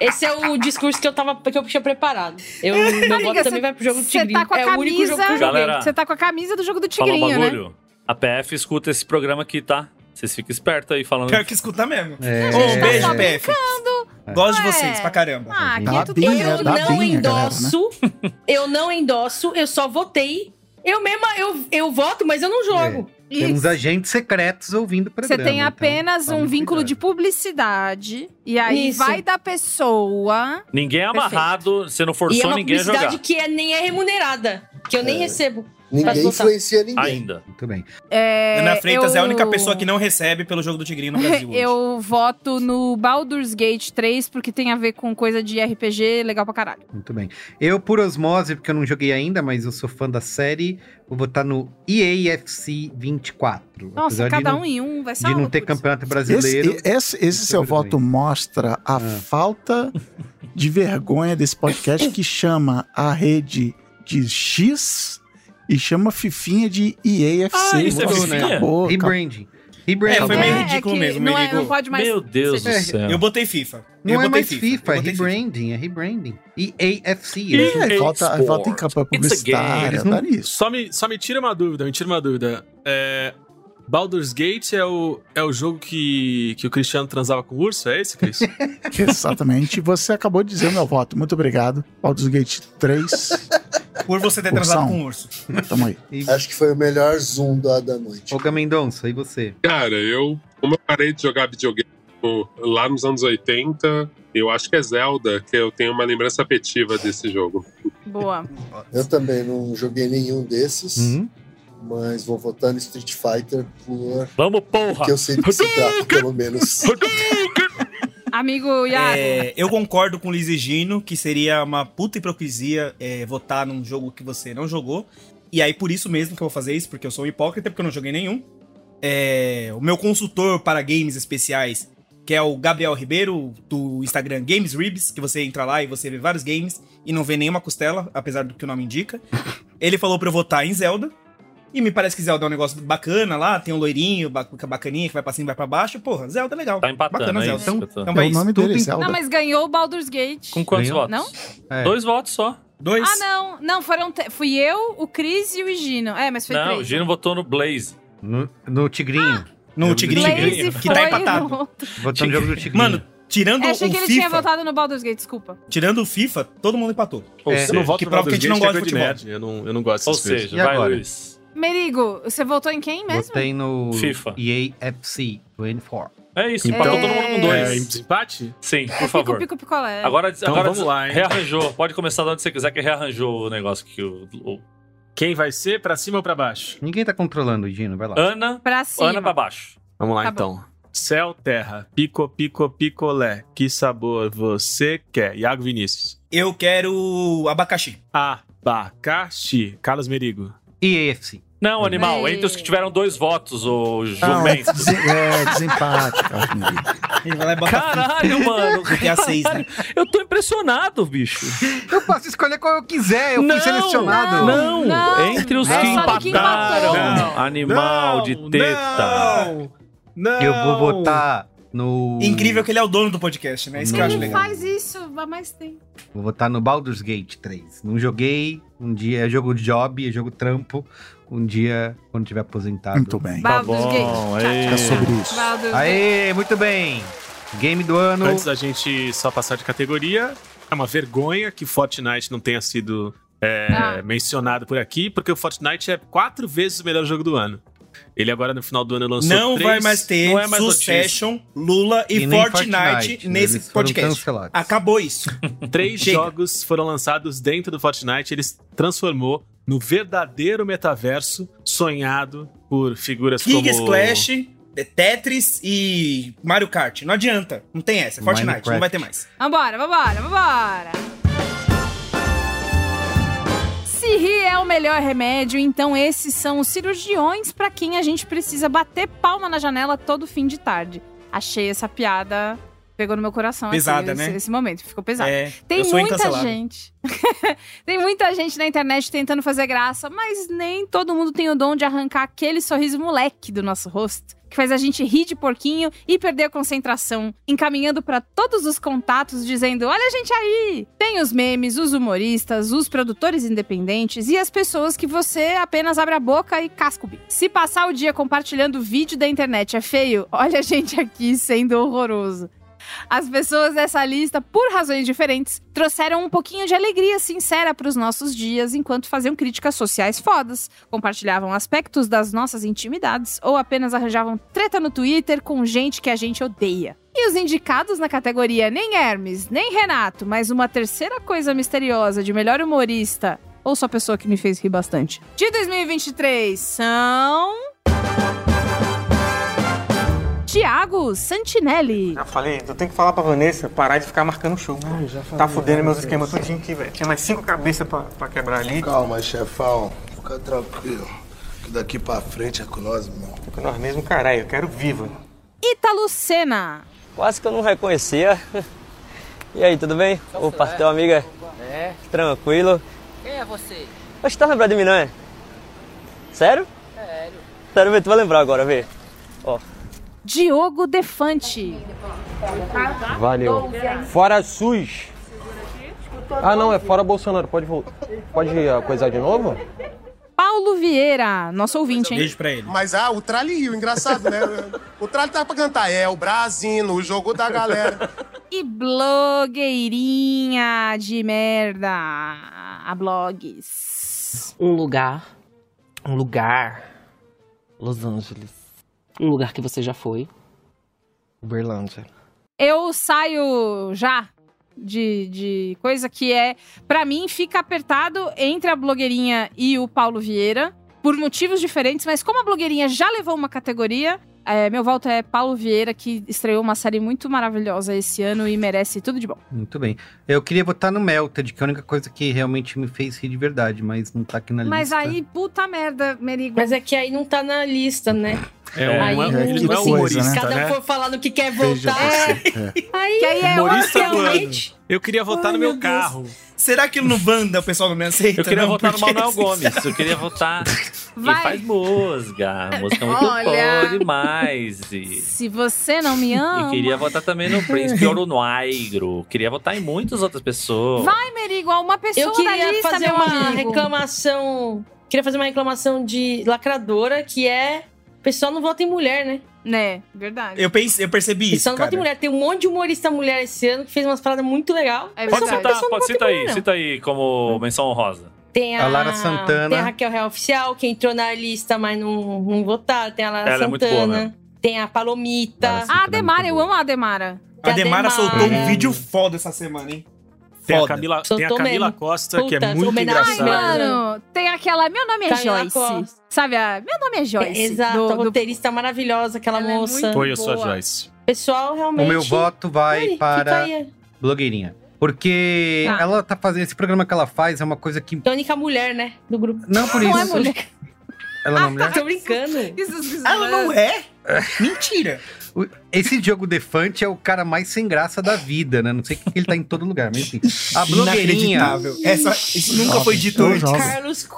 Esse é o discurso que eu, tava, que eu tinha preparado. Eu, meu
É, Amiga,
voto
cê-
também vai pro jogo do
cê
Tigrinho.
tá com a
é o único jogo
camisa-
que eu joguei.
Galera,
Você tá com a camisa do jogo do
Falar um
Tigrinho, né?
bagulho. A PF escuta esse programa aqui, tá? Vocês ficam espertos aí falando.
Pior que escutar mesmo.
É.
Ô, um beijo,
Tá
PF. Gosto de vocês pra caramba.
é? Ah,
Dá
aqui tudo
bem,
bem.
né?
Eu
Dá
não
bem, né, galera,
endosso. Eu não endosso, eu só votei. Eu mesma, eu, eu voto, mas eu não jogo.
É,
Temos agentes secretos ouvindo o
Você
programa.
tem
então.
apenas
Tá
um vínculo de publicidade. E aí
Isso.
vai da pessoa.
Ninguém é amarrado, você não
e é
forçou
uma
ninguém a
publicidade
jogar.
que é- nem é remunerada. Que
É.
eu nem recebo. pra votar.
Ainda.
Muito bem.
tá. É,
Ana Freitas
eu-
é a única pessoa que não recebe pelo jogo do Tigrinho no Brasil. hoje.
Eu voto no Baldur's Gate 3, porque tem a ver com coisa de RPG legal pra caralho.
Muito bem. Eu, por osmose, porque eu não joguei ainda, mas eu sou fã da série, vou votar no EAFC 24.
Nossa,
Apesar de
cada
não-
um em um, vai ser
De
uma
não ter
loucura.
campeonato brasileiro.
Esse, esse, esse seu voto mostra a falta de vergonha desse podcast que chama a rede de X e chama Fifinha de EAFC.
Ah, isso é
Nossa,
Fifinha?
Ah, é
acabou, acabou.
Rebranding. É, E Brave.
né? É, foi meio
É, é
ridículo
que
mesmo.
não
meio
é-
ridículo.
não pode mais Meu Deus
ser- do céu.
Eu botei FIFA.
Não
eu
é
botei
mais
FIFA,
FIFA, é
eu botei
rebranding, é rebranding. E AFC.
E
é.
aí,
falta-
Sport.
falta em capa
It's a game.
publicitária, tá nisso.
Só me, só me tira uma dúvida, me tira uma dúvida. É, Baldur's Gate é o, é o jogo que, que o Cristiano transava com o urso? É esse, Cris?
Exatamente. Você acabou de dizer o meu voto. Muito obrigado. Baldur's Gate 3.
Por você ter
Por
transado
são.
com um urso.
Tamo aí.
Acho que foi o melhor zoom da, da noite.
Ô, Gamendonça, e você?
Cara, eu, como eu parei de jogar videogame tipo, lá nos anos 80, eu acho que é Zelda, que eu tenho uma lembrança afetiva desse jogo.
Boa.
Eu também não joguei nenhum desses,
Uhum.
mas vou votar no Street Fighter por.
Vamos, porra!
Que eu sei precisar, pelo menos.
Amigo Iago.
É, eu concordo com o Liz e Gino que seria uma puta hipocrisia é, votar num jogo que você não jogou. E aí, por isso mesmo que eu vou fazer isso, porque eu sou um hipócrita, porque eu não joguei nenhum. É, o meu consultor para games especiais, que é o Gabriel Ribeiro, do Instagram Games Ribs, que você entra lá e você vê vários games e não vê nenhuma costela, apesar do que o nome indica. Ele falou pra eu votar em Zelda. E me parece que Zelda é um negócio bacana lá, tem um loirinho, ba- bacaninha, que vai pra cima e vai pra baixo. Porra, Zelda é legal. Tá
empatando,
Bacana,
é
Zelda.
isso que eu tô-
então, então vai
É o
isso.
nome
Tudo
dele,
em-
Zelda.
Não, mas ganhou o Baldur's Gate.
Com quantos
Ganhou?
votos?
Não?
É.
Dois votos só.
Dois?
Ah, não. Não, foram. te- Fui eu, o Cris e o Gino. É, mas foi
Não, o
três. Ah.
Gino votou no Blaze.
No, Tigrinho.
No Tigrinho,
Blaze
que tá
foi
empatado.
no-
Votando no jogo do Tigrinho.
Mano, tirando
É,
o
achei que ele tinha
FIFA,
votado no Baldur's Gate, desculpa.
tirando o FIFA, todo mundo empatou.
Ou seja, É, eu não voto
que
no
prova que a gente não
Baldur's
gosta
Gate,
de futebol.
é coisa de nerd, Eu não, eu não gosto
Ou
dessas coisas.
seja, vai, Luiz.
Merigo, você votou em quem mesmo?
Votei no
FIFA.
EAFC 24.
É isso,
Então-
empatou todo mundo com
É,
dois.
desempate?
Sim, por
Pico,
favor. É.
pico, picolé.
Agora,
Então
agora
vamos lá, hein?
rearranjou. Pode começar de onde você quiser, que rearranjou o negócio que o. o-
Quem vai ser, pra cima ou pra baixo?
Ninguém tá controlando, Gino, vai lá.
Ana.
Pra cima.
Ana pra baixo.
Vamos lá,
Tá
então. Céu, terra, pico, pico, picolé. Que sabor você quer? Iago Vinícius.
Eu quero abacaxi.
Abacaxi. Carlos Merigo.
E AFC.
Não, É um animal,
Ei.
entre os que tiveram dois votos, o
Não, é,
jumento.
desen-
Ah,
é, desempate, Carlos Merigo.
Ele vai lá e bota
Caralho, mano.
Porque é a seis, né?
Eu tô impressionado, bicho.
Eu posso escolher qual eu quiser, eu
não,
fui selecionado.
Não, entre os
Não.
que
Só do que
empataram. É.
empatou.
Animal
Não,
de teta.
não. Eu vou votar no.
Incrível que ele é o dono do podcast, né? Isso que eu acho
Ele
legal.
faz isso há mais tempo.
Vou votar no Baldur's Gate 3. Não joguei. Um dia é jogo de job, é jogo trampo. Um dia, quando tiver aposentado.
Muito bem.
Tá
Baldur's
bom.
Gate.
aê.
É sobre isso.
Baldur's
Aê, muito bem. Game do ano.
Antes da gente só passar de categoria, é uma vergonha que Fortnite não tenha sido é, mencionado por aqui, porque o Fortnite é quatro vezes o melhor jogo do ano. Ele agora no final do ano lançou
Não
três,
vai mais ter
não é mais
Succession, Lula e,
E nem
Fortnite,
Fortnite, né?
nesse
Eles foram
podcast.
cancelados.
Acabou isso.
notícia. Três
Chega.
jogos foram lançados dentro do Fortnite, eles transformou no verdadeiro metaverso sonhado por figuras
King
como
Clash, Tetris e Mario Kart. Não adianta. Não tem essa. É Fortnite. Não
Minecraft.
vai ter mais.
Vambora, vambora, vambora! Se rir é o melhor remédio, então esses são os cirurgiões pra quem a gente precisa bater palma na janela todo fim de tarde. Achei essa piada, pegou no meu coração. assim,
Pesada,
esse,
né?
Esse momento, ficou pesado.
É,
Tem
eu sou
muita
incancelável.
gente. tem muita gente na internet tentando fazer graça, mas nem todo mundo tem o dom de arrancar aquele sorriso moleque do nosso rosto, que faz a gente rir de porquinho e perder a concentração, encaminhando pra todos os contatos dizendo: "Olha a gente aí". Tem os memes, os humoristas, os produtores independentes e as pessoas que você apenas abre a boca e casca o bico. Se passar o dia compartilhando vídeo da internet é feio, olha a gente aqui sendo horroroso. As pessoas dessa lista, por razões diferentes, trouxeram um pouquinho de alegria sincera para os nossos dias enquanto faziam críticas sociais fodas, compartilhavam aspectos das nossas intimidades ou apenas arranjavam treta no Twitter com gente que a gente odeia. E os indicados na categoria nem Hermes, nem Renato, mas uma terceira coisa misteriosa de melhor humorista ou só pessoa que me fez rir bastante. De e 2023 são Tiago Santinelli.
Já falei, eu tenho que falar pra Vanessa parar de ficar marcando show. tá fudendo meus esquemas tudinho aqui, velho. Tinha mais cinco cabeças pra, pra quebrar ali.
Calma, chefão. Fica tranquilo. Que daqui pra frente é com nós, irmão.
Com nós mesmo, caralho, eu quero viva.
Ítalo Sena.
Quase que eu não reconhecia. E aí, tudo bem? Opa, teu amigo é
É?
tranquilo.
Quem é você?
Mas tu tá lembrado de mim, não é? Sério?
Sério?
Sério, vê, tu vai lembrar agora, vê. Ó,
Diogo Defante. é,
Valeu. Fora SUS. Ah, não, é fora Bolsonaro. Pode, vol- pode ah, coisar de novo?
Paulo Vieira, Tá, nosso ouvinte, hein?
pra ele.
Mas ah, o Trali riu, engraçado, né? o Trali tá pra cantar. É, o Brasino, o jogo da galera.
E blogueirinha de merda. A blogs.
Um lugar. Um lugar. Los Angeles. Um lugar que você já foi. Uberlândia.
Eu saio já de, de coisa que é. Pra mim, fica apertado entre a blogueirinha e o Paulo Vieira. Por motivos diferentes, mas como a blogueirinha já levou uma categoria. é, meu voto é Paulo Vieira, que estreou uma série muito maravilhosa esse ano e merece tudo de bom.
Muito bem. Eu queria botar no Melted, que é a única coisa que realmente me fez rir de verdade, mas não tá aqui na
Mas
lista.
aí, puta merda, Merigo.
Mas é que aí não tá na lista, né?
É, um-
aí,
é, ele não é
assim,
humorista,
Cada um
né?
for falar no que quer
Veja
voltar. Aí, é que
é
aí
Humorista do ano.
realmente-
Eu queria votar no meu, carro. Será que no Wanda o pessoal não me aceita?
Eu queria
não?
votar no
Porque-
Manuel Gomes. Eu queria votar.
Vai.
E faz música. A música é muito
Olha.
boa demais. E,
Se você não me
e
ama.
queria votar também no Príncipe Ouro Negro. Queria votar em muitas outras pessoas.
Vai, Merigo, uma pessoa
Eu queria
da lista,
fazer
meu
uma
amigo.
reclamação. Queria fazer uma reclamação de lacradora, que é. O pessoal não vota em mulher, né?
Né, verdade.
Eu, pensei, eu
O
percebi isso,
pessoal não vota em
cara.
mulher. Tem um monte de humorista mulher esse ano que fez umas paradas muito legal. É
pode citar, pode citar aí, cita aí como menção honrosa.
Tem a,
A Lara Santana.
Tem a Raquel Real Oficial, que entrou na lista, mas não, não votaram. Tem a Lara
Ela é muito
Santana.
boa mesmo.
tem a Palomita.
A Ademara, eu amo a Ademara.
A Demara soltou um vídeo foda essa semana, hein?
Tem a
Foda.
Camila, tem a Camila Costa, que é
Puta,
muito
homenagem,
engraçada.
mano.
Mano, tem aquela. Meu nome é
Camila
Joyce.
Costa.
Sabe, a, meu nome é Joyce.
Exato,
do-
a roteirista maravilhosa, aquela moça.
muito Foi, eu sou a boa. Joyce.
Pessoal, realmente.
O meu voto vai
Aí,
para
fica aí.
blogueirinha. Porque
Tá.
ela tá fazendo. Esse programa que ela faz é uma coisa que.
É a única mulher, né? Do grupo.
Não por
Não é
isso.
mulher.
Ela não é mulher?
Tô brincando.
Ela não é? Mentira!
Esse Diogo Defante é o cara mais sem graça da vida, né? Não sei que ele tá em todo lugar, mas enfim. A blogueirinha.
Inacreditável. Essa- isso nunca foi dito antes.
Carlos.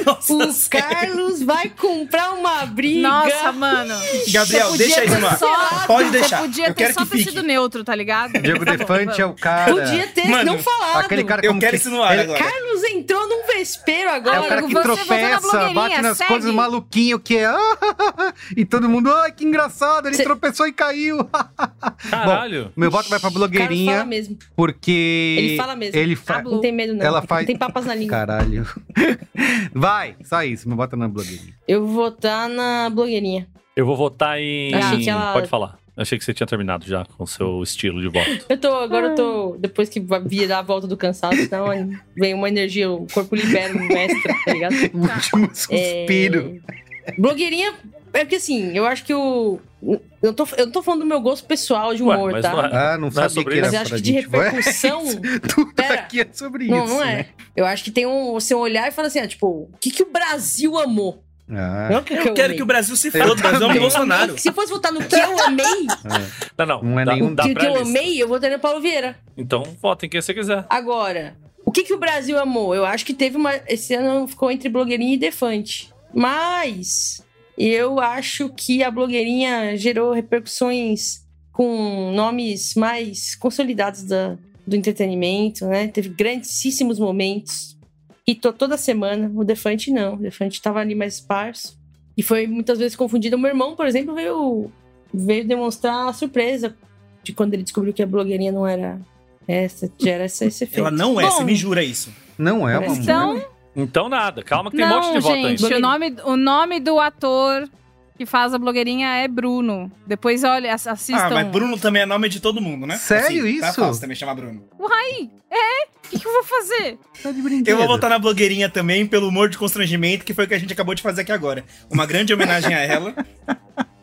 O Carlos vai comprar uma briga.
Nossa, mano.
Gabriel,
Você podia
deixa isso,
ter
mano.
só-
Pode
você
deixar.
podia
Eu
ter
quero
só
que
ter
fique.
sido neutro, tá ligado?
Diogo
Tá bom,
Defante é o
vamos.
cara.
Podia ter não falado.
Aquele cara como que- ele-
Carlos entrou num vespeiro agora.
É o cara que tropeça, bate nas coisas maluquinho que é. e todo mundo, ai, que engraçado, ele tropeçou e caiu.
Tá.
Caralho.
Meu voto vai pra
Ele
blogueirinha,
fala mesmo.
porque.
Ele fala mesmo. Ah,
Ele fa-
Não tem medo, não.
Ela faz.
Não tem papas na língua.
Caralho. Vai, só isso, me bota na blogueirinha.
Eu vou votar na blogueirinha.
Eu vou votar em.
Achei que ela-
Pode falar. Eu achei que você tinha terminado já com o seu estilo de voto.
Eu tô, agora eu tô. Depois que vai virar a volta do cansaço, então vem uma energia, o corpo libera um extra, tá ligado?
Último
suspiro. Blogueirinha, é porque assim, eu acho que o. o- Eu não tô, eu não tô falando do meu gosto pessoal de
Ué,
humor,
mas
tá?
não é- Ah, não não é sabia sobre que era
Mas eu
pra
acho que de
gente. Ué,
repercussão.
Tudo aqui é sobre
não,
isso.
não é.
né?
Eu acho que tem um. Você olhar e falar assim, ah, tipo, o que, que o Brasil amou?
Ah.
Não é o que eu amei.
Brasil se
Eu
foda, mas não
também.
Bolsonaro.
Se eu fosse votar no que eu amei,
Não, não. Não é nenhum da
que, que eu
pré-lista.
amei, eu votaria no Paulo Vieira.
Então votem quem você quiser.
Agora, o que, que o Brasil amou? Eu acho que teve uma. Esse ano ficou entre blogueirinha e defante. Mas eu acho que a blogueirinha gerou repercussões com nomes mais consolidados da- do entretenimento, né? Teve grandíssimos momentos. E tô toda semana. O Defante não. O Defante tava ali mais esparso. E foi muitas vezes confundido. O meu irmão, por exemplo, veio, veio demonstrar a surpresa de quando ele descobriu que a blogueirinha não era essa, gera essa, esse efeito.
Ela não é,
Bom,
você me jura isso.
Não é,
uma
Então-
Então nada, calma que tem um
Não,
monte de voto
gente,
ainda.
o nome, o nome do ator que faz a blogueirinha é Bruno. Depois olha, ass- assistam.
Ah, mas Bruno também é nome de todo mundo, né?
Sério
Tá
isso?
fácil também chamar Bruno.
Uai, é? O que, que eu vou fazer?
Tá de
Eu vou votar na blogueirinha também pelo humor de constrangimento, que foi o que a gente acabou de fazer aqui agora. Uma grande homenagem a ela.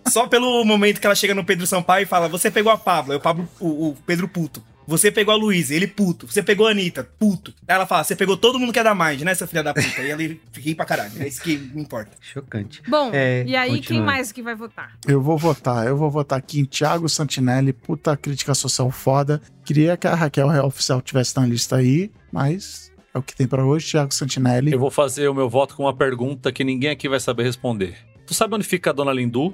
Só pelo momento que ela chega no Pedro Sampaio e fala: Você pegou a Pablo, eu, Pablo o, o Pedro puto. Você pegou a Luísa, ele puto. Você pegou a Anitta, puto. Aí ela fala: Você pegou todo mundo que é da Mind, né, seu filha da puta? E ele ri pra caralho. É isso que me importa.
Chocante.
Bom,
É,
e aí quem
continua.
mais que vai votar?
Eu vou votar, eu vou votar aqui em Thiago Santinelli, puta crítica social foda. Queria que a Raquel Real Oficial tivesse na lista aí, mas é o que tem pra hoje, Thiago Santinelli.
Eu vou fazer o meu voto com uma pergunta que ninguém aqui vai saber responder. Tu sabe onde fica a Dona Lindu?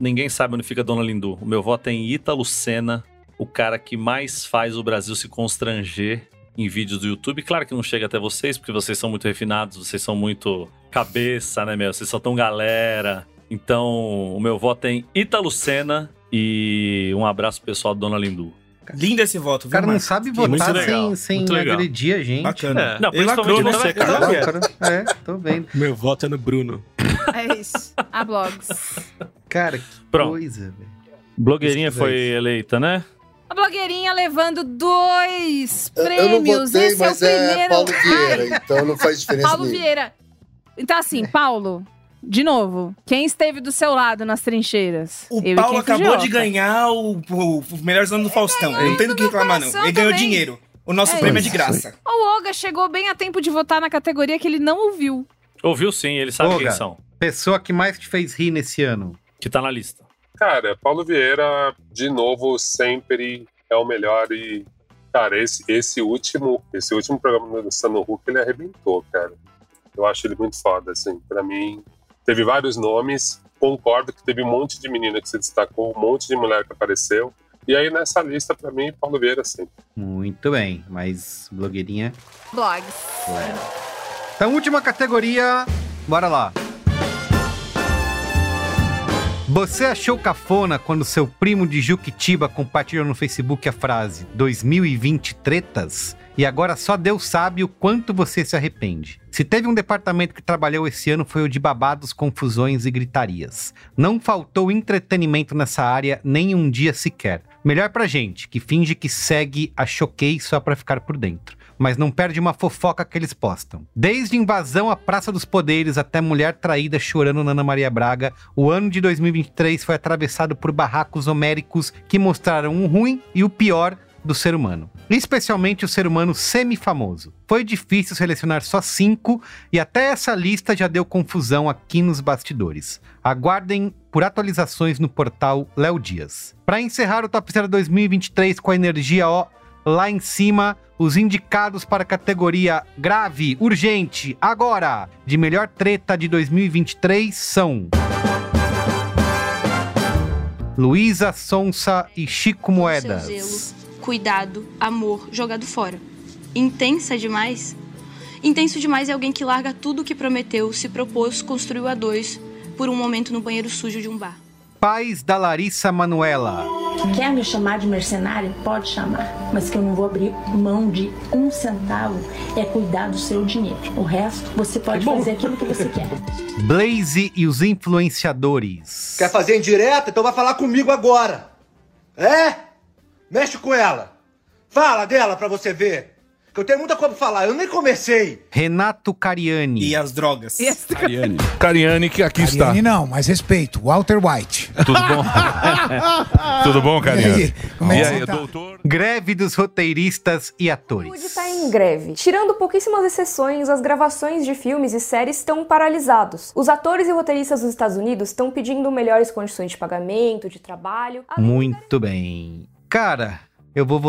Ninguém sabe onde fica Dona Lindu. O meu voto é em Ita Lucena, o cara que mais faz o Brasil se constranger em vídeos do YouTube. Claro que não chega até vocês, porque vocês são muito refinados, vocês são muito cabeça, né, meu? Vocês só tão galera. Então, o meu voto é em Ita Lucena e um abraço pessoal do Dona Lindu.
Lindo esse voto, viu?
O cara não
Marcos?
sabe votar
Muito legal,
sem, sem
muito legal.
agredir a gente.
Bacana.
né?
Não,
Ele
principalmente
lacrou,
você,
né?
cara.
Não, É, tô vendo.
Meu voto é no Bruno.
É isso. A blogs.
Cara, que
Pronto.
coisa, velho.
Blogueirinha foi eleita, né?
A blogueirinha levando dois prêmios.
eu não votei,
Esse
mas
é o
é,
primeiro.
Paulo Vieira, então não faz diferença
Paulo
nenhuma.
Vieira. Então, assim, Paulo, de novo, quem esteve do seu lado nas trincheiras?
O
Eu e
Paulo
quem
acabou de
fugiu. É,
ganhar o, o- os melhores anos do Faustão. não tem do que reclamar, não. Ele ganhou
também.
dinheiro. O nosso
É
prêmio é
isso.
de graça.
O Olga chegou bem a tempo de votar na categoria que ele não ouviu.
Ouviu sim, ele sabe
Olga,
quem são.
Pessoa que mais te fez rir nesse ano.
Que tá na lista.
Cara, Paulo Vieira, de novo, sempre é o melhor e. Cara, esse, esse último esse último programa do Luciano Huck, ele arrebentou, cara. Eu acho ele muito foda, assim. Pra mim, teve vários nomes, concordo que teve um monte de menina que se destacou, um monte de mulher que apareceu. E aí, nessa lista, pra mim, Paulo Vieira sempre.
Muito bem, mas blogueirinha.
Blogs.
leva. Então, última categoria. Bora lá. Você achou cafona quando seu primo de Juquitiba compartilhou no Facebook a frase 2020 tretas? E agora só Deus sabe o quanto você se arrepende. Se teve um departamento que trabalhou esse ano foi o de babados, confusões e gritarias. Não faltou entretenimento nessa área nem um dia sequer. Melhor pra gente, que finge que segue a choquei só pra ficar por dentro mas não perde uma fofoca que eles postam. Desde invasão à Praça dos Poderes até mulher traída chorando na Ana Maria Braga, o ano de 2023 foi atravessado por barracos homéricos que mostraram o ruim e o pior do ser humano. Especialmente o ser humano semifamoso. Foi difícil selecionar só cinco e até essa lista já deu confusão aqui nos bastidores. Aguardem por atualizações no portal Léo Dias. Para encerrar o Top Zero 2023 com a energia ó lá em cima os indicados para a categoria grave, urgente, agora, de melhor treta de 2023 são. Luísa Sonsa e Chico Moedas.
Gelo, cuidado, amor jogado fora. Intensa demais? Intenso demais é alguém que larga tudo o que prometeu, se propôs, construiu a dois, por um momento no banheiro sujo de um bar.
Pais da Larissa Manuela.
Quer me chamar de mercenário? Pode chamar. Mas que eu não vou abrir mão de um centavo é cuidar do seu dinheiro. O resto, você pode fazer aquilo que você quer.
Blaze e os influenciadores.
Quer fazer indireta? Tá Então vai falar comigo agora. É? Mexe com ela. Fala dela pra você ver. Que eu tenho muita coisa pra falar. Eu nem comecei.
Renato Cariani.
E as drogas.
Cariani. Cariani que aqui
Tá.
está.
Cariani não, mas respeito. Walter White.
Tudo bom?
É.
Tudo bom, Cariani?
E aí, como é
E
que
aí,
você tá?
doutor?
Greve dos roteiristas e atores.
Hollywood está em greve. Tirando pouquíssimas exceções, as gravações de filmes e séries estão paralisados. Os atores e roteiristas dos Estados Unidos estão pedindo melhores condições de pagamento, de trabalho.
Muito bem. Cara, eu vou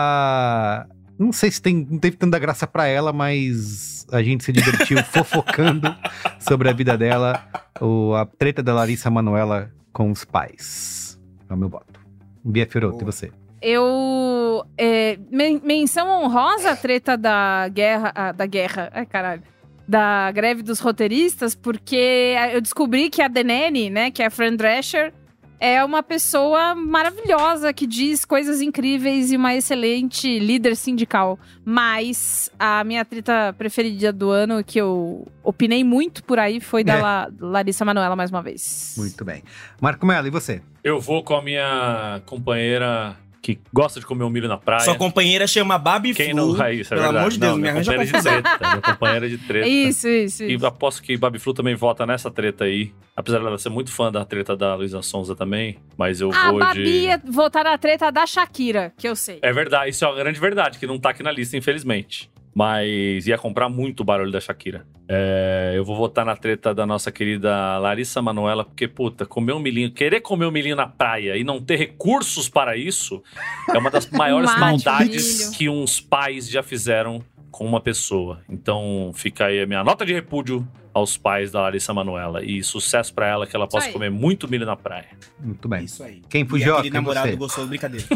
votar. Não sei se tem, não teve tanta graça pra ela, mas a gente se divertiu fofocando sobre a vida dela, o, a treta da Larissa Manoela com os pais. É o meu voto. Bia Fiorotto, e você?
Eu. é, men- menção honrosa à treta da guerra. ah, da guerra. Ai, caralho. Da greve dos roteiristas, porque eu descobri que a Denene, né, que é a Fran Drescher, é uma pessoa maravilhosa que diz coisas incríveis e uma excelente líder sindical. Mas a minha treta preferida do ano, que eu opinei muito por aí, foi da
É.
La- Larissa Manoela mais uma vez.
Muito bem. Marco Mello, e você?
Eu vou com a minha companheira que gosta de comer o milho na praia.
Sua companheira chama Babi
Quem
Flu.
não. É isso, é
Pelo
verdade.
amor de Deus,
não,
me
minha
arranja
companheira de
confusão.
treta. Minha companheira de treta.
Isso, isso,
E
isso.
aposto que Babi Flu também vota nessa treta aí. Apesar dela ser muito fã da treta da Luísa Sonza também. Mas eu
A
vou
Ah, Babi
de.
ia votar na treta da Shakira, que eu sei.
É verdade, isso é uma grande verdade, que não tá aqui na lista, infelizmente. Mas ia comprar muito o barulho da Shakira. É, eu vou votar na treta da nossa querida Larissa Manoela, porque, puta, comer um milhinho, querer comer um milhinho na praia e não ter recursos para isso é uma das maiores
Mate,
maldades
milho.
que uns pais já fizeram com uma pessoa. Então fica aí a minha nota de repúdio aos pais da Larissa Manoela. E sucesso pra ela, que ela possa
aí.
comer muito milho na praia.
Muito bem.
Isso aí.
Quem
E
fugiu,
aquele namorado
você.
gostou, brincadeira.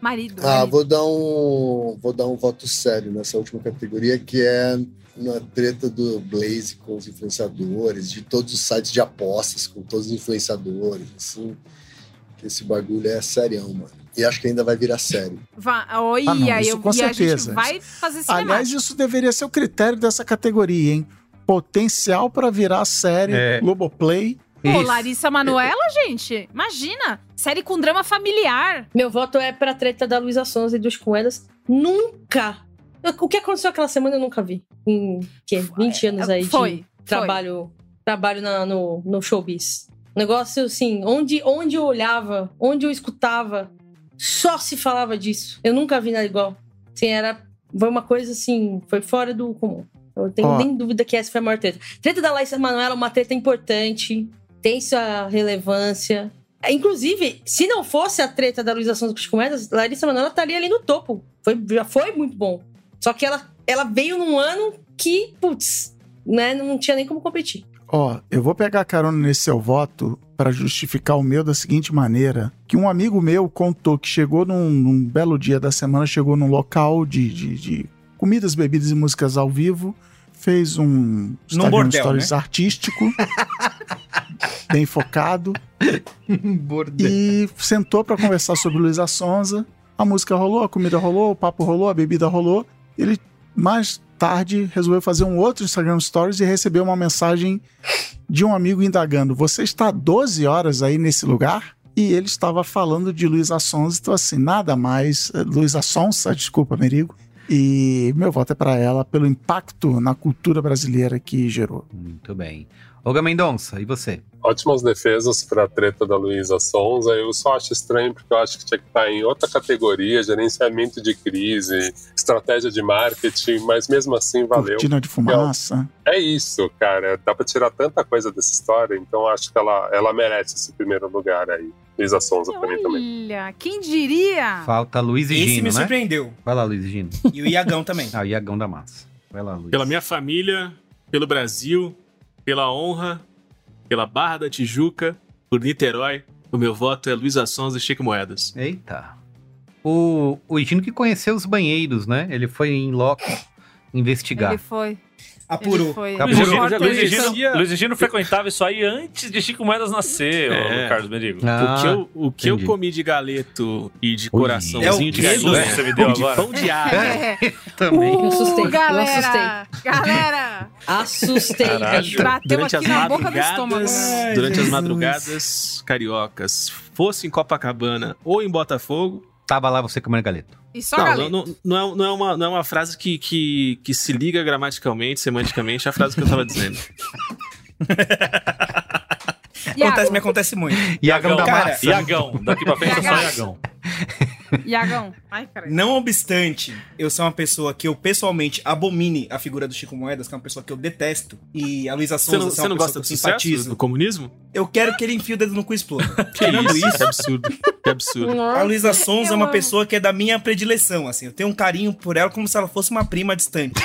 Marido.
Ah, vou dar um vou dar um voto sério nessa última categoria que é na treta do Blaze com os influenciadores, de todos os sites de apostas com todos os influenciadores, assim. Que esse bagulho é serião, mano. E acho que ainda vai virar sério.
Vá, oi,
Ah, não,
aí
isso
eu,
com
e a gente
certeza.
vai fazer cinema.
Aliás, isso deveria ser o critério dessa categoria, hein? Potencial pra virar série,
É.
Globoplay.
Pô, Larissa Manoela, gente, imagina. Série com drama familiar.
Meu voto é pra treta da Luísa Sons e dos Coedas. Nunca! O que aconteceu aquela semana eu nunca vi. Em quê? 20 anos aí
Foi,
de
foi.
trabalho, trabalho na- no, no showbiz. Negócio assim, onde, onde eu olhava, onde eu escutava, só se falava disso. Eu nunca vi nada igual. Assim, era, foi uma coisa assim, foi fora do comum. Eu tenho
Ó.
nem dúvida que essa foi a maior treta. Treta da Larissa Manoela é uma treta importante, tem sua relevância. É, Inclusive, se não fosse a treta da Luísa Sons com os Comedas, Larissa Manoela estaria ali no topo. Foi, já foi muito bom. Só que ela, ela veio num ano que, putz, né, não tinha nem como competir.
Ó, eu vou pegar carona nesse seu voto pra justificar o meu da seguinte maneira: que um amigo meu contou que chegou num, num belo dia da semana, chegou num local de, de- de comidas, bebidas e músicas ao vivo, fez um Instagram
bordel,
Stories
né?
artístico, bem focado, e sentou pra conversar sobre Luísa Sonza. A música rolou, a comida rolou, o papo rolou, a bebida rolou. Ele mais tarde resolveu fazer um outro Instagram Stories e recebeu uma mensagem de um amigo indagando: Você está 12 horas aí nesse lugar? E ele estava falando de Luísa Sonza, então assim, nada mais. eh, Luísa Sonza, desculpa, Merigo. E meu voto é pra ela pelo impacto na cultura brasileira que gerou.
Muito bem. Olga Mendonça, e você?
Ótimas defesas para a treta da Luísa Sonza. Eu só acho estranho porque eu acho que tinha que estar em outra categoria, gerenciamento de crise, estratégia de marketing, mas mesmo assim valeu.
Cortina de fumaça.
É isso, cara. Dá pra tirar tanta coisa dessa história, então acho que ela, ela merece esse primeiro lugar aí. Luísa Sonza pra mim também.
Olha, quem diria?
Falta Luiz e
Esse
Gino,
me
né?
surpreendeu.
Vai lá, Luiz e Gino.
E o Iagão também.
Ah, o Iagão da Massa. Vai lá, Luiz.
Pela minha família, pelo Brasil, pela honra, pela Barra da Tijuca, por Niterói, o meu voto é Luísa Sons e Chico Moedas.
Eita. O, o Gino que conheceu os banheiros, né? Ele foi em loco investigar.
Ele foi.
Apurou.
Ele foi.
Apurou.
Ele cortou
Luiz
isso.
Egino, Luiz Egino frequentava isso aí antes de Chico Moedas nascer, ô,
É.
Carlos Merigo.
o que eu, o que eu comi de galeto e de coraçãozinho de
Que
galinha,
susto você me deu
de
agora.
pão de alho,
É.
É.
Também.
Eu assustei.
galera,
Eu assustei.
Galera!
Assustei.
Caralho.
Bateu
durante
aqui
as
na boca do estômago.
madrugadas,
Ai,
durante as
Jesus.
madrugadas cariocas, fosse em Copacabana ou em Botafogo.
Tava lá você comendo galeto.
E só
não,
galera.
não, não, não é, não é uma, não é uma frase que, que, que se liga gramaticalmente, semanticamente à frase que eu tava dizendo.
Acontece, me acontece muito.
Iagão da
Cara,
Massa.
Iagão.
Daqui pra frente é só
Iagão.
Iagão.
Iagão. Ai, caralho.
Não obstante, eu sou uma pessoa que eu pessoalmente abomine a figura do Chico Moedas, que é uma pessoa que eu detesto. E a Luísa
Você
Sonza
não,
é
você
uma
não
pessoa
gosta do
que eu
sucesso
simpatizo.
do comunismo?
Eu quero que ele enfie o dedo no cu e exploda.
Que
Tirando
isso, que
isso,
absurdo. Que absurdo.
a Luísa Sonza é uma
amo.
pessoa que é da minha predileção, assim. Eu tenho um carinho por ela como se ela fosse uma prima distante.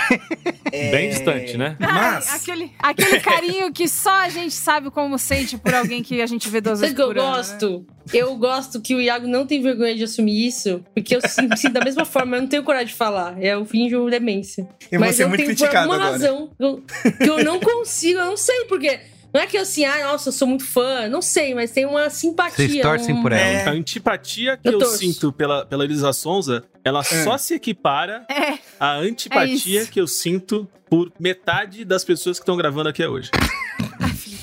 É.
Bem distante, né?
Mas...
Ai, aquele, aquele carinho que só a gente sabe como sente por alguém que a gente vê duas
Sabe
vezes
que eu
por ano, né?
gosto? Eu gosto que o Iago não tem vergonha de assumir isso, porque eu sinto sinto da mesma forma, eu não tenho coragem de falar. Eu finjo demência.
Eu vou
Mas
ser
eu
muito
tenho por
criticado
alguma
agora.
razão eu- que eu não consigo, eu não sei porque. Não é que eu assim, ah, nossa, eu sou muito fã, não sei, mas tem uma simpatia.
Vocês torcem
um-
por ela.
É. A antipatia que
Eu
eu,
torço.
sinto pela, pela Elisa Sonza, ela
É.
só se equipara
É.
à antipatia
É isso.
que eu sinto por metade das pessoas que estão gravando aqui hoje.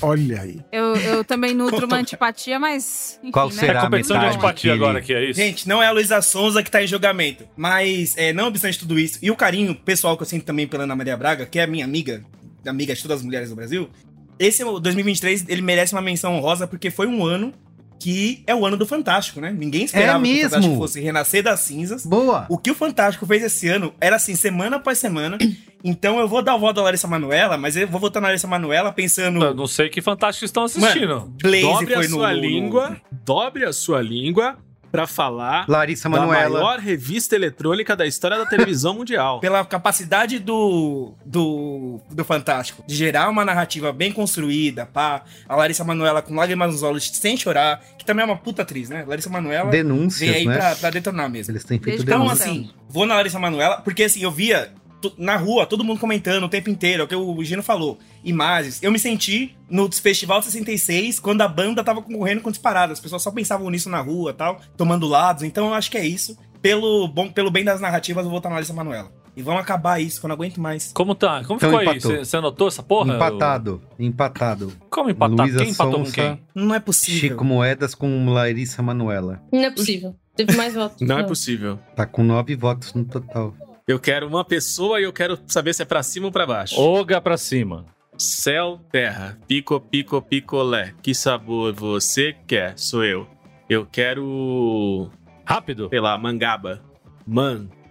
Olha aí.
Eu, eu também nutro uma antipatia, mas. enfim,
Qual
né?
será a
É competição de
metade
antipatia
que ele-
agora que é isso?
Gente, não é a Luísa Sonza que tá em julgamento. Mas, é, não obstante tudo isso, e o carinho pessoal que eu sinto também pela Ana Maria Braga, que é minha amiga, amiga de todas as mulheres do Brasil, esse é o 2023, ele merece uma menção honrosa, porque foi um ano que é o ano do Fantástico, né? Ninguém esperava que
mesmo.
o Fantástico fosse renascer das cinzas.
Boa.
O que o Fantástico fez esse ano era assim, semana após semana. Então eu vou dar o voto da Larissa Manoela, mas eu vou votar na Larissa Manoela pensando.
Eu não sei que fantásticos estão assistindo.
Mano, Blaze
dobre a
foi no-
sua
no-
língua, dobre a sua língua, pra falar
Larissa
da
Manoela.
maior revista eletrônica da história da televisão mundial.
Pela capacidade do, do, do Fantástico de gerar uma narrativa bem construída, pá. A Larissa Manoela com lágrimas nos olhos, sem chorar, que também é uma puta atriz, né? Larissa Manoela.
Denúncias,
Vem aí
né?
pra, pra detonar mesmo.
Eles têm feito
Então,
denúncias.
assim, vou na Larissa Manoela, porque assim, eu via to- na rua todo mundo comentando o tempo inteiro, é o que o Gino falou, imagens. Eu me senti no Festival 66, quando a banda tava concorrendo com disparada. As pessoas só pensavam nisso na rua e tal, tomando lados. Então eu acho que é isso. Pelo, bom, pelo bem das narrativas, eu vou votar na Larissa Manoela. E vamos acabar isso, que eu não aguento mais.
Como tá? Como
Então
ficou
empatou.
aí? Você- Você anotou essa porra?
Empatado, empatado.
Como empatado?
Luísa
Quem empatou com
Sonsa,
quem?
Não é possível.
Chico Moedas com Larissa Manoela.
Não é possível. Teve mais votos.
é
possível.
Tá com nove votos no total.
Eu quero uma pessoa e eu quero saber se é pra cima ou pra baixo.
Oga pra cima.
Céu, terra, pico, pico, picolé. Que sabor você quer? Sou eu. Eu quero.
Rápido?
Sei lá, mangaba.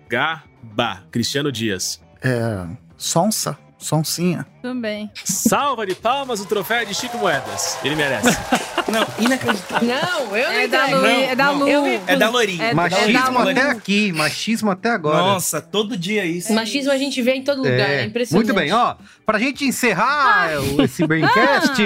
Mangaba. Cristiano Dias.
É. Sonsa. Sonsinha.
Também.
Salva de palmas o troféu de Chico Moedas. Ele merece.
não, inacreditável.
Não, eu
É da Lu. É da Lu. É
Machismo né? até aqui, machismo até agora.
Nossa, todo dia isso.
Machismo a gente vê em todo lugar, é, impressionante.
Muito bem, ó. Pra gente encerrar esse Braincast.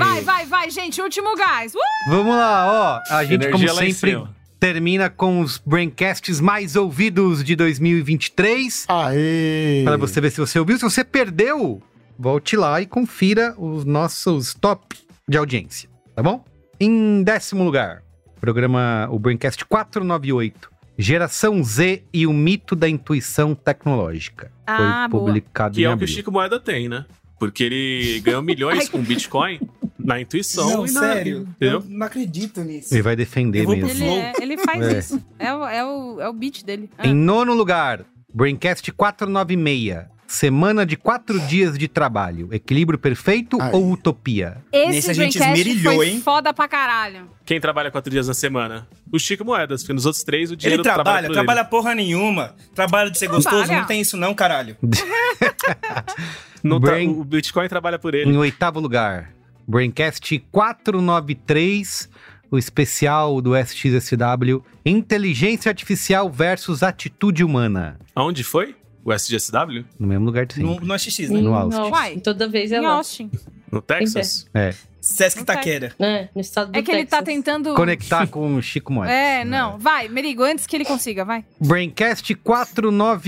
Ah, Vai, vai, vai, gente. Último gás. Uh!
Vamos lá, ó. A gente,
Energia
como
lá em
sempre,
cima.
termina com os Braincasts mais ouvidos de 2023. Aê! Para você ver se você ouviu. Se você perdeu, volte lá e confira os nossos top de audiência, tá bom? Em décimo lugar, programa o Braincast 498. Geração Z e o mito da intuição tecnológica.
Ah,
Foi
boa.
publicado
Que
em
é o que o
abril.
Chico Moeda tem, né? Porque ele ganhou milhões com Bitcoin na intuição
Não,
e na.
sério. Eu
Entendeu?
não acredito nisso.
Ele vai defender mesmo.
Ele, é, ele faz
É.
isso. É o, é, o, é o beat dele. Ah.
Em nono lugar, Braincast 496. Semana de quatro dias de trabalho. Equilíbrio perfeito ou utopia?
Esse Dreamcast foi foda pra caralho.
Quem trabalha quatro dias na semana? O Chico Moedas, porque nos outros três o
Ele
dinheiro do trabalho
trabalha,
pro
trabalha porra nenhuma. Trabalho de ser
Trabalha.
gostoso, não tem isso não, caralho.
Não tra-
Brain-
O Bitcoin trabalha por ele.
Em oitavo lugar, Braincast 493. O especial do SXSW. Inteligência Artificial versus Atitude Humana.
Aonde foi? O SGSW?
No mesmo lugar de
No,
sempre.
no AXX, né?
No Austin.
Uai, toda vez é
Em
lá.
Austin.
No
Texas?
É.
Sesc
Tá.
Taquera.
É, no estado do
É que ele tá tentando.
Conectar com o Chico Moedas.
É, não. Vai, Merigo, antes que ele consiga, vai.
Braincast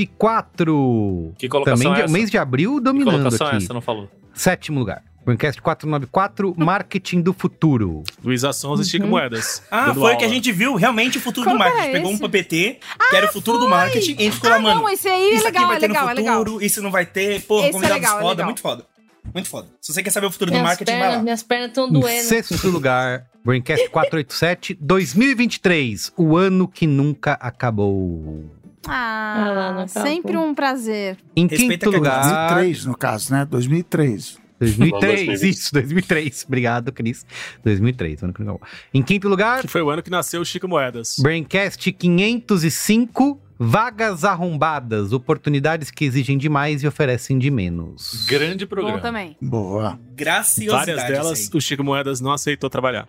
494.
Que colocação
Também de-
é essa?
mês de abril
Que
dominando
colocação
aqui.
é essa? Não falou.
Sétimo lugar. Braincast 494, Marketing do Futuro.
Luísa Sonza e Chico
Uhum.
Moedas.
Ah,
dando
foi
aula.
que a gente viu realmente o futuro
Qual
do marketing.
é
Pegou um
esse?
PPT, que era o futuro do marketing, e a gente ficou lá,
Ah,
mano.
não, esse aí é
isso
legal,
aqui vai
é
ter
legal, é
no
legal.
futuro, isso não vai ter. Porra,
Esse é
convidados
legal, é
foda,
legal.
muito foda. Muito foda. Se você quer saber o futuro do
Minhas
marketing, vai
pernas,
lá.
minhas pernas estão
Em
doendo.
sexto lugar, Braincast 487, 2023, o ano que nunca acabou.
Ah, sempre um prazer.
Em
é
quinto
é
lugar.
2003, no caso, né? 2003.
2003, isso, 2003. Obrigado, Cris. 2003, o ano que nunca acabou. Em quinto lugar,
Que foi o ano que nasceu o Chico Moedas.
Braincast 505, vagas arrombadas, oportunidades que exigem demais e oferecem de menos.
Grande
Bom também.
Boa.
Graciosidade.
Várias
isso
delas, o Chico Moedas não aceitou trabalhar.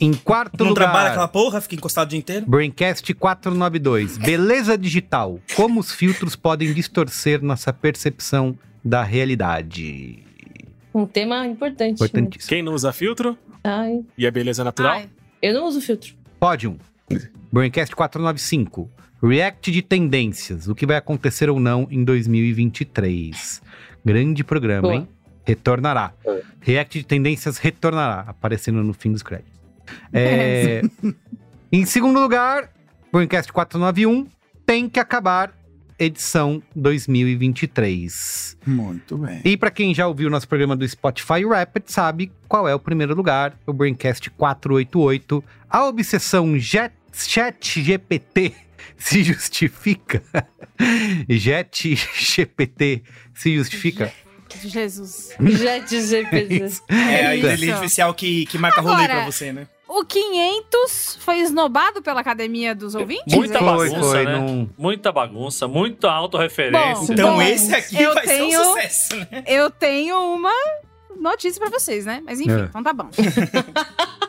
Em quarto
aí. Não
lugar.
trabalha aquela porra, fica encostado o dia inteiro.
Braincast 492. Beleza digital. Como os filtros podem distorcer nossa percepção da realidade.
Um tema importante.
Importantíssimo.
Quem não usa filtro
Ai,
e a beleza natural?
eu não uso filtro.
Pódium. Braincast 495. React de tendências. O que vai acontecer ou não em 2023. Grande programa,
Boa.
hein? Retornará. React de tendências retornará, aparecendo no fim dos créditos. É, em segundo lugar, Braincast 491. Tem que acabar. Edição 2023.
Muito bem.
E pra quem já ouviu nosso programa do Spotify Rapid, sabe qual é o primeiro lugar, o Braincast 488. A obsessão Jet, Chat GPT se justifica. Jet GPT se justifica.
Jesus.
Jet GPT.
É a
Isso.
inteligência artificial que, que marca rolê
Agora-
pra você, né?
O 500 foi esnobado pela academia dos ouvintes? né?
Muita bagunça,
foi,
né?
não-
Muita bagunça, muita autorreferência.
Bom,
Então,
bom, eu tenho- Eu tenho uma notícia pra vocês, né? Mas enfim,
É.
então tá bom.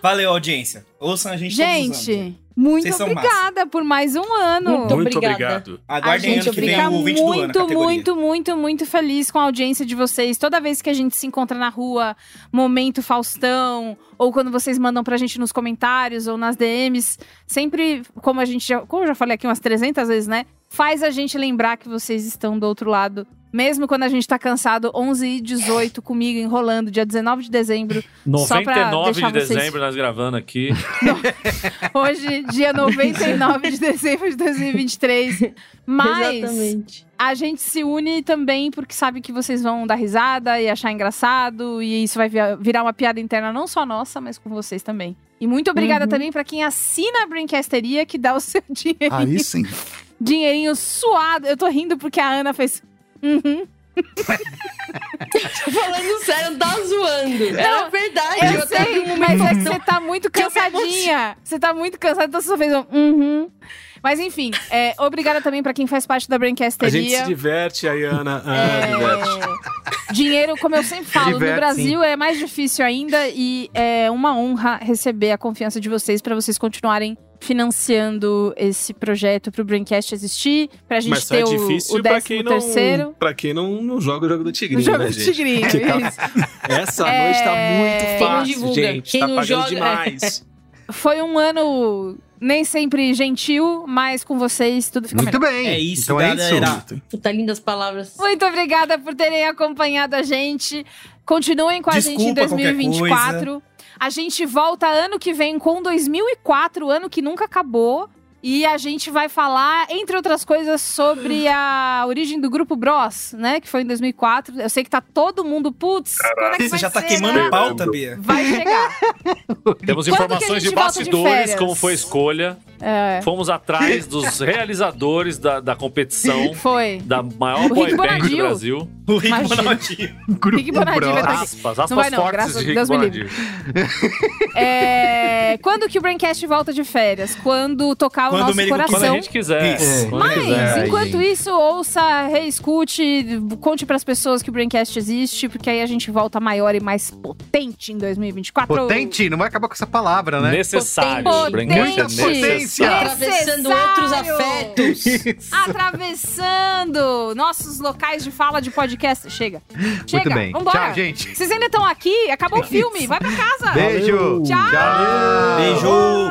Valeu, audiência. Ouçam a gente todos os anos.
Gente, Muito
Vocês são
obrigada por mais um ano.
Muito Muito obrigada. obrigado. Aguardem
a gente
ano que vem
fica
o ouvinte do ano, a
muito,
categoria.
muito, muito, muito feliz com a audiência de vocês. Toda vez que a gente se encontra na rua, momento Faustão, ou quando vocês mandam pra gente nos comentários ou nas DMs, sempre, como a gente já, como eu já falei aqui umas 300 vezes, né? Faz a gente lembrar que vocês estão do outro lado. Mesmo quando a gente tá cansado, 11 e 18 comigo enrolando, dia 19 de dezembro. só pra
99 de
deixar vocês-
dezembro, nós gravando aqui.
Hoje, dia 99 de dezembro de 2023. Mas
Exatamente.
a gente se une também porque sabe que vocês vão dar risada e achar engraçado. E isso vai via- virar uma piada interna, não só nossa, mas com vocês também. E muito obrigada
Uhum.
também pra quem assina a Brinquesteria, que dá o seu dinheirinho.
Aí sim.
Dinheirinho suado. Eu tô rindo porque a Ana fez. Uhum.
Tô falando sério, não tá zoando. Era verdade.
Eu
até vi
sei,
um
mas é que
momento-
você tá muito
que eu me
cansadinha. Você tá muito cansada, então você só fez um. Uhum. Mas enfim, é, obrigada também pra quem faz parte da
A gente se
Brancasteria.
diverte, Ayana. Ah,
É.
diverte.
Dinheiro, como eu sempre falo,
Diverte,
no Brasil é mais difícil ainda e é uma honra receber a confiança de vocês pra vocês continuarem financiando esse projeto pro Braincast existir, pra gente
Mas só
ter
é
o-
difícil
o
pra quem
décimo
não,
terceiro.
pra quem não, não joga o jogo do Tigrinho,
O jogo
né,
do
gente?
tigrinho,
Que tá- Essa noite tá
É.
muito fácil, gente. tá pagando demais.
Foi um ano nem sempre gentil, mas com vocês tudo fica melhor.
É isso, Então é isso. galera.
Puta, lindas palavras.
Muito obrigada por terem acompanhado a gente. Continuem com a gente em
Desculpa qualquer
2024.
coisa.
A gente volta ano que vem com 2004, ano que nunca acabou. E a gente vai falar, entre outras coisas, sobre a origem do grupo Bros, né? Que foi em 2004. Eu sei que tá todo mundo, putz, quando é que
Você
vai
já tá
ser,
queimando
né?
pauta, Bia?
Vai chegar.
Temos
Quando que a
informações de
gente volta de
bastidores,
férias?
como foi a escolha.
É.
Fomos atrás dos realizadores da, da competição.
Foi.
Da maior
O
boy
Rick
band do
Bonadio.
Brasil.
O Rick
Imagina.
Bonaldinho.
Rick Bonadinho vai estar aqui.
um Aspas,
Não vai
aspas
não,
fortes
graças a
de Rick
Deus me livre.
Bonadio.
É, Quando que o Braincast volta de férias? Quando tocar o nosso coração.
Quando a gente quiser. É,
Isso.
Quando quiser.
Mas, enquanto isso, ouça, reescute, conte pras pessoas que o Braincast existe, porque aí a gente volta maior e mais potente em 2024.
Potente, não vai acabar com essa palavra, né?
Necessário.
Potente.
Braincast é
Potente.
necessário.
Atravessando
Necessário.
outros afetos.
Atravessando nossos locais de fala de podcast. Chega. Chega.
bem.
Vambora.
Tchau, gente.
Vocês ainda estão aqui? Acabou o filme. Vai pra casa.
Beijo.
Tchau.
Tchau.
Beijo.